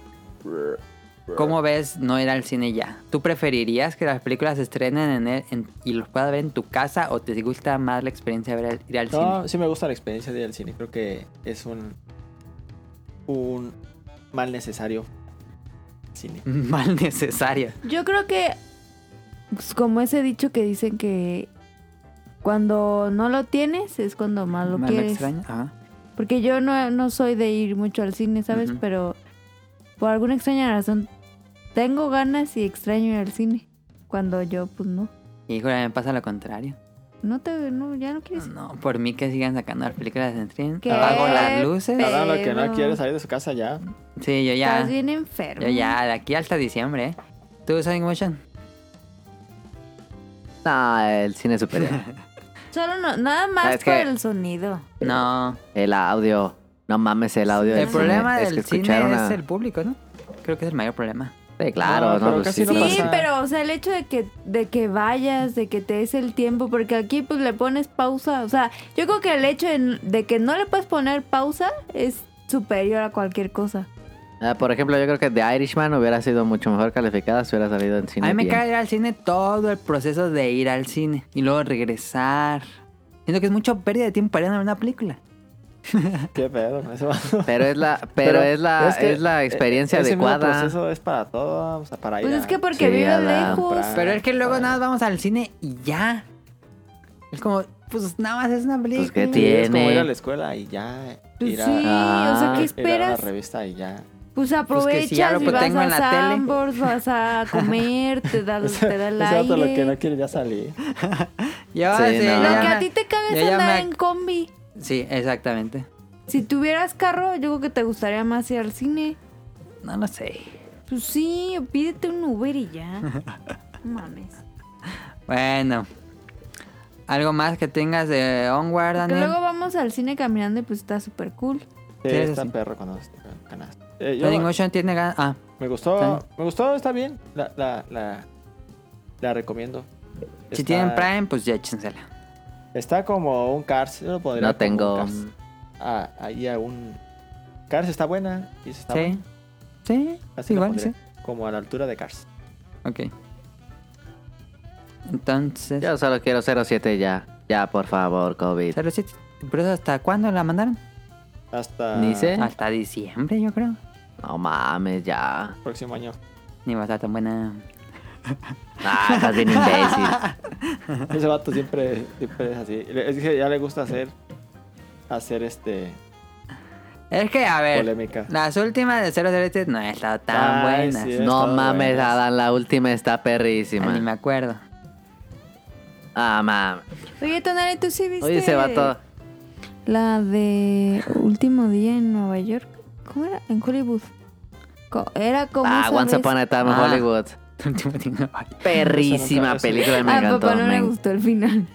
¿cómo ves no ir al cine ya? ¿Tú preferirías que las películas se estrenen en el- en- y los puedas ver en tu casa o te gusta más la experiencia de ver- ir al No, cine? sí me gusta la experiencia de ir al cine. Creo que es un. Un mal necesario. Cine. <laughs> Mal necesario. Yo creo que, pues, como ese dicho que dicen que cuando no lo tienes es cuando más lo Mal quieres. extraño. Ajá. Porque yo no, no soy de ir mucho al cine, ¿sabes? Ujú. Pero por alguna extraña razón tengo ganas y extraño ir al cine. Cuando yo, pues no. Híjole, me pasa lo contrario. No te, no, ya no quieres. No, por mí que sigan sacando las películas en streaming. Qué Apago las luces. pe- Ahora lo que no Pero- quiere es salir de su casa ya. Sí, yo ya. Estás bien enfermo. Yo ya, de aquí hasta diciembre, ¿eh? ¿Tú, Sonic Motion? No, el cine superior. <laughs> Solo no, nada más Es por que- el sonido. No. el audio. No mames, el audio. El del cine. problema Es del que cine escucharon es a- el público, ¿no? Creo que es el mayor problema. Sí, claro, No, no, pero pues casi sí, no pero- Sí, pasa. pero o sea, el hecho de que, de que vayas, de que te des el tiempo, porque aquí pues le pones pausa. O sea, yo creo que el hecho de, de que no le puedes poner pausa es superior a cualquier cosa. Ah, por ejemplo, yo creo que The Irishman hubiera sido mucho mejor calificada si hubiera salido en cine. A mí me bien. cae ir al cine todo el proceso de ir al cine y luego regresar. Siento que es mucho pérdida de tiempo para ir a ver una película. Qué pedo con eso. Pero <laughs> es la, pero es la, es, que la e- experiencia ese mismo adecuada. proceso es para todo, o sea, para ir. Pues a- es que porque sí, vives Adam, lejos. Ah, Pero es que luego ah. nada más vamos al cine y ya. Es como, pues nada más es una película. Pues, ¿qué Sí, Es como tiene. ir a la escuela y ya. Pues ir a- sí, o sea, Ah, Ir a la ¿qué esperas? revista y ya. Pues aprovechas Pues que si ya lo y vas tengo a en la tele. Sanborns, vas a comer, te da, te da <laughs> el Ese vato lo aire. Lo que no quiere ya salir. Yo, Sí, sí, yo no. Lo ya que me- a ti te caga yo es ya andar me- en combi. Sí, exactamente. Si tuvieras carro, yo creo que te gustaría más ir al cine. No lo sé. Pues sí, pídete un Uber y ya. No mames. Bueno. ¿Algo más que tengas de Onward, Porque Daniel? luego vamos al cine caminando y pues está súper cool. Sí, Sí, eso está sí. perro cuando ganas. Eh, yo- Sonic Motion tiene ganas... Ah, me gustó, Sí. me gustó, está bien. La, la, la, la recomiendo. si Está- tienen Prime, pues ya échensela. Está como un Cars. Yo lo podría No como un tengo. Cars. Ah, ahí a un. Cars está buena. Y eso está Sí. bueno. Sí, Así lo igual, pondré, sí. Como a la altura de Cars. Ok. Entonces... Yo solo quiero 07 ya. Ya, por favor, COVID. 07. ¿Pero eso hasta cuándo la mandaron? Hasta Ni sé. ¿Eh? Hasta diciembre, yo creo. No mames, ya. el próximo año. Ni va a estar tan buena. Ah, estás bien <laughs> imbécil. Ese vato siempre, siempre es así. Le- Es que ya le gusta hacer. Hacer este. Es que, a ver... Polémica. Las últimas de 007 no han estado tan Ay, buenas. sí, no, No Están mames, buenas. Adán, la última está ni me perrísima. acuerdo. <laughs> Ah, mames. Oye, Tonari, ¿tú sí viste? Oye, se va todo. La de Último Día en Nueva York. ¿Cómo era? En Hollywood. Co- Era como. Ah, esa Once vez- Upon a Time in Ah. Hollywood. Último tiempo. Perrísima Eso nunca- eso- película, me A mi encantó. Ah, papá no me le en- gustó el final.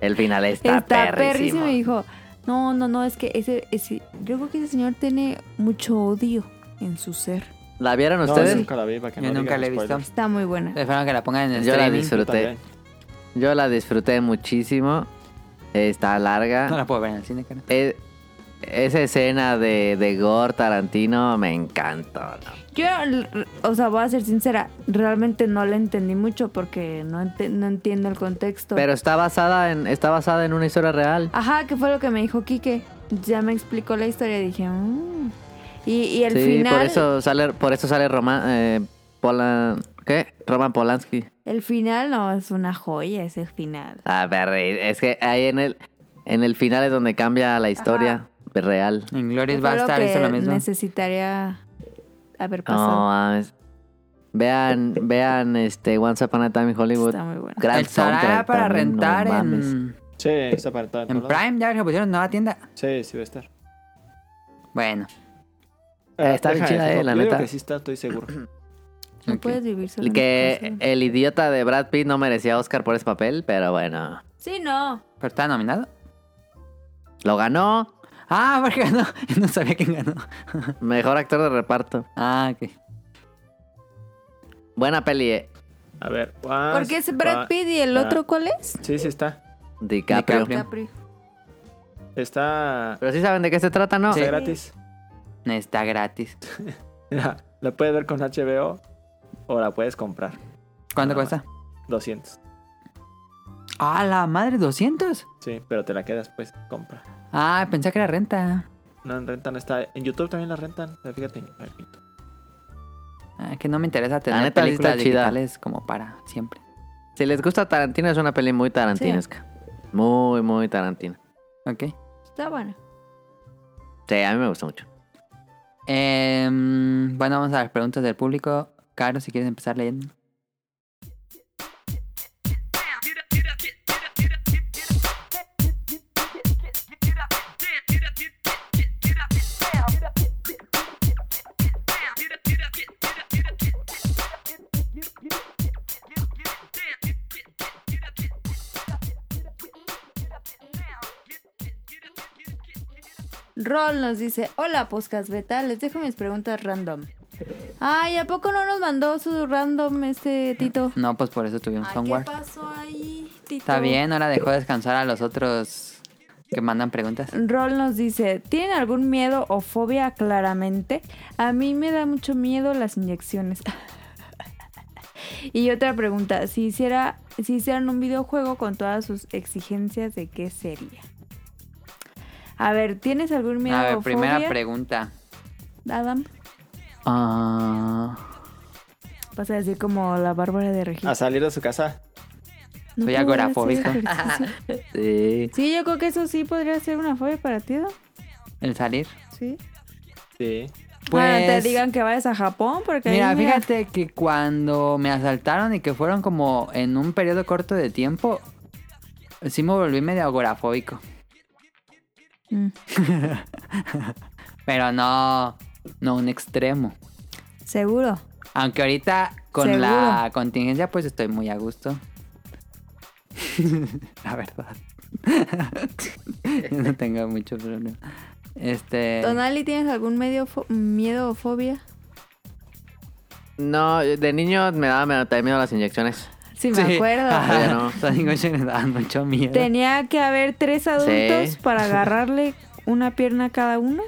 El final está, Está, perrísimo. perrísimo. y dijo: No, no, no, es que ese, ese. Yo creo que ese señor tiene mucho odio en su ser. ¿La vieron No, ustedes? yo nunca la vi para que Yo nunca no digan la he visto. spoilers. Está muy buena. Espero que la pongan en el Yo la streaming. Yo disfruté. también. Yo la disfruté muchísimo. Está larga. No la puedo ver en el cine, cara. Eh, esa escena de, de Gore Tarantino me encantó. ¿no? Yo, l- r- o sea, voy a ser sincera, realmente no la entendí mucho porque no, ente- no entiendo el contexto. Pero está basada en está basada en una historia real. Ajá, que fue lo que me dijo Quique. Ya me explicó la historia y dije, "Mm". y, y el sí, final, por eso sale por eso sale Roman eh, Polan- ¿qué? Roman Polanski. el final no es una joya ese final. Ah, perri- es que ahí en el en el final es donde cambia la historia real. En Glorious Fue Bastard hizo lo mismo. necesitaría haber No, pasado. mames. vean vean este Once Upon a Time in Hollywood. Está muy bueno. Gran Estará soundtrack para también, no rentar mames. en, Sí, está para todo. en Prime. Ya ves que pusieron nueva tienda. Sí, sí va a estar. Bueno, Eh, está bien Deja, chida, deja, eh, la yo digo neta. que sí está, estoy seguro. No Ok. puedes vivir solo. El Que el idiota de Brad Pitt no merecía Oscar por ese papel, pero bueno. Sí, no. pero está nominado. Lo ganó. Ah, <laughs> porque ganó. No sabía quién ganó. Mejor actor de reparto. Ah, ok. Buena peli, eh. A ver. once Porque es Brad upon- Pitt y el ah. otro, ¿cuál es? Sí, sí está. DiCaprio. DiCaprio. Capri. Está, Pero sí saben de qué se trata, ¿no? está gratis. Está gratis. Mira, la puedes ver con HBO o la puedes comprar. ¿Cuánto Nada Ah. cuesta? 200. Ah, la madre, 200. Sí, pero te la quedas pues, compra. Ah, pensé que era renta. No, en renta no está. En YouTube también la rentan. Pero Fíjate. ay, pito. Ah, que no me interesa tener neta, sí películas está chida. digitales como para siempre. Si les gusta Tarantino, es una peli muy tarantinesca. Muy, muy tarantina. Ok. Está bueno. Sí, a mí me gusta mucho. Em, bueno, vamos a las preguntas del público. Caro, si quieres empezar leyendo. Roll nos dice, hola podcast beta, les dejo mis preguntas random. Ay, ¿a poco no nos mandó su random este Tito? No, pues por eso tuvimos Ay, ¿Qué homework. pasó ahí, Tito? Está bien, ahora dejó descansar a los otros que mandan preguntas. Roll nos dice, ¿tienen algún miedo o fobia claramente? A mí me da mucho miedo las inyecciones. <laughs> y otra pregunta, si hiciera, si hicieran un videojuego con todas sus exigencias, ¿de qué sería? A ver, ¿tienes algún miedo a o ver, primera fobia? pregunta. Adam, Ah, vas a decir como la Bárbara de Regis. A salir de su casa. soy No puedo hacer agorafóbico. <laughs> ejercicio. Sí. sí, yo creo que eso sí podría ser una fobia para ti, ¿no? el salir. Sí. Sí. Bueno, te Pues- digan que vayas a Japón porque... ahí, Mira, fíjate que cuando me asaltaron y que fueron como en un periodo corto de tiempo, sí me volví medio agorafóbico. Mm. Pero no, no un extremo. Seguro. Aunque ahorita con Seguro. la contingencia pues estoy muy a gusto. <laughs> la verdad. <laughs> Yo no tengo mucho problema. Este... Tonali, ¿tienes algún medio fo- miedo o fobia? No, de niño me daba me daba miedo las inyecciones. Sí, me Sí. acuerdo. Ajá, <laughs> Ya no. Sonic Ocean me daba mucho miedo. Tenía que haber tres adultos Sí. <laughs> para agarrarle una pierna a cada uno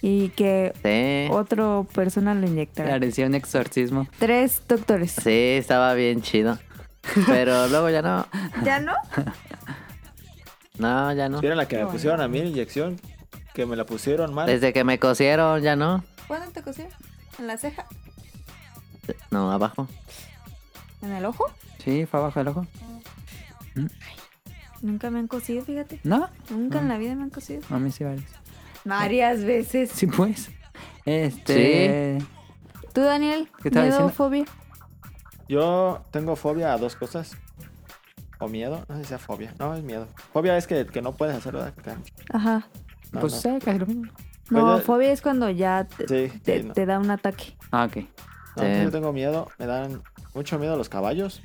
y que Sí. otra persona lo inyectara. Parecía un exorcismo. Tres doctores. Sí, estaba bien chido. Pero luego ya no. ¿Ya no? No, ya no. Si era la que me Bueno. pusieron a mí la inyección. Que me la pusieron mal. Desde que me cosieron, ya no. ¿Cuándo te cosieron? ¿En la ceja? No, abajo. ¿En el ojo? Sí, fue abajo del ojo. Nunca me han cosido, fíjate. ¿No? Nunca Ah. en la vida me han cosido. A mí sí varios. Varias veces. Sí, pues. Este... ¿Tú, Daniel? ¿Qué estaba ¿Miedo o diciendo? fobia? Yo tengo fobia a dos cosas. O miedo. No sé si sea fobia. No, es miedo. Fobia es que, que no puedes hacerlo. ¿verdad? Que te- Ajá. No, Pues no. ah, sí, casi lo mismo. No, Pues ya- fobia es cuando ya te, Sí, sí, te- no. te da un ataque. Ah, ok. No, Sí. Yo tengo miedo. Me dan mucho miedo los caballos.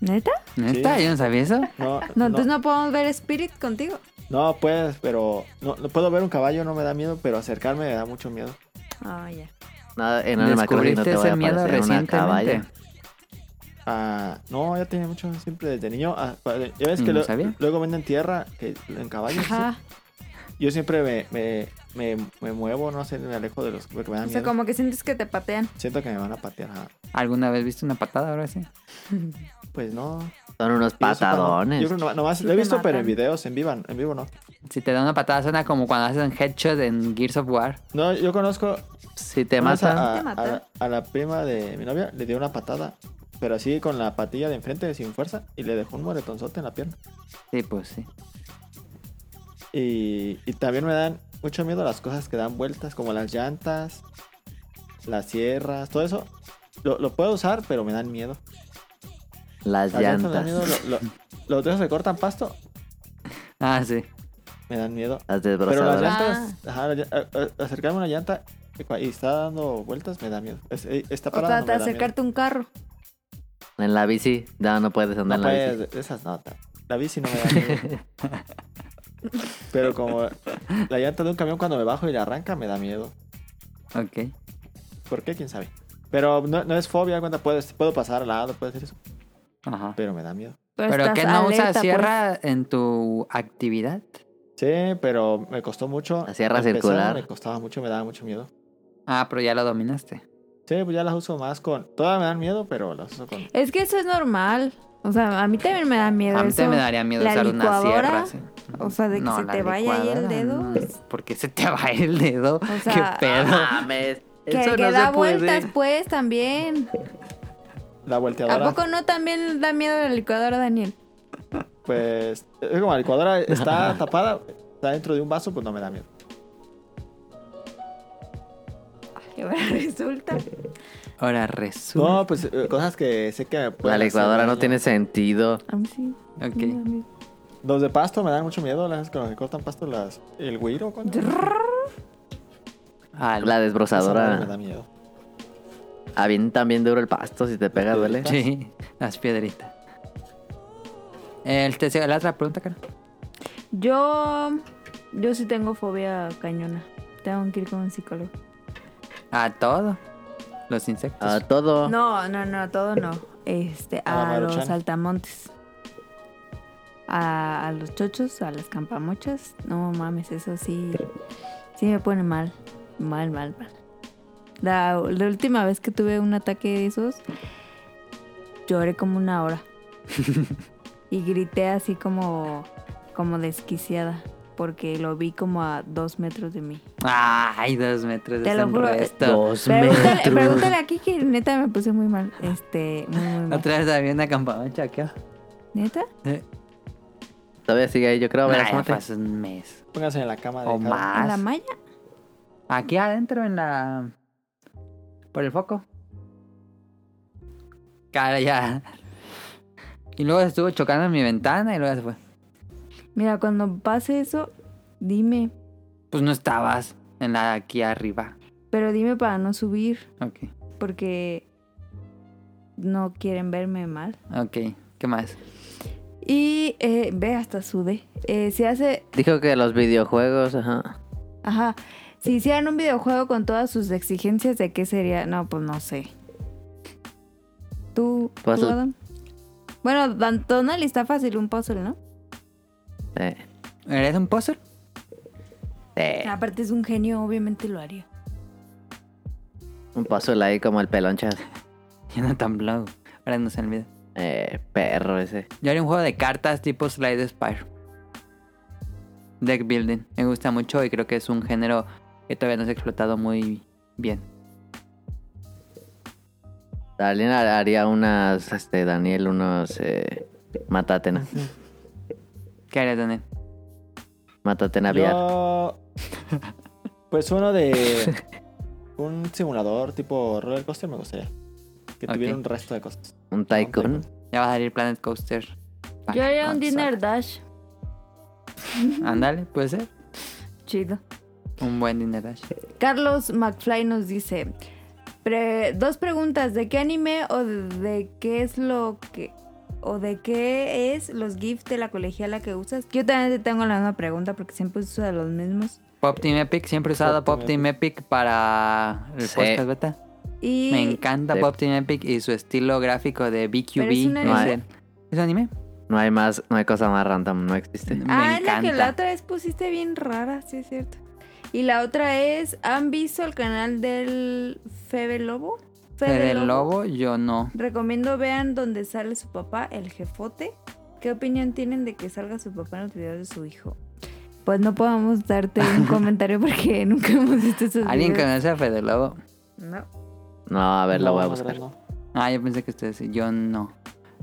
¿Neta? ¿Neta? Sí. Yo no sabía eso. No, <laughs> No, no, entonces no podemos ver Spirit contigo. no, pues, pero no, no puedo ver un caballo, no me da miedo, pero acercarme me da mucho miedo. Ah, ya. No, en el Macross no Descubriste te voy ese a miedo aparecer una recientemente. caballa. Ah, no, ya tenía mucho siempre desde niño. Ah, pa- ya ves que No lo- sabía. luego venden tierra que, en Pues caballos. Ajá. Yo siempre me, me, me, me muevo, no sé, me alejo de los porque me dan O sea, miedo. como que sientes que te patean. Siento que me van a patear. ajá. ¿Alguna vez viste una patada ahora sí? Pues no. Son unos Yo soy pano- patadones. Yo creo no- nomás Sí lo he te visto, pero en matan. videos, en vivo, en vivo no. Si te da una patada suena como cuando hacen headshot en Gears of War. Ah. No, yo conozco Si te Una vez matan. A, Te matan. a la- a la prima de mi novia le dio una patada, pero así con la patilla de enfrente, sin fuerza, y le dejó un moretonzote en la pierna. Sí, pues sí. Y, y también me dan mucho miedo las cosas que dan vueltas, como las llantas, las sierras, todo eso. Lo, lo puedo usar, pero me dan miedo. Las Las llantas me dan llantas. miedo. lo- lo- los de esos que cortan pasto Ah, sí. me dan miedo. Las Pero las desbrozadoras. llantas, Ah. ajá, la ll- a- a- acercarme a una llanta y cua- y está dando vueltas, me da miedo. Es- eh, está O parada, no me trata de da miedo. acercarte a un carro. En la bici. No, no puedes No <laughs> andar en la bici. <laughs> puedes, esas no. ta- La bici no me da miedo. Pero como la llanta de un camión cuando me bajo y la arranca me da miedo. Ok. ¿Por qué? ¿Quién sabe? Pero no, no es fobia, cuenta, puedo, puedo pasar al lado, puedo hacer eso. Ajá. Pero me da miedo. Pero estás que no alerta, usas pues. sierra en tu actividad. Sí, pero me costó mucho. La sierra Empezar, circular. Me costaba mucho, me daba mucho miedo. Ah, pero ya lo dominaste. Sí, pues ya las uso más con... Todas me dan miedo, pero las uso con... Es que eso es normal. O sea, a mí también me da miedo A mí eso. también me daría miedo la usar una sierra. licuadora, sí. o sea, de que se la te vaya ahí el licuadora, dedo, no, pues. ¿Por qué se te <laughs> va el dedo? sea, <laughs> ¿Qué pedo? mames. Que, Eso que no da se puede. vueltas, pues, también. La ¿A volteadora. poco no también da miedo la licuadora, Daniel? Pues es como la licuadora está tapada, está dentro de un vaso, pues no me da miedo. Que ahora <laughs> resulta. Ahora resulta. No, pues eh, cosas que sé que me La pueden hacer licuadora no daño. tiene sentido. A mí sí. me da ok. miedo. Los de pasto me dan mucho miedo, las con las que cortan pasto, las... El güiro, cuando... Ah, La Me da desbrozadora. miedo. Avientan bien duro el pasto. Si te pega, duele. Sí, las piedritas. El te- la otra pregunta, cara. Yo. Yo sí tengo fobia cañona. Tengo que ir con un psicólogo. A todo. Los insectos. A Ah, todo. No, no, no, todo no. Este, A la a los Maruchan. saltamontes. A, a los chochos, a las campamochas. No mames, eso sí. Sí me pone mal. Mal, mal, mal. La, la última vez que tuve un ataque de esos, lloré como <laughs> una hora. y grité así como, como desquiciada. Porque lo vi como a dos metros de mí. Ay, dos metros de Te lo San juro, eh. Resto. Pregúntale, pregúntale aquí que neta me puse muy mal. Este, muy, muy mal. Otra vez había una ¿ah? campamancha acá. ¿Neta? Eh, Todavía sigue ahí, yo creo. nah, verás, ya Monte. pasó un mes. Pónganse en la cama de O Oh, cada- más. ¿En la malla? Aquí adentro en la. Por el foco. Cara, ya. Y luego estuvo chocando en mi ventana y luego se fue. Mira, cuando pase eso, dime. Pues no estabas en la de aquí arriba. Pero dime para no subir, Ok, porque no quieren verme mal. ok. ¿Qué más? Y eh, ve, hasta sudé. Eh, si hace. Dijo que los videojuegos, ajá. Ajá. Si hicieran un videojuego con todas sus exigencias, ¿de qué sería? No, pues no sé. ¿Tú, tú, Puzzle. Adam? Bueno, Dan- Donald está fácil un puzzle, ¿no? Eh, ¿Eres un puzzle? eh, Aparte es un genio, obviamente lo haría. un puzzle ahí como el pelonchas. <laughs> Ya no tan blanco. Ahora no se olvida. Eh, perro ese. Yo haría un juego de cartas tipo Slide Spire. Deck building. Me gusta mucho y creo que es un género que todavía no se ha explotado muy bien. Daniel haría unas, este, Daniel, unos, eh, matatena. ¿Qué harías, Daniel? Matatena VR. Yo... Pues uno de... un simulador tipo roller coaster me gustaría. Que Ok. tuviera un resto de cosas. Un tycoon. Ya va a salir Planet Coaster. Yo haría Ah, un dinner dash. Ándale, puede ser. Chido. Un buen dinner dash. Carlos McFly nos dice, pre- dos preguntas, ¿de qué anime o de, de qué es lo que... o de qué es los GIFs de la colegiala que usas? Yo también te tengo la misma pregunta porque siempre uso de los mismos. Pop Team Epic, siempre he usado Pop Pop Team Team Epic para el Sí. podcast beta. Y Me encanta Sí. Pop Team Epic y su estilo gráfico de Pero es BQB. un no anime. sé. ¿Es un anime? No hay más, no hay cosa más random, no existe. me Ah, es la que encanta. la otra vez pusiste bien rara, sí es cierto. Y la otra es, ¿han visto el canal del Febe Lobo? Fede Lobo, yo no. Recomiendo vean donde sale su papá, el jefote. ¿Qué opinión tienen de que salga su papá en los videos de su hijo? Pues no podemos darte <laughs> un comentario porque nunca hemos visto esos ¿Alguien videos. conoce a Fede Lobo? No. No, a ver, lo No, voy a la buscar. verdad no. Ah, yo pensé que ustedes sí. Yo no.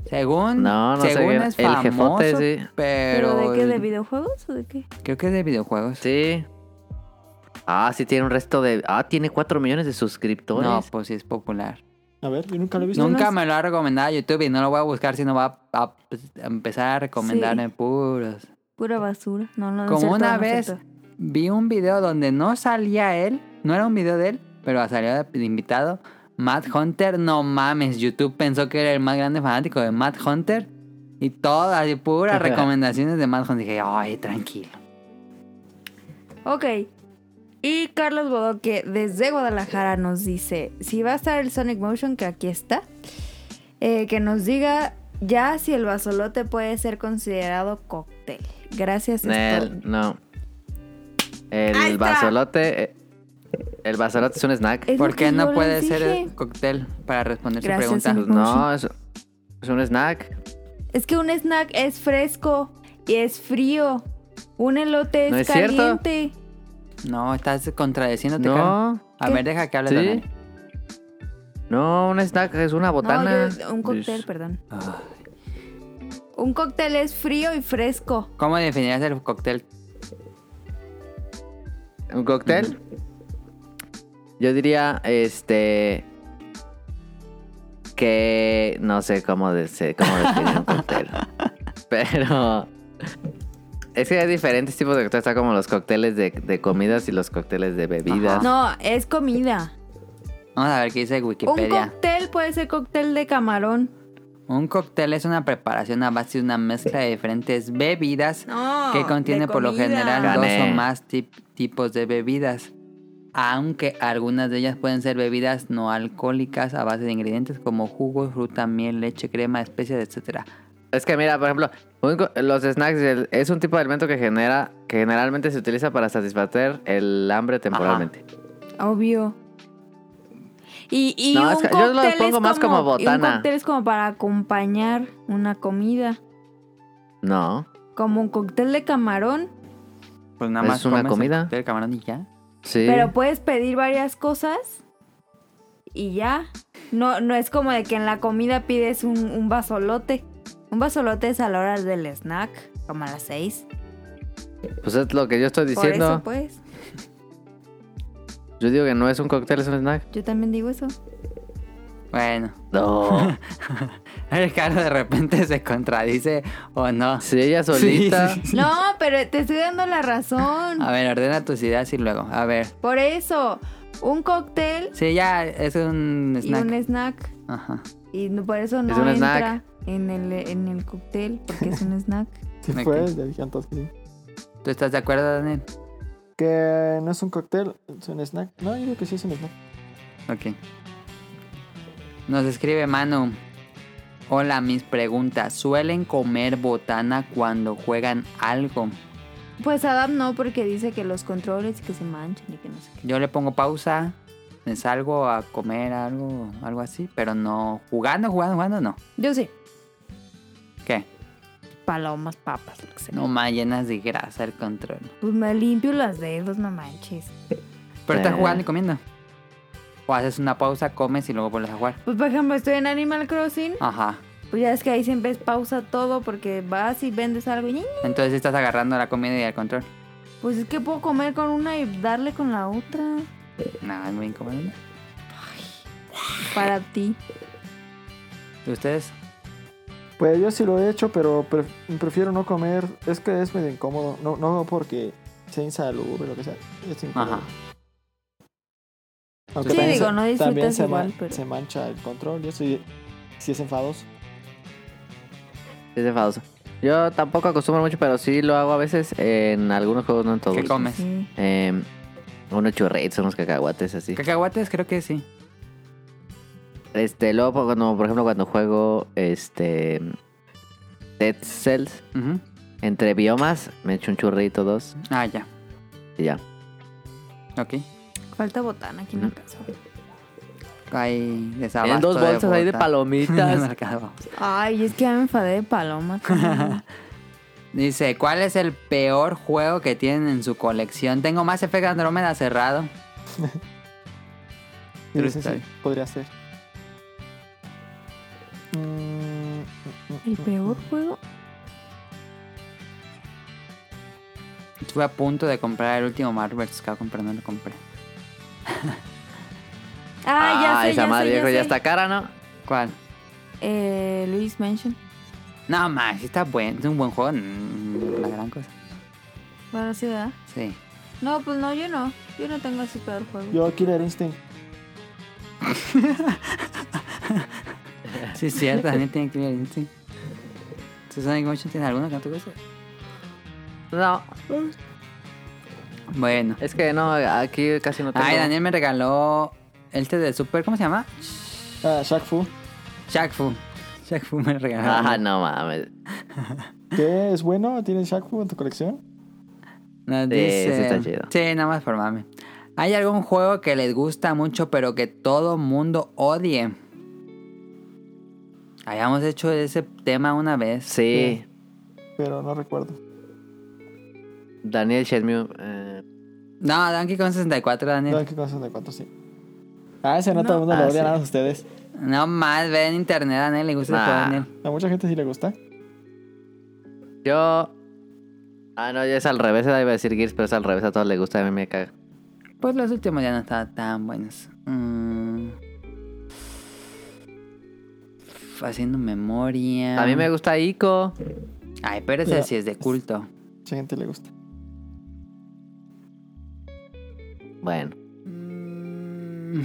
Según, No, no sé según quién- es el famoso, jefote, sí. pero, ¿Pero de qué? ¿De videojuegos o de qué? creo que es de videojuegos. Sí. Ah, sí tiene un resto de... Ah, tiene 4 millones de suscriptores. No, pues sí es popular. A ver, yo nunca lo he visto. Nunca me lo ha recomendado YouTube y no lo voy a buscar, sino va a, a empezar a recomendarme puros. Pura basura. No, no, no. es Como cierto, una no es vez cierto. vi un video donde no salía él, no era un video de él, pero salió de invitado. Matt Hunter, no mames, YouTube pensó que era el más grande fanático <laughs> de Matt Hunter. Y todas, y puras recomendaciones de Matt Hunter. Dije, ay, tranquilo. Ok. Y Carlos Bodoque desde Guadalajara nos dice, si va a estar el Sonic Motion, que aquí está, eh, que nos diga ya si el basolote puede ser considerado cóctel. Gracias. es todo. Nel, no. El Ahí está. basolote. eh, El basolote es un snack. Es lo ¿Por qué que yo no les puede dije. ser cóctel para responder Gracias, su pregunta? señor. Pues no, es, es un snack. Es que un snack es fresco y es frío. Un elote es, No es cierto. caliente. No, estás contradeciéndote, Karen. No, A ¿Qué? ver, deja que hable ¿Sí? Donel. no, un snack es una botana. Pues, No, yo- un cóctel, Es- perdón. Ah. Un cóctel es frío y fresco. ¿Cómo definirías el cóctel? ¿Un cóctel? Yo diría, este. Que no sé cómo, de- sé cómo definir un <laughs> cóctel. Pero. Es que hay diferentes tipos de cócteles. Está como los cócteles de, de comidas y los cócteles de bebidas. No, es comida. Vamos a ver qué dice Un Wikipedia. cóctel puede ser cóctel de camarón. Un cóctel es una preparación a base de una mezcla de diferentes bebidas No, que contiene de por lo comida. general dos Gané. o más tip- tipos de bebidas. Aunque algunas de ellas pueden ser bebidas no alcohólicas a base de ingredientes como jugos, fruta, miel, leche, crema, especias, etcétera. Es que mira, por ejemplo, un co- los snacks el- es un tipo de alimento que genera que generalmente se utiliza para satisfacer el hambre temporalmente. Obvio. Y, y No, un es que yo cóctel los pongo es más como como y Un botana. cóctel es como para acompañar una comida. No, Como un cóctel de camarón. Pues nada ¿Es más una comes el comida? cóctel, camarón y ya. sí. Pero puedes pedir varias cosas y ya. No, no es como de que en la comida pides un, un vasolote. Un vasolote es a la hora del snack, como a las seis. Pues es lo que yo estoy Por eso, diciendo. pues. Yo digo que no es un cóctel, es un snack. Yo también digo eso. Bueno, <laughs> No. el Carlos de repente se contradice o no. Si ella <laughs> solita. <laughs> Sí, sí, sí. No, pero te estoy dando la razón. A ver, ordena tus ideas y luego. A ver. Por eso, un cóctel Sí, ya es un y snack. un snack. Ajá. Y no- por eso no un entra snack. En, el, en el cóctel, porque es un <laughs> snack. Sí Ok. fue, le dije entonces que sí. ¿Tú estás de acuerdo, Daniel? Que no es un cóctel, es un snack. No, yo digo que sí es un snack. Ok. Nos escribe Manu. Hola, mis preguntas. ¿Suelen comer botana cuando juegan algo? Pues Adam no, porque dice que los controles y que se manchan y que no sé qué. Yo le pongo pausa, me salgo a comer algo, algo así, pero no jugando, jugando, jugando, no. Yo sí, ¿Qué? palomas, papas, lo que sea. No más llenas de grasa el control. Pues me limpio los dedos, no manches. Pero estás Eh. jugando y comiendo. O haces una pausa, comes y luego vuelves a jugar. Pues por ejemplo, estoy en Animal Crossing. Ajá. Pues ya es que ahí siempre es pausa todo porque vas y vendes algo y ñi, ñi. Entonces estás agarrando la comida y el control. pues es que puedo comer con una y darle con la otra. No, es muy incómodo. ¿no? Para ti. ¿Y ustedes? Pues yo sí lo he hecho, pero pre- prefiero no comer. Es que es medio incómodo. No, no porque sea insalubre o lo que sea. Es incómodo. Ajá. Aunque Sí, también digo, se- no disfrutas también se, igual, ma- pero- se mancha el control. Yo sí, sí es enfadoso. Es enfadoso. Yo tampoco acostumbro mucho, pero sí lo hago a veces en algunos juegos, no en todos. ¿Qué comes? Sí. Eh, unos churritos, unos cacahuates así. Cacahuates creo que sí. Este, luego por- cuando, por ejemplo, cuando juego este Dead Cells Ujú. entre biomas, me echo un churrito dos Ah, ya. y ya. Ok. Falta botana aquí en la casa. Hay Tienen desabasto dos bolsas ahí de botas. En el <laughs> palomitas. mercado. Ay, es que ya me enfadé de palomas. Dice, ¿cuál es el peor juego que tienen en su colección? Tengo más Effect Andrómeda cerrado. Y Pero dicen, sí, está bien. podría ser. Mm, <laughs> El peor juego. Estuve a punto de comprar el último Marvel vs. Capcom, pero no lo compré. Ah, ya sé, esa ya madre sé, ya viejo ya, sé. está cara, ¿no? ¿Cuál? Eh, Luis Mansion. No, más, está buen, es un buen juego. mm, La gran cosa. Bueno, sí, ¿verdad? <laughs> Sí. No, pues no, yo no. Yo no tengo ese peor juego. Yo Killer Instinct. Sí, es cierto, Daniel tiene que ir sí. ¿Tú Sonic Motion tiene alguno que no te guste? No. Bueno. Es que no, aquí casi no tengo. Ay, Daniel me regaló el té de Super, ¿cómo se llama? Ah, Shaq Fu, Shaq Fu. Shaq Fu me regaló. Ajá, no mames. ¿Qué es bueno? ¿Tienes Shaq Fu en tu colección? Nos Sí, dice- sí está chido. Sí, nada más por mami. ¿Hay algún juego que les gusta mucho pero que todo mundo odie? Habíamos hecho ese tema una vez. Sí, Pero no recuerdo. Daniel Shenmue. eh, No, Donkey Kong 64, No, Daniel. Ah, ¿qué cosas de cuánto sí? Ah, ese no, todo el mundo Ah, lo odia, sí. nada más ustedes. No más, ve en internet, Daniel, le gusta el Nah. juego, Daniel. A mucha gente sí le gusta. yo. Ah, no, ya es al revés, iba a decir Gears, pero es al revés, a todos les gusta, a mí me caga. Pues los últimos ya no estaban tan buenos. Mm. Haciendo memoria. A Ah. mí me gusta Ico. Ay, pero ese Mira. sí es de culto. Mucha gente le gusta. Bueno, Mm.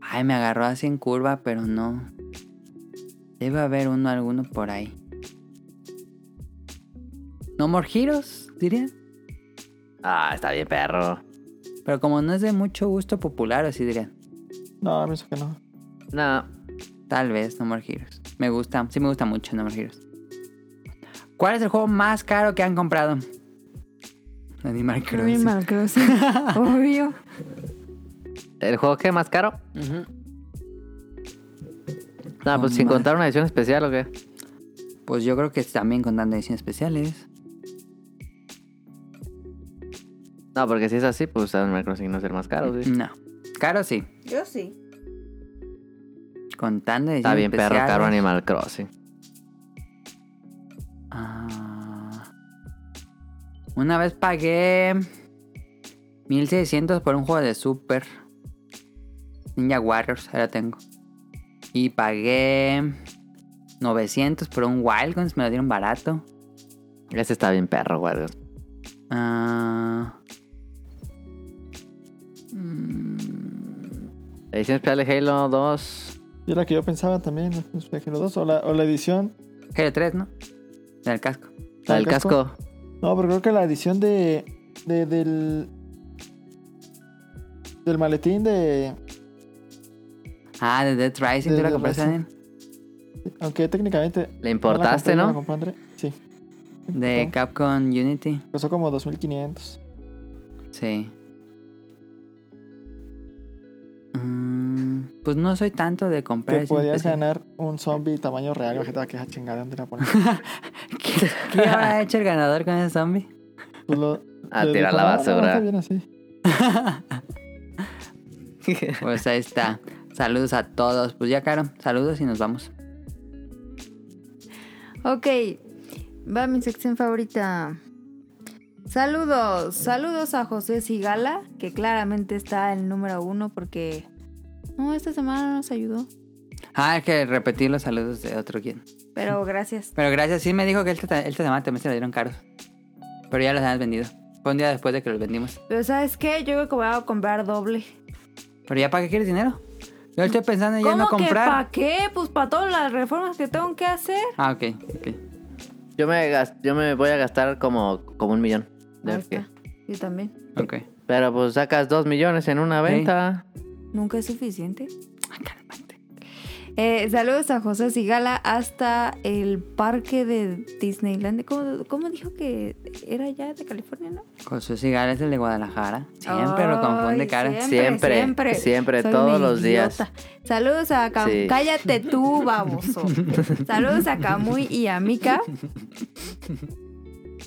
Ay, me agarró así en curva, pero no. Debe haber uno, alguno por ahí. No more heroes, diría. ah, está bien, perro. Pero como no es de mucho gusto popular, así diría. No, pienso que no. No, Tal vez No More Heroes. Me gusta, sí me gusta mucho No More Heroes. ¿Cuál es el juego más caro que han comprado? Animal Crossing. Animal Crossing, <laughs> obvio. ¿el juego que más caro? Ujú. No, pues sin madre. contar una edición especial o qué. Pues yo creo que también contando ediciones especiales. No, porque si es así, pues Animal Crossing no es el más caro, Mm, sí. No. Caro sí. Yo sí. Contando ediciones Está bien, perro, especiales. caro Animal Crossing. Ah. Una vez pagué 1600 por un juego de Super Ninja Warriors, ahora tengo. Y pagué 900 por un Wild Guns, me lo dieron barato. Ese está bien, perro, guarda. Ah. Mm, Edición especial de Halo 2. Y era que yo pensaba también, los de Halo 2, o la, o la edición. Halo 3, ¿no? Del casco. La ¿El del casco. No, pero creo que la edición de. de- del. Del maletín de. Ah, de Dead Rising, De ¿tú lo Dead compraste, Rising. Daniel? Aunque técnicamente. Le no la importaste, compré, ¿no? la compró André. Sí, De No. Capcom Unity. costó como 2500. Sí. Mm, pues no soy tanto de Ah, comprar. Que siempre podías sí. ganar un zombie tamaño real. Imagínate la queja "Ah, chingada, ¿dónde la pones? ¿Qué, <laughs> qué habrá hecho el ganador con ese zombie? Pues <laughs> lo- A le Ah, tirar dijo, la "No, Ah, no, basura. está bien así. Pues ahí está. Saludos a todos. Pues ya, Caro, saludos y nos vamos. Ok, va mi sección favorita. Saludos, saludos a José Sigala, que claramente está el número uno porque... No, esta semana no nos ayudó, Ah, hay que repetir los saludos de otro quien. pero gracias. Pero gracias, sí me dijo que esta, esta semana también se la dieron caros. Pero ya los habían vendido. Fue un día después de que los vendimos. Pero ¿sabes qué? Yo creo que voy a comprar doble. Pero ya, ¿para qué quieres dinero? Yo estoy pensando ya en ¿Cómo no que comprar. para qué? Pues para todas las reformas que tengo que hacer. Ah, ok, ok. Yo me, gas- yo me voy a gastar como, como un millón. de Ahí que- está. Yo también. Ok. Pero pues sacas dos millones en una Sí. venta. Nunca es suficiente. Ay, Ah, cálmate. Eh, saludos a José Sigala hasta el parque de Disneyland. ¿Cómo, cómo dijo que era ya de California, no? José Cigar es el de Guadalajara. Siempre lo confunde, Ay, Caro. Siempre, siempre, siempre, Soy todos una los días. idiota. Saludos a Cam... Sí. Cállate <laughs> tú, baboso. Saludos a Camuy y a Mika.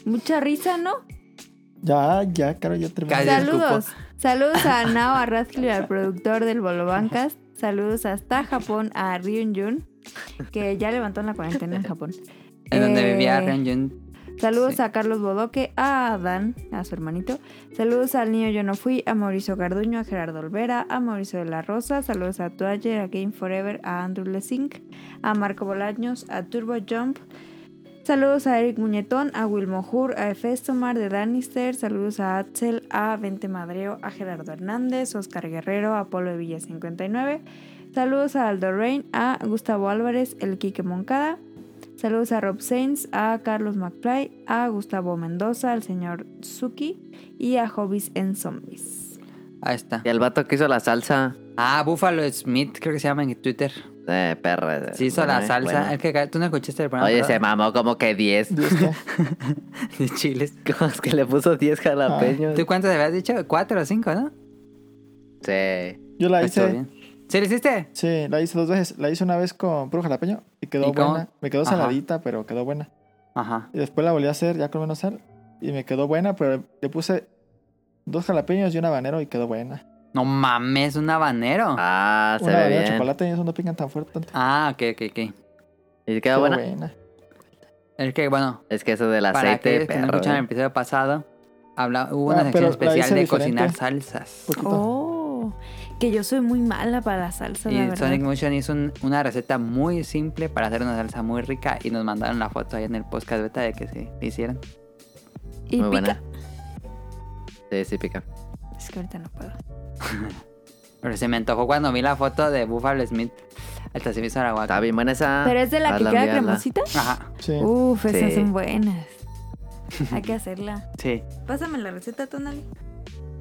Mucha risa, ¿no? Ya, ya, claro, ya terminé. Casi Saludos. Saludos a Nao, a Radcliffe, al productor del Bolobancas. Saludos hasta Japón, a Ryun Jun, que ya levantó en la cuarentena en Japón. En donde Eh, vivía Ren Jun. Saludos Sí. a Carlos Bodoque, a Adán, a su hermanito. Saludos al niño Yo No Fui, a Mauricio Garduño, a Gerardo Olvera, a Mauricio de la Rosa. Saludos a Toayer, a Game Forever, a Andrew Lessink, a Marco Bolaños, a Turbo Jump. Saludos a Eric Muñetón, a Wilmo Hur, a Festomar de Danister. Saludos a Axel, a Vente Madreo, a Gerardo Hernández, Oscar Guerrero, a Polo de Villa 59. Saludos a Aldo Rain, a Gustavo Álvarez, el Quique Moncada. Saludos a Rob Sainz, a Carlos McFly, a Gustavo Mendoza, al señor Suki y a Hobbies en Zombies. Ahí está. Y el vato que hizo la salsa. Ah, Buffalo Smith, creo que se llama en Twitter. Eh, perra. Sí, hizo Bueno, la eh, salsa. eh, bueno. El que ca- tú no escuchaste el programa. Oye, se ¿verdad? mamó como que 10. ¿Y este? <laughs> De chiles. <laughs> ¿Cómo es que le puso 10 jalapeños? ¿Tú cuántos habías dicho? ¿Cuatro o cinco, no? Sí. Yo la Estuvo hice. bien. ¿Sí lo hiciste? Sí, la hice dos veces. La hice una vez con puro jalapeño y quedó ¿Y cómo? buena. Me quedó Ajá. saladita, pero quedó buena. Ajá. Y después la volví a hacer ya con menos sal y me quedó buena, pero le puse dos jalapeños y un habanero y quedó buena. No mames, un habanero. Ah, Ah, se una ve habanero de bien. chocolate y eso no pican tan fuerte. Tanto. ok, ok, ok. ¿Y Quedó queda buena? Es que, bueno, Es que eso del para aceite, aquellos que no perro. escucharon el episodio pasado, habla- hubo Ah, una sección pero la especial hice de diferente. cocinar salsas. Poquito. Oh, que yo soy muy mala para la salsa, la Y verdad. Sonic Motion hizo un- una receta muy simple para hacer una salsa muy rica y nos mandaron la foto ahí en el podcast beta de que se hicieron. y Muy pica. buena. Sí, sí pica. Es que ahorita no puedo. Pero se me antojó cuando vi la foto de Buffalo Smith. Hasta se me hizo la Está guaca. bien buena esa. ¿Pero es de la Hazla, que queda envíala. cremosita? Ajá, Sí. Uf, esas Sí. son buenas. Hay que hacerla. sí. Pásame la receta, Tonali.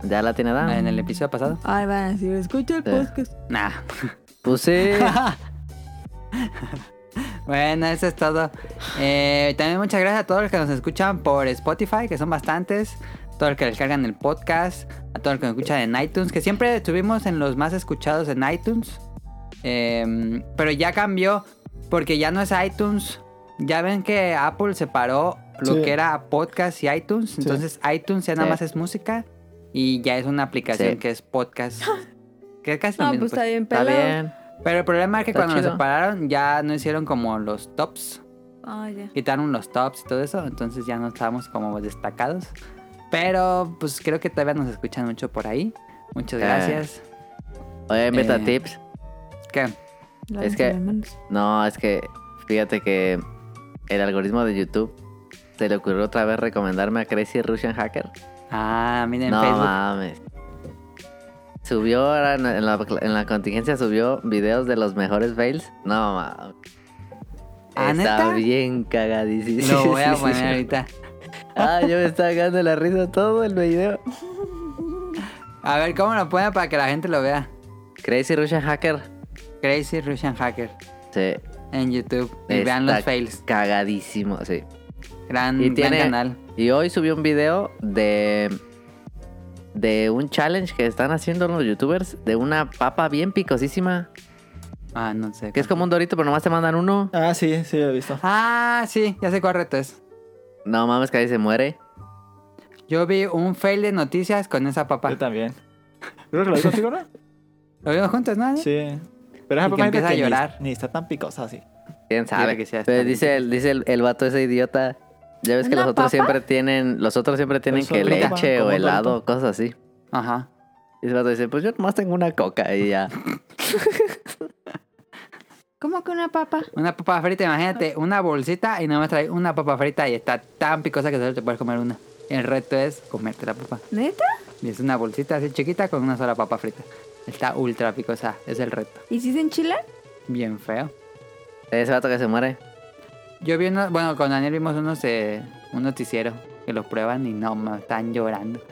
¿Ya la tiene Dan? En el episodio pasado. Ay, van a decir, escucha el Sí. podcast. Nah. Pues <laughs> sí. Bueno, eso es todo. Eh, también muchas gracias a todos los que nos escuchan por Spotify, que son bastantes. a Todos los que descargan el podcast. A todos los que nos escuchan en iTunes, que siempre estuvimos en los más escuchados en iTunes. Eh, pero ya cambió, porque ya no es iTunes. Ya ven que Apple separó lo Sí. que era podcast y iTunes. Entonces iTunes ya nada Sí. más es música. Y ya es una aplicación Sí. que es podcast. <laughs> Que es casi lo No, mismo, pues pues. está bien Está pelado. bien. Pero el problema es que Está cuando nos chido. separaron ya no hicieron como los tops. Ay, ya. Quitaron los tops y todo eso. Entonces ya no estábamos como destacados. Pero pues creo que todavía nos escuchan mucho por ahí. Muchas Eh. gracias. Oye, meta Eh. tips. ¿Qué? Lávate Es que- las manos. No, es que fíjate que el algoritmo de YouTube se le ocurrió otra vez recomendarme a Crazy Russian Hacker. Ah, miren no Facebook. <laughs> mames. Subió ahora en en la, en la contingencia subió videos de los mejores fails. No mames. ¿Ah, Está neta? bien cagadísimo. Lo <laughs> voy a poner ahorita. Ah, yo me estaba cagando la risa todo el video. A ver cómo lo ponen para que la gente lo vea. Crazy Russian Hacker. Crazy Russian Hacker Sí. en YouTube. Y está vean los fails. Cagadísimo, sí. Gran, Y Mm, gran tiene- canal. Y hoy subí un video de de un challenge que están haciendo los youtubers de una papa bien picosísima, Ah, no sé. que es como un dorito, pero nomás te mandan uno. Ah, sí, sí, lo he visto. Ah, sí, ya sé cuál reto es. No mames, que ahí se muere. Yo vi un fail de noticias con esa papa. Yo también. Creo que lo vi contigo, <laughs> ¿no? Lo vimos juntos, ¿no? Sí. Pero Y esa que papá empieza a que ni- llorar. Ni, está tan picosa así. Quién sabe. creo que sí, está pero bien dice el, dice el, el vato ese idiota. Ya ves que ¿Una los otros papa? siempre tienen, los otros siempre tienen Eso que es una papa, leche como o un helado, dorito. cosas así. Ajá. Y el vato dice, pues yo nomás tengo una coca y ya. ¿Cómo que una papa? Una papa frita, imagínate, una bolsita y nada más trae una papa frita y está tan picosa que solo te puedes comer una. El reto es comerte la papa. ¿Neta? Y es una bolsita así chiquita con una sola papa frita. Está ultra picosa, es el reto. ¿Y si se enchila? Bien feo. Ese vato que se muere. Yo vi uno, bueno, con Daniel vimos unos, eh, un noticiero que los prueban y no, me están llorando.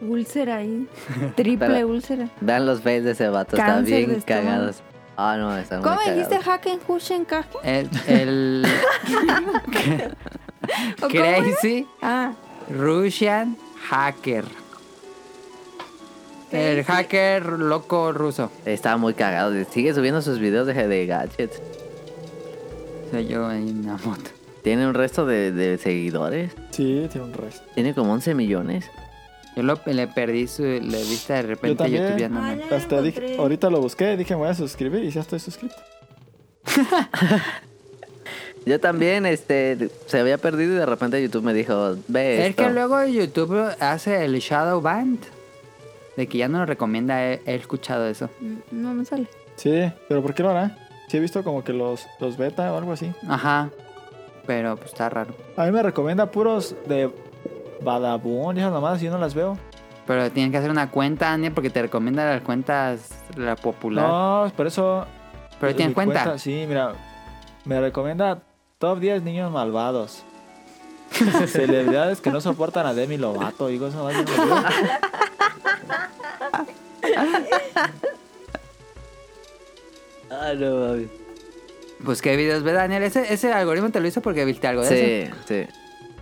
Úlcera ahí. Triple Pero- úlcera. Vean los fails de ese vato, está Cáncer de bien estómago. cagados. Ah, no, están muy ¿Cómo dijiste cagados. Haken Hushen Kaken? El, el <laughs> ¿O cómo era? Crazy Ah, Russian Hacker. El hacker loco ruso. Estaba muy cagado. Sigue subiendo sus videos de, de gadgets. Soy yo en una moto. Tiene un resto de, de seguidores. Sí, tiene un resto. Tiene como 11 millones. Yo lo- le perdí su la vista de repente a también. YouTube ya no me- Ay, Ya lo Hasta dije- encontré. ahorita lo busqué, dije me voy a suscribir y ya estoy suscrito. Yo también, este, se había perdido y de repente YouTube me dijo, ve Es esto. que luego YouTube hace el shadow band. De que ya no lo recomienda, he, he escuchado eso. n- no me sale. Sí, pero ¿por qué lo hará? Sí he visto como que los, los beta o algo así. Ajá. Pero pues está raro. A mí me recomienda puros de Badabun y esas mamadas, yo no las veo. Pero tienes que hacer una cuenta, Daniel, porque te recomienda las cuentas la popular. No, por eso. pero mi tienes cuenta. Sí, mira. Me recomienda Top 10 <laughs> Niños Malvados. Celebridades que no soportan a Demi Lovato. Digo, eso va a ser horrible. <laughs> Ah, no, mami. Pues qué videos, ¿ves, Daniel? Ese, ese algoritmo te lo hizo porque viste algo de eso. Sí, sí.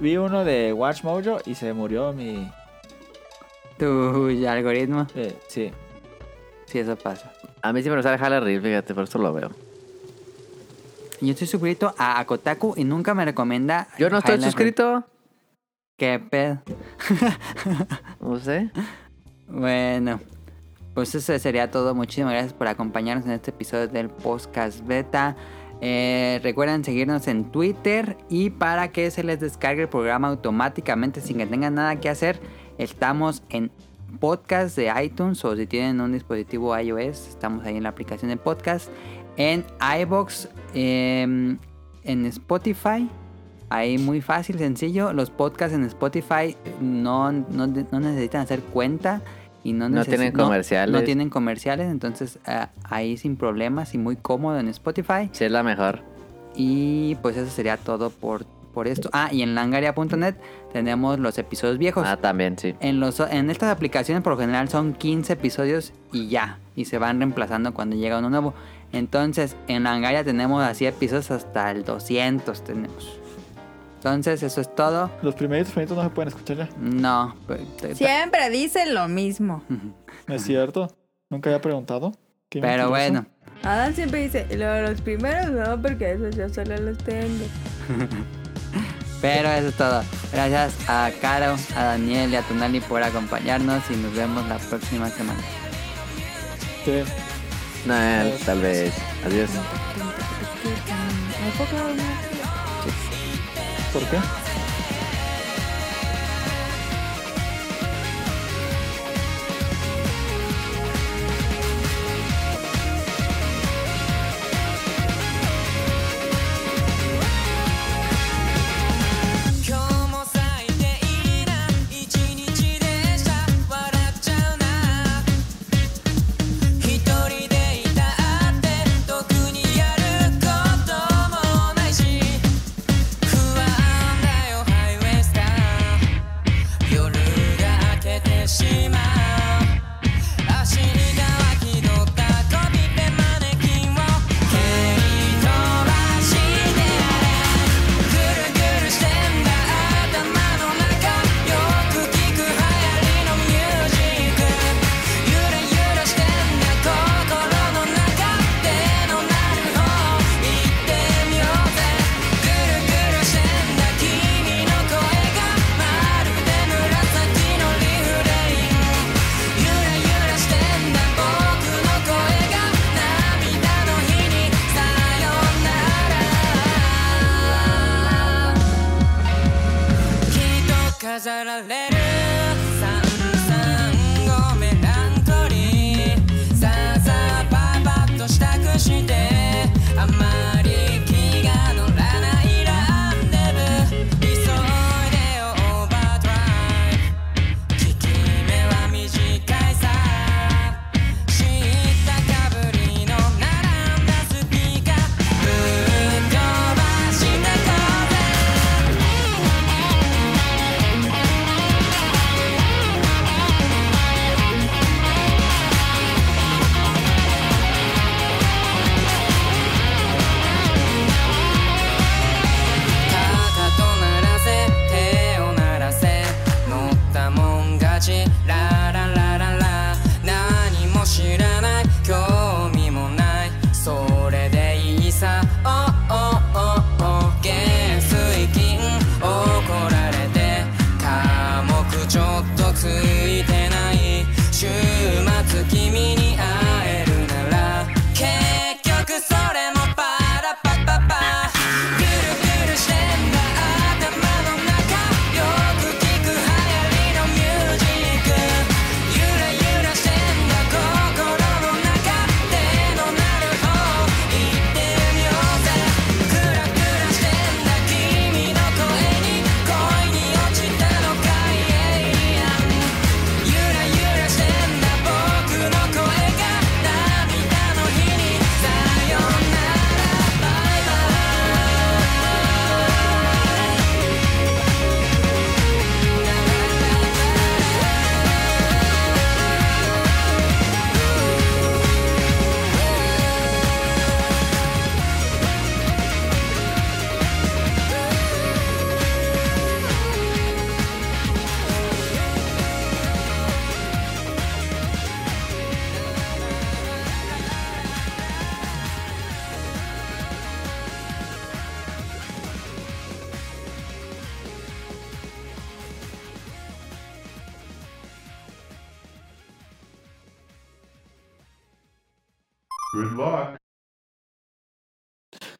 Vi uno de Watch Mojo y se murió mi... Tu algoritmo. eh, sí. Sí, eso pasa. A mí sí me lo sale Hala Reel, fíjate, por eso lo veo. Yo estoy suscrito a Kotaku y nunca me recomienda. Yo no estoy Highlight Reel. suscrito. ¿Qué pedo? No sé. Bueno, pues eso sería todo. Muchísimas gracias por acompañarnos en este episodio del podcast beta. Eh, recuerden seguirnos en Twitter y para que se les descargue el programa automáticamente sin que tengan nada que hacer, estamos en podcast de iTunes o si tienen un dispositivo iOS, estamos ahí en la aplicación de podcast, en iBox, em, en Spotify. Ahí muy fácil, sencillo. Los podcasts en Spotify no, no, no necesitan hacer cuenta y no, No necesi- tienen comerciales. No, tienen comerciales, entonces ah, ahí sin problemas y muy cómodo en Spotify. Sí, es la mejor. Y pues eso sería todo por, por esto. Ah, y en langaria.net tenemos los episodios viejos. Ah, también, <laughs> sí. En, los, en estas aplicaciones por lo general son 15 episodios y ya. Y se van reemplazando cuando llega uno nuevo. Entonces, en Langaria tenemos así episodios hasta el 200 tenemos. Entonces, eso es todo. Los primeritos, primeritos no se pueden escuchar ya. No. pues, te- Siempre dicen lo mismo. ¿No es cierto? Nunca había preguntado. Qué mentiroso. Pero bueno. Adam siempre dice, "Y luego los primeros no, porque esos yo solo los tengo. <laughs> Pero eso es todo. Gracias a Caro, a Daniel y a Tonali por acompañarnos y nos vemos la próxima semana. Sí. No, tal vez. Adiós. ¿Me puedo quedar dormida? ¿Por qué? 「今日も咲いていいな」「一日でした笑っちゃうな」「一人でいたって特にやることもないし」「不安だよ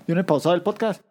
Yo no he pausado el podcast.